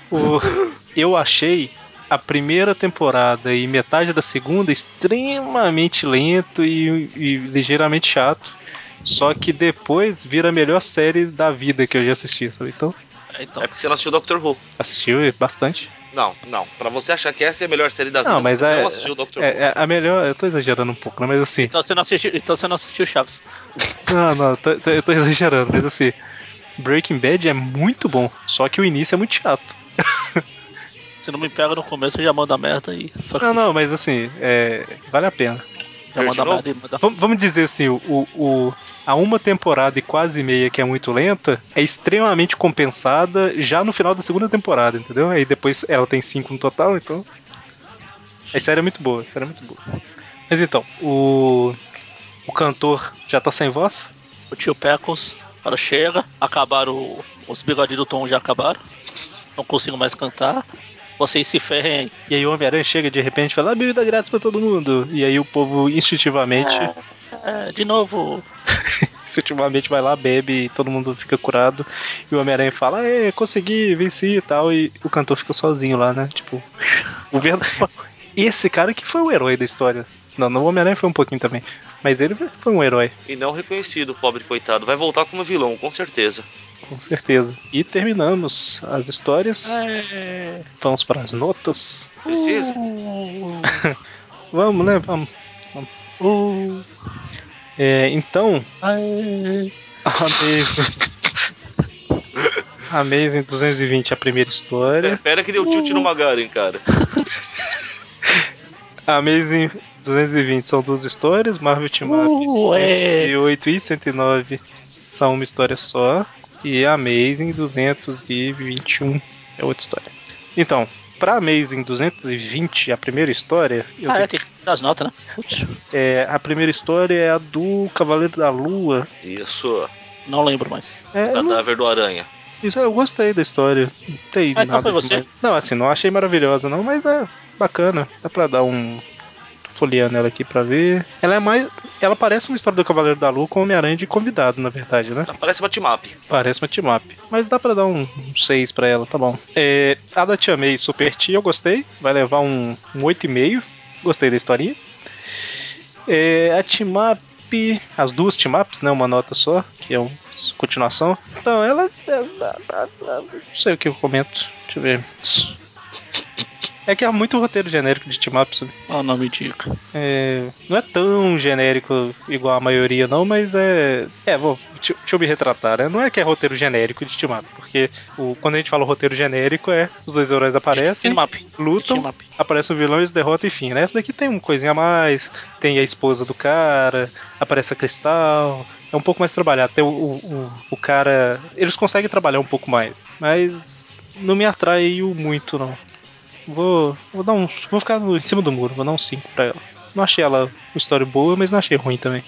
S1: O- eu achei a primeira temporada e metade da segunda extremamente lento e, e ligeiramente chato. Só que depois vira a melhor série da vida que eu já assisti, sabe? Então,
S2: É, Então,
S3: É porque você não assistiu Doctor Who.
S1: assistiu bastante.
S3: Não, não. Pra você achar que essa é a melhor série da vida,
S1: Não, mas
S3: você
S1: é-
S3: não assistiu Doctor Who.
S1: É, é a melhor. Eu tô exagerando um pouco, né? Mas assim.
S2: então você não assistiu. Então você não assistiu Chaves.
S1: Não, Ah, não, eu tô- tô- eu tô exagerando, mas assim, Breaking Bad é muito bom, só que o início é muito chato.
S2: Se não me pega no começo, eu já manda merda e. Fuck
S1: Não,
S2: não,
S1: não, mas assim, é, vale a pena.
S2: Já
S3: Eu de
S2: manda
S3: novo?
S2: merda e manda.
S1: Vam- vamos dizer assim, o, o, a uma temporada e quase meia que é muito lenta é extremamente compensada já no final da segunda temporada, entendeu? Aí depois ela tem cinco no total, então. A série é muito boa, a série é muito boa. Mas então, o. O cantor já tá sem voz?
S2: O tio Pecos. Ela chega. Acabaram. o- Os bigodinhos do Tom já acabaram. Não consigo mais cantar. Vocês se ferrem aí.
S1: E aí o Homem-Aranha chega de repente e fala, "Ah, bebida grátis pra todo mundo. E aí o povo instintivamente,
S2: É, de novo.
S1: instintivamente vai lá, bebe e todo mundo fica curado. E o Homem-Aranha fala, é, consegui, venci e tal. E o cantor fica sozinho lá, né? Tipo, o verd- Esse cara que foi o herói da história. Não, não, o Homem-Aranha foi um pouquinho também. Mas ele foi um herói,
S3: E não reconhecido, pobre coitado. Vai voltar como vilão, com certeza.
S1: com certeza. E terminamos as histórias.
S2: É,
S1: Vamos para as notas.
S3: Precisa?
S2: uh,
S1: Vamos, né? Vamos. Vamos.
S2: uh,
S1: É, então,
S2: é.
S1: Amazing. Amazing 220 é a primeira
S3: Pera,
S1: história.
S3: pera que deu tilt no Magaren, cara.
S1: Amazing 220 são duas histórias. Marvel Team Up
S2: Ué.
S1: 108 e 109 são uma história só. E Amazing 221 é outra história. Então, pra Amazing 220, a primeira história, eu
S2: Ah, é,
S1: tenho-
S2: tem que dar as notas, né? Putz,
S1: é, a primeira história é a do Cavaleiro da Lua.
S3: Isso,
S2: não lembro mais.
S1: É, eu não-
S3: cadáver do aranha.
S1: Isso eu gostei da história. Não tem
S2: Ah, então
S1: nada
S2: foi você?
S1: demais. Não, assim, não achei maravilhosa, não, mas é bacana. Dá pra dar um. Tô folheando ela aqui pra ver. Ela é mais. Ela parece uma história do Cavaleiro da Lua com Homem-Aranha de convidado, na verdade, né?
S3: Parece uma team up.
S1: Parece uma team-up. Mas dá pra dar um 6 pra ela, tá bom. É, a da Tia May Super Tia eu gostei. Vai levar um, um 8,5. Gostei da historinha. É, a team-up. As duas team-ups, né? Uma nota só, que é uma continuação. Então, ela. é, dá- dá- dá- não sei o que eu comento. Deixa eu ver. É que há muito roteiro genérico de né? team-up, sabe?
S2: Ah, não me diga.
S1: É, não é tão genérico igual a maioria, não, mas é. É, vou, deixa, deixa eu me retratar, né? Não é que é roteiro genérico de team up, porque o, quando a gente fala roteiro genérico é os dois heróis aparecem,
S2: Team up.
S1: lutam,
S2: Team up.
S1: aparece o vilão, eles derrotam, enfim, né? Essa daqui tem uma coisinha a mais, tem a esposa do cara, aparece a Cristal, é um pouco mais trabalhado. Tem o, o, o- o cara. Eles conseguem trabalhar um pouco mais, mas não me atraiu muito, não. Vou, vou dar um. Vou ficar no- em cima do muro, vou dar um 5 pra ela. Não achei ela uma história boa, mas não achei ruim também.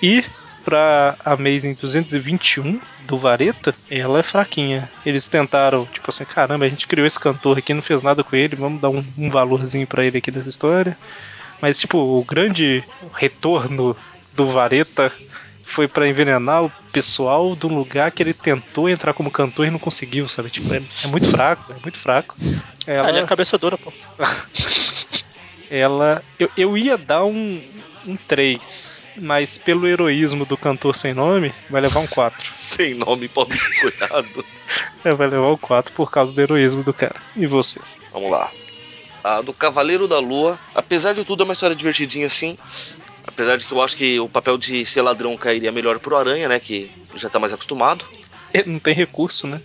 S1: E pra Amazing 221 do Vareta, ela é fraquinha. Eles tentaram, tipo assim, caramba, a gente criou esse cantor aqui, não fez nada com ele, vamos dar um, um valorzinho pra ele aqui dessa história. Mas, tipo, o grande retorno do Vareta foi pra envenenar o pessoal de um lugar que ele tentou entrar como cantor e não conseguiu, sabe? Tipo, é, é muito fraco, é muito fraco.
S2: Ah, ele é cabeça dura, pô.
S1: Ela. Eu, eu ia dar um, um 3, mas pelo heroísmo do cantor sem nome, vai levar um 4.
S3: Sem nome, pobre coitado.
S1: É, vai levar um 4 por causa do heroísmo do cara. E vocês?
S3: Vamos lá. A do Cavaleiro da Lua, apesar de tudo, é uma história divertidinha assim. Apesar de que eu acho que o papel de ser ladrão cairia melhor pro Aranha, né? Que já tá mais acostumado.
S1: É, Não tem recurso, né?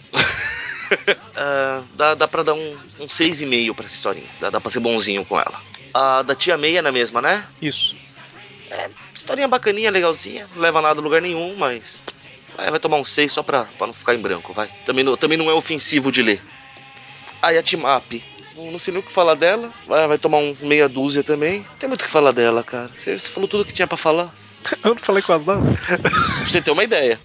S3: Ah, dá, dá pra dar um, um 6,5 pra essa historinha. Dá, dá pra ser bonzinho com ela. A da Tia Meia é na mesma, né?
S1: Isso.
S3: É, historinha bacaninha, legalzinha. Não leva nada a lugar nenhum, mas. Vai, vai tomar um 6 só pra, pra não ficar em branco, vai. Também não, também não é ofensivo de ler. Aí a Team Up. Não, não sei nem o que falar dela. Vai, vai tomar um meia dúzia também. Não Tem muito o que falar dela, cara. Você, você falou tudo que tinha pra falar.
S1: Eu não falei quase nada.
S3: Pra você ter uma ideia.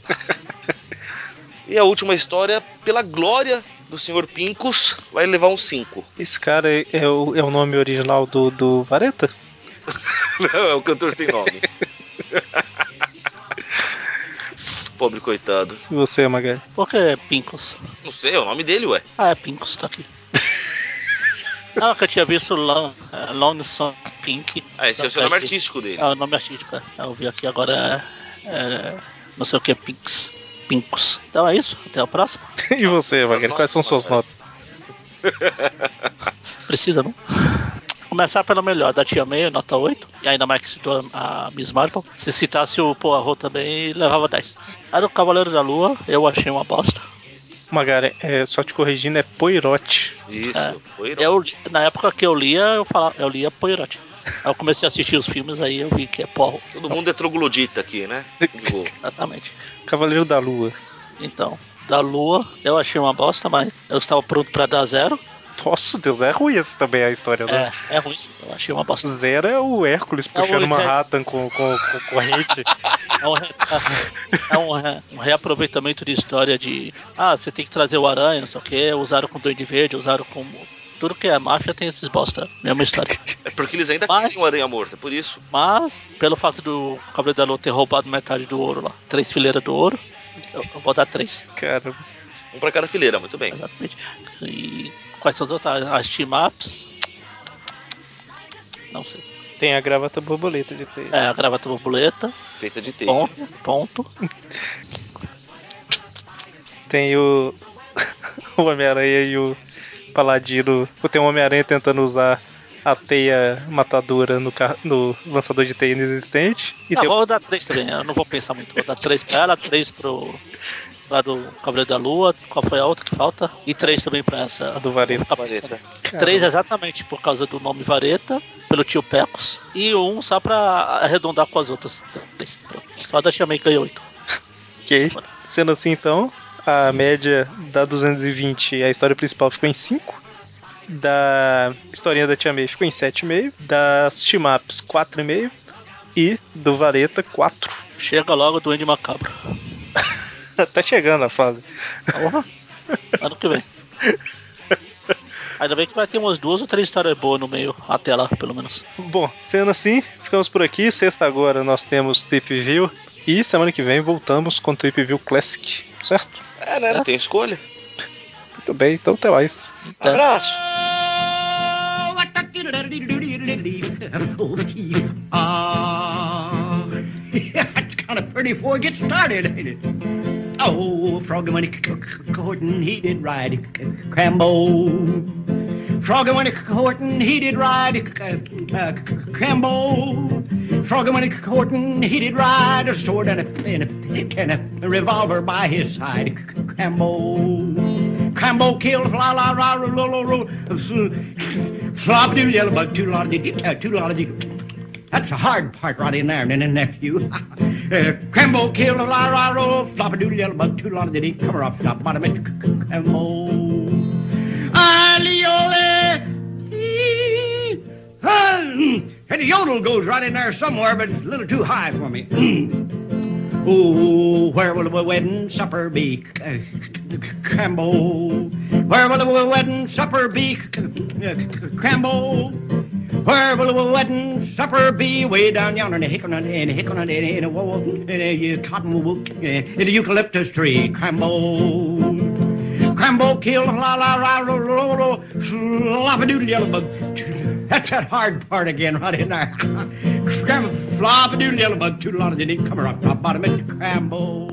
S3: E a última história, pela glória do Sr. Pincos, vai levar um 5.
S1: Esse cara é, é o, é o nome original do, do Vareta?
S3: Não, é o cantor sem nome. Pobre coitado.
S1: E você, Magali?
S2: Por que é Pincos?
S3: Não sei, é o nome dele, ué.
S2: Ah, é Pincos, tá aqui. Ah, que eu tinha visto Lon- eh, Lone Song Pink.
S3: Ah, esse é o seu
S2: Tá
S3: nome
S2: aqui.
S3: artístico dele.
S2: É o nome artístico, é. Eu vi aqui agora. é, é, não sei o que, é Pinks. Pincos. Então é isso, até a próxima.
S1: E você, Magali?
S3: notas,
S1: Quais são suas
S3: Magali.
S1: notas?
S2: Precisa, não? Começar pelo melhor, da Tia May, nota 8. E ainda mais que citou a Miss Marple. Se citasse o Poirot também, levava 10. Era o Cavaleiro da Lua, eu achei uma bosta.
S1: Magari, é, só te corrigindo, é Poirote.
S3: Isso, foi
S2: Eu, na época que eu lia, eu, falava, eu lia Poirot. Aí eu comecei a assistir os filmes, aí eu vi que é Poirot.
S3: Todo mundo é troglodita aqui, né? Digo,
S2: Exatamente.
S1: Cavaleiro da Lua.
S2: Então, da Lua, eu achei uma bosta, mas eu estava pronto pra dar zero.
S1: Nossa, Deus, é ruim esse também a história, né?
S2: É, é ruim, eu achei uma bosta.
S1: Zero é o Hércules
S2: É o
S1: puxando uma
S2: Hércules.
S1: Manhattan com, com, com corrente.
S2: É um, re- é um re- um reaproveitamento de história de. Ah, você tem que trazer o aranha, não sei o que, usaram com Duende Verde, usaram com. Tudo que é máfia tem esses bosta, mesma história.
S3: É porque eles ainda
S2: Mas-
S3: querem o Aranha Morta, é por isso.
S2: Mas, pelo fato do Cavaleiro da Lua ter roubado metade do ouro lá, três fileiras do ouro, eu, eu vou dar três.
S1: Cara,
S3: Um pra cada fileira, muito bem.
S2: Exatamente. E quais são as outras? As team ups? Não sei.
S1: tem a gravata borboleta de ter.
S2: É, a gravata borboleta.
S3: Feita de teia.
S2: Ponto, ponto.
S1: Tem o, o Homem-Aranha e o Paladino. Ou Tem o Homem-Aranha tentando usar a teia matadora no, ca- no lançador de teia inexistente. E
S2: Ah,
S1: tem o-
S2: vou dar três também, eu não vou pensar muito. Vou dar três pra ela, três pro. Lá do Cavaleiro da Lua, qual foi a outra que falta? E três também pra essa.
S1: a do Vareta.
S2: Vou ficar
S3: Vareta.
S2: pensando. né? Três exatamente por causa do nome Vareta, pelo tio Pecos, e um só pra arredondar com as outras. Três. Só da então. Chamei ganhei oito.
S1: Ok. Sendo assim, então, a média da 220, a história principal ficou em 5. Da historinha da Tia May ficou em 7,5. Das Timaps, 4,5. E do Vareta, 4.
S2: Chega logo do Andy Macabro.
S1: tá chegando a fase.
S2: Porra. Ano que vem. Ainda bem que vai ter umas duas ou três histórias boas no meio, até lá, pelo menos.
S1: Bom, sendo assim, ficamos por aqui. Sexta agora nós temos Tip View. E semana que vem voltamos com Tip View Classic, certo?
S3: É, né? Não tem escolha.
S1: Muito bem, então até mais.
S2: Tá.
S3: Abraço!
S4: Ah, it's kind of pretty before it gets started, ain't it? Oh, Froggy when he c- c- courting, he did ride c- c- Crambo. Froggy when he c- courting, he did ride c- c- uh, c- Crambo. Froggy when he c- courting, he did ride a sword and a, and a, and a revolver by his side, c- c- Crambo. Crambo killed la la la la la la la. Flop doo yellow bug, too lot of too lot that's the hard part right in there, and then nephew. uh, Crambo killed a laro, flop a doodle yellow bug, too long did he come up top bottom at Crambo. Aliole! And the uh, yodel goes right in there somewhere, but it's a little too high for me. Ooh, where will the wedding supper be? Crambo. Where will the wedding supper be? Crambo. Where will the wedding supper be? Way down yonder in a hickon and in a hickon and in a, in a, wo- wo- in a, uh, cottonwood, uh, in a eucalyptus tree. Crambo. Crambo kill la la la la la la slop a doodle yellow bug. That's that hard part again, right in there. Scram, flop, a doodle, yellow bug, toodle on, didn't come up top bottom, and crambo.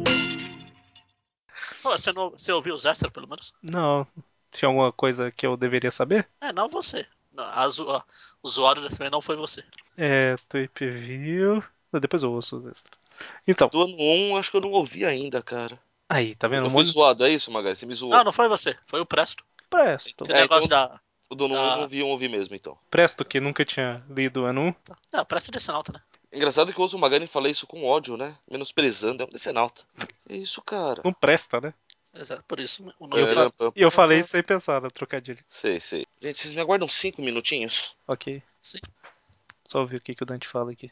S2: Pô, você, não, você ouviu os extras, pelo menos?
S1: Não, tinha alguma coisa que eu deveria saber?
S2: É, não você. Não, a, zo- a usuário dessa vez não foi você.
S1: É, Tip View. Depois eu ouço os extras. Então,
S3: Do ano 1, acho que eu não ouvi ainda, cara.
S1: aí, tá vendo?
S3: Eu
S1: Um
S3: fui
S1: monte de
S3: zoado, é isso, Magali? Você me zoou.
S2: Ah, Não, não foi você. Foi o Presto.
S1: presto.
S2: Que
S3: É,
S2: negócio da...
S3: O do ano 1
S2: Ah.
S3: eu não ouvi, eu não ouvi mesmo, então.
S1: Presto que nunca tinha lido ano 1.
S2: Não, Presto desse nauta, né?
S3: Engraçado que eu uso o Magani falar isso com ódio, né? Menosprezando, é um decenalta. É isso, cara.
S1: Não presta, né?
S2: Exato, por isso o
S1: E
S2: nome
S1: eu,
S3: É,
S2: é
S1: fa-
S3: né, pô?
S1: e eu falei sem pensar no trocadilho.
S3: Sei, sei. Gente, vocês me aguardam cinco minutinhos?
S1: Ok.
S2: Sim.
S1: Só ouvir o que, que o Dante fala aqui.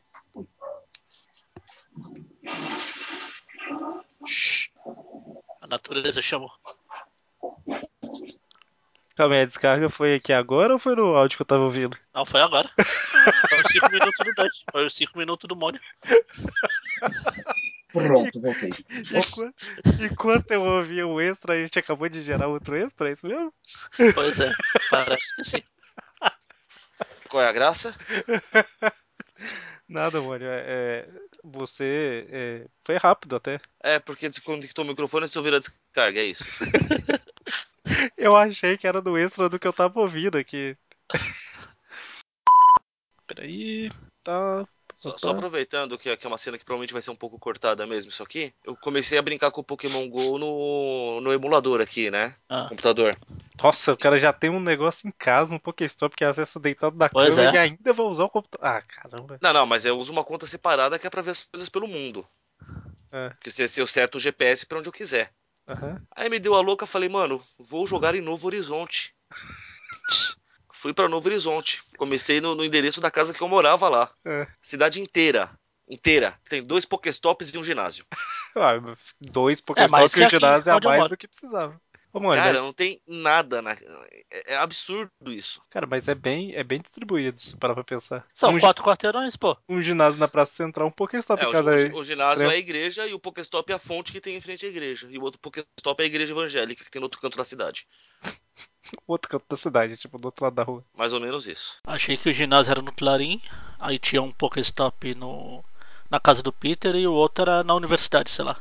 S2: a natureza chama.
S1: Calma aí, a descarga foi aqui agora ou foi no áudio que eu tava ouvindo?
S2: Não, foi agora. Foi os 5 minutos do Dante. Foi os 5 minutos do Mônio.
S5: Pronto, voltei.
S1: Enquanto, eu ouvia o extra, a gente acabou de gerar outro extra, é isso mesmo?
S2: Pois é, parece que sim.
S3: Qual é a graça?
S1: Nada, mano. É, é- você é, foi rápido até.
S3: É, porque desconectou o microfone e vocês ouviram a descarga, é isso.
S1: Eu achei que era do extra do que eu tava ouvindo aqui. Peraí. Tá.
S3: Só, só aproveitando que, que é uma cena que provavelmente vai ser um pouco cortada mesmo isso aqui, eu comecei a brincar com o Pokémon GO no, no emulador aqui, né?
S2: Ah.
S3: Computador.
S1: Nossa, o cara já tem um negócio em casa, um Pokéstop que acessa deitado da
S2: Pois
S1: cama
S2: é.
S1: e ainda vai usar o computador. Ah, caramba.
S3: Não, não, mas eu uso uma conta separada que é pra ver as coisas pelo mundo.
S1: É.
S3: Porque se, se eu seto o GPS pra onde eu quiser.
S1: Aham.
S3: Aí me deu a louca, falei, mano, vou jogar em Novo Horizonte. Fui pra Novo Horizonte. Comecei no, no endereço da casa que eu morava lá.
S1: É.
S3: Cidade inteira. Inteira. Tem dois Pokéstops e um ginásio.
S1: Ah, dois
S2: mais
S1: Pokéstops
S2: que
S1: e o
S2: É, aqui,
S1: ginásio é a
S2: onde eu
S1: mais
S2: moro.
S1: do que precisava. Ô, mano,
S3: Cara,
S1: mas-
S3: não tem nada na. É, é absurdo isso.
S1: Cara, mas é bem, é bem distribuído, se parar pra pensar.
S2: São
S1: um, gi-
S2: quatro quarteirões, pô.
S1: um ginásio na Praça Central, um Pokéstop
S3: É,
S1: em
S3: o,
S1: cada.
S3: gi- o ginásio
S1: extremo.
S3: é a igreja e o Pokéstop é a fonte que tem em frente à igreja. E o outro Pokéstop é a igreja evangélica que tem no outro canto da cidade.
S1: outro canto da cidade, tipo, do outro lado da rua.
S3: Mais ou menos isso.
S2: Achei que o ginásio era no Clarim, aí tinha um Pokéstop no na casa do Peter e o outro era na universidade, sei lá.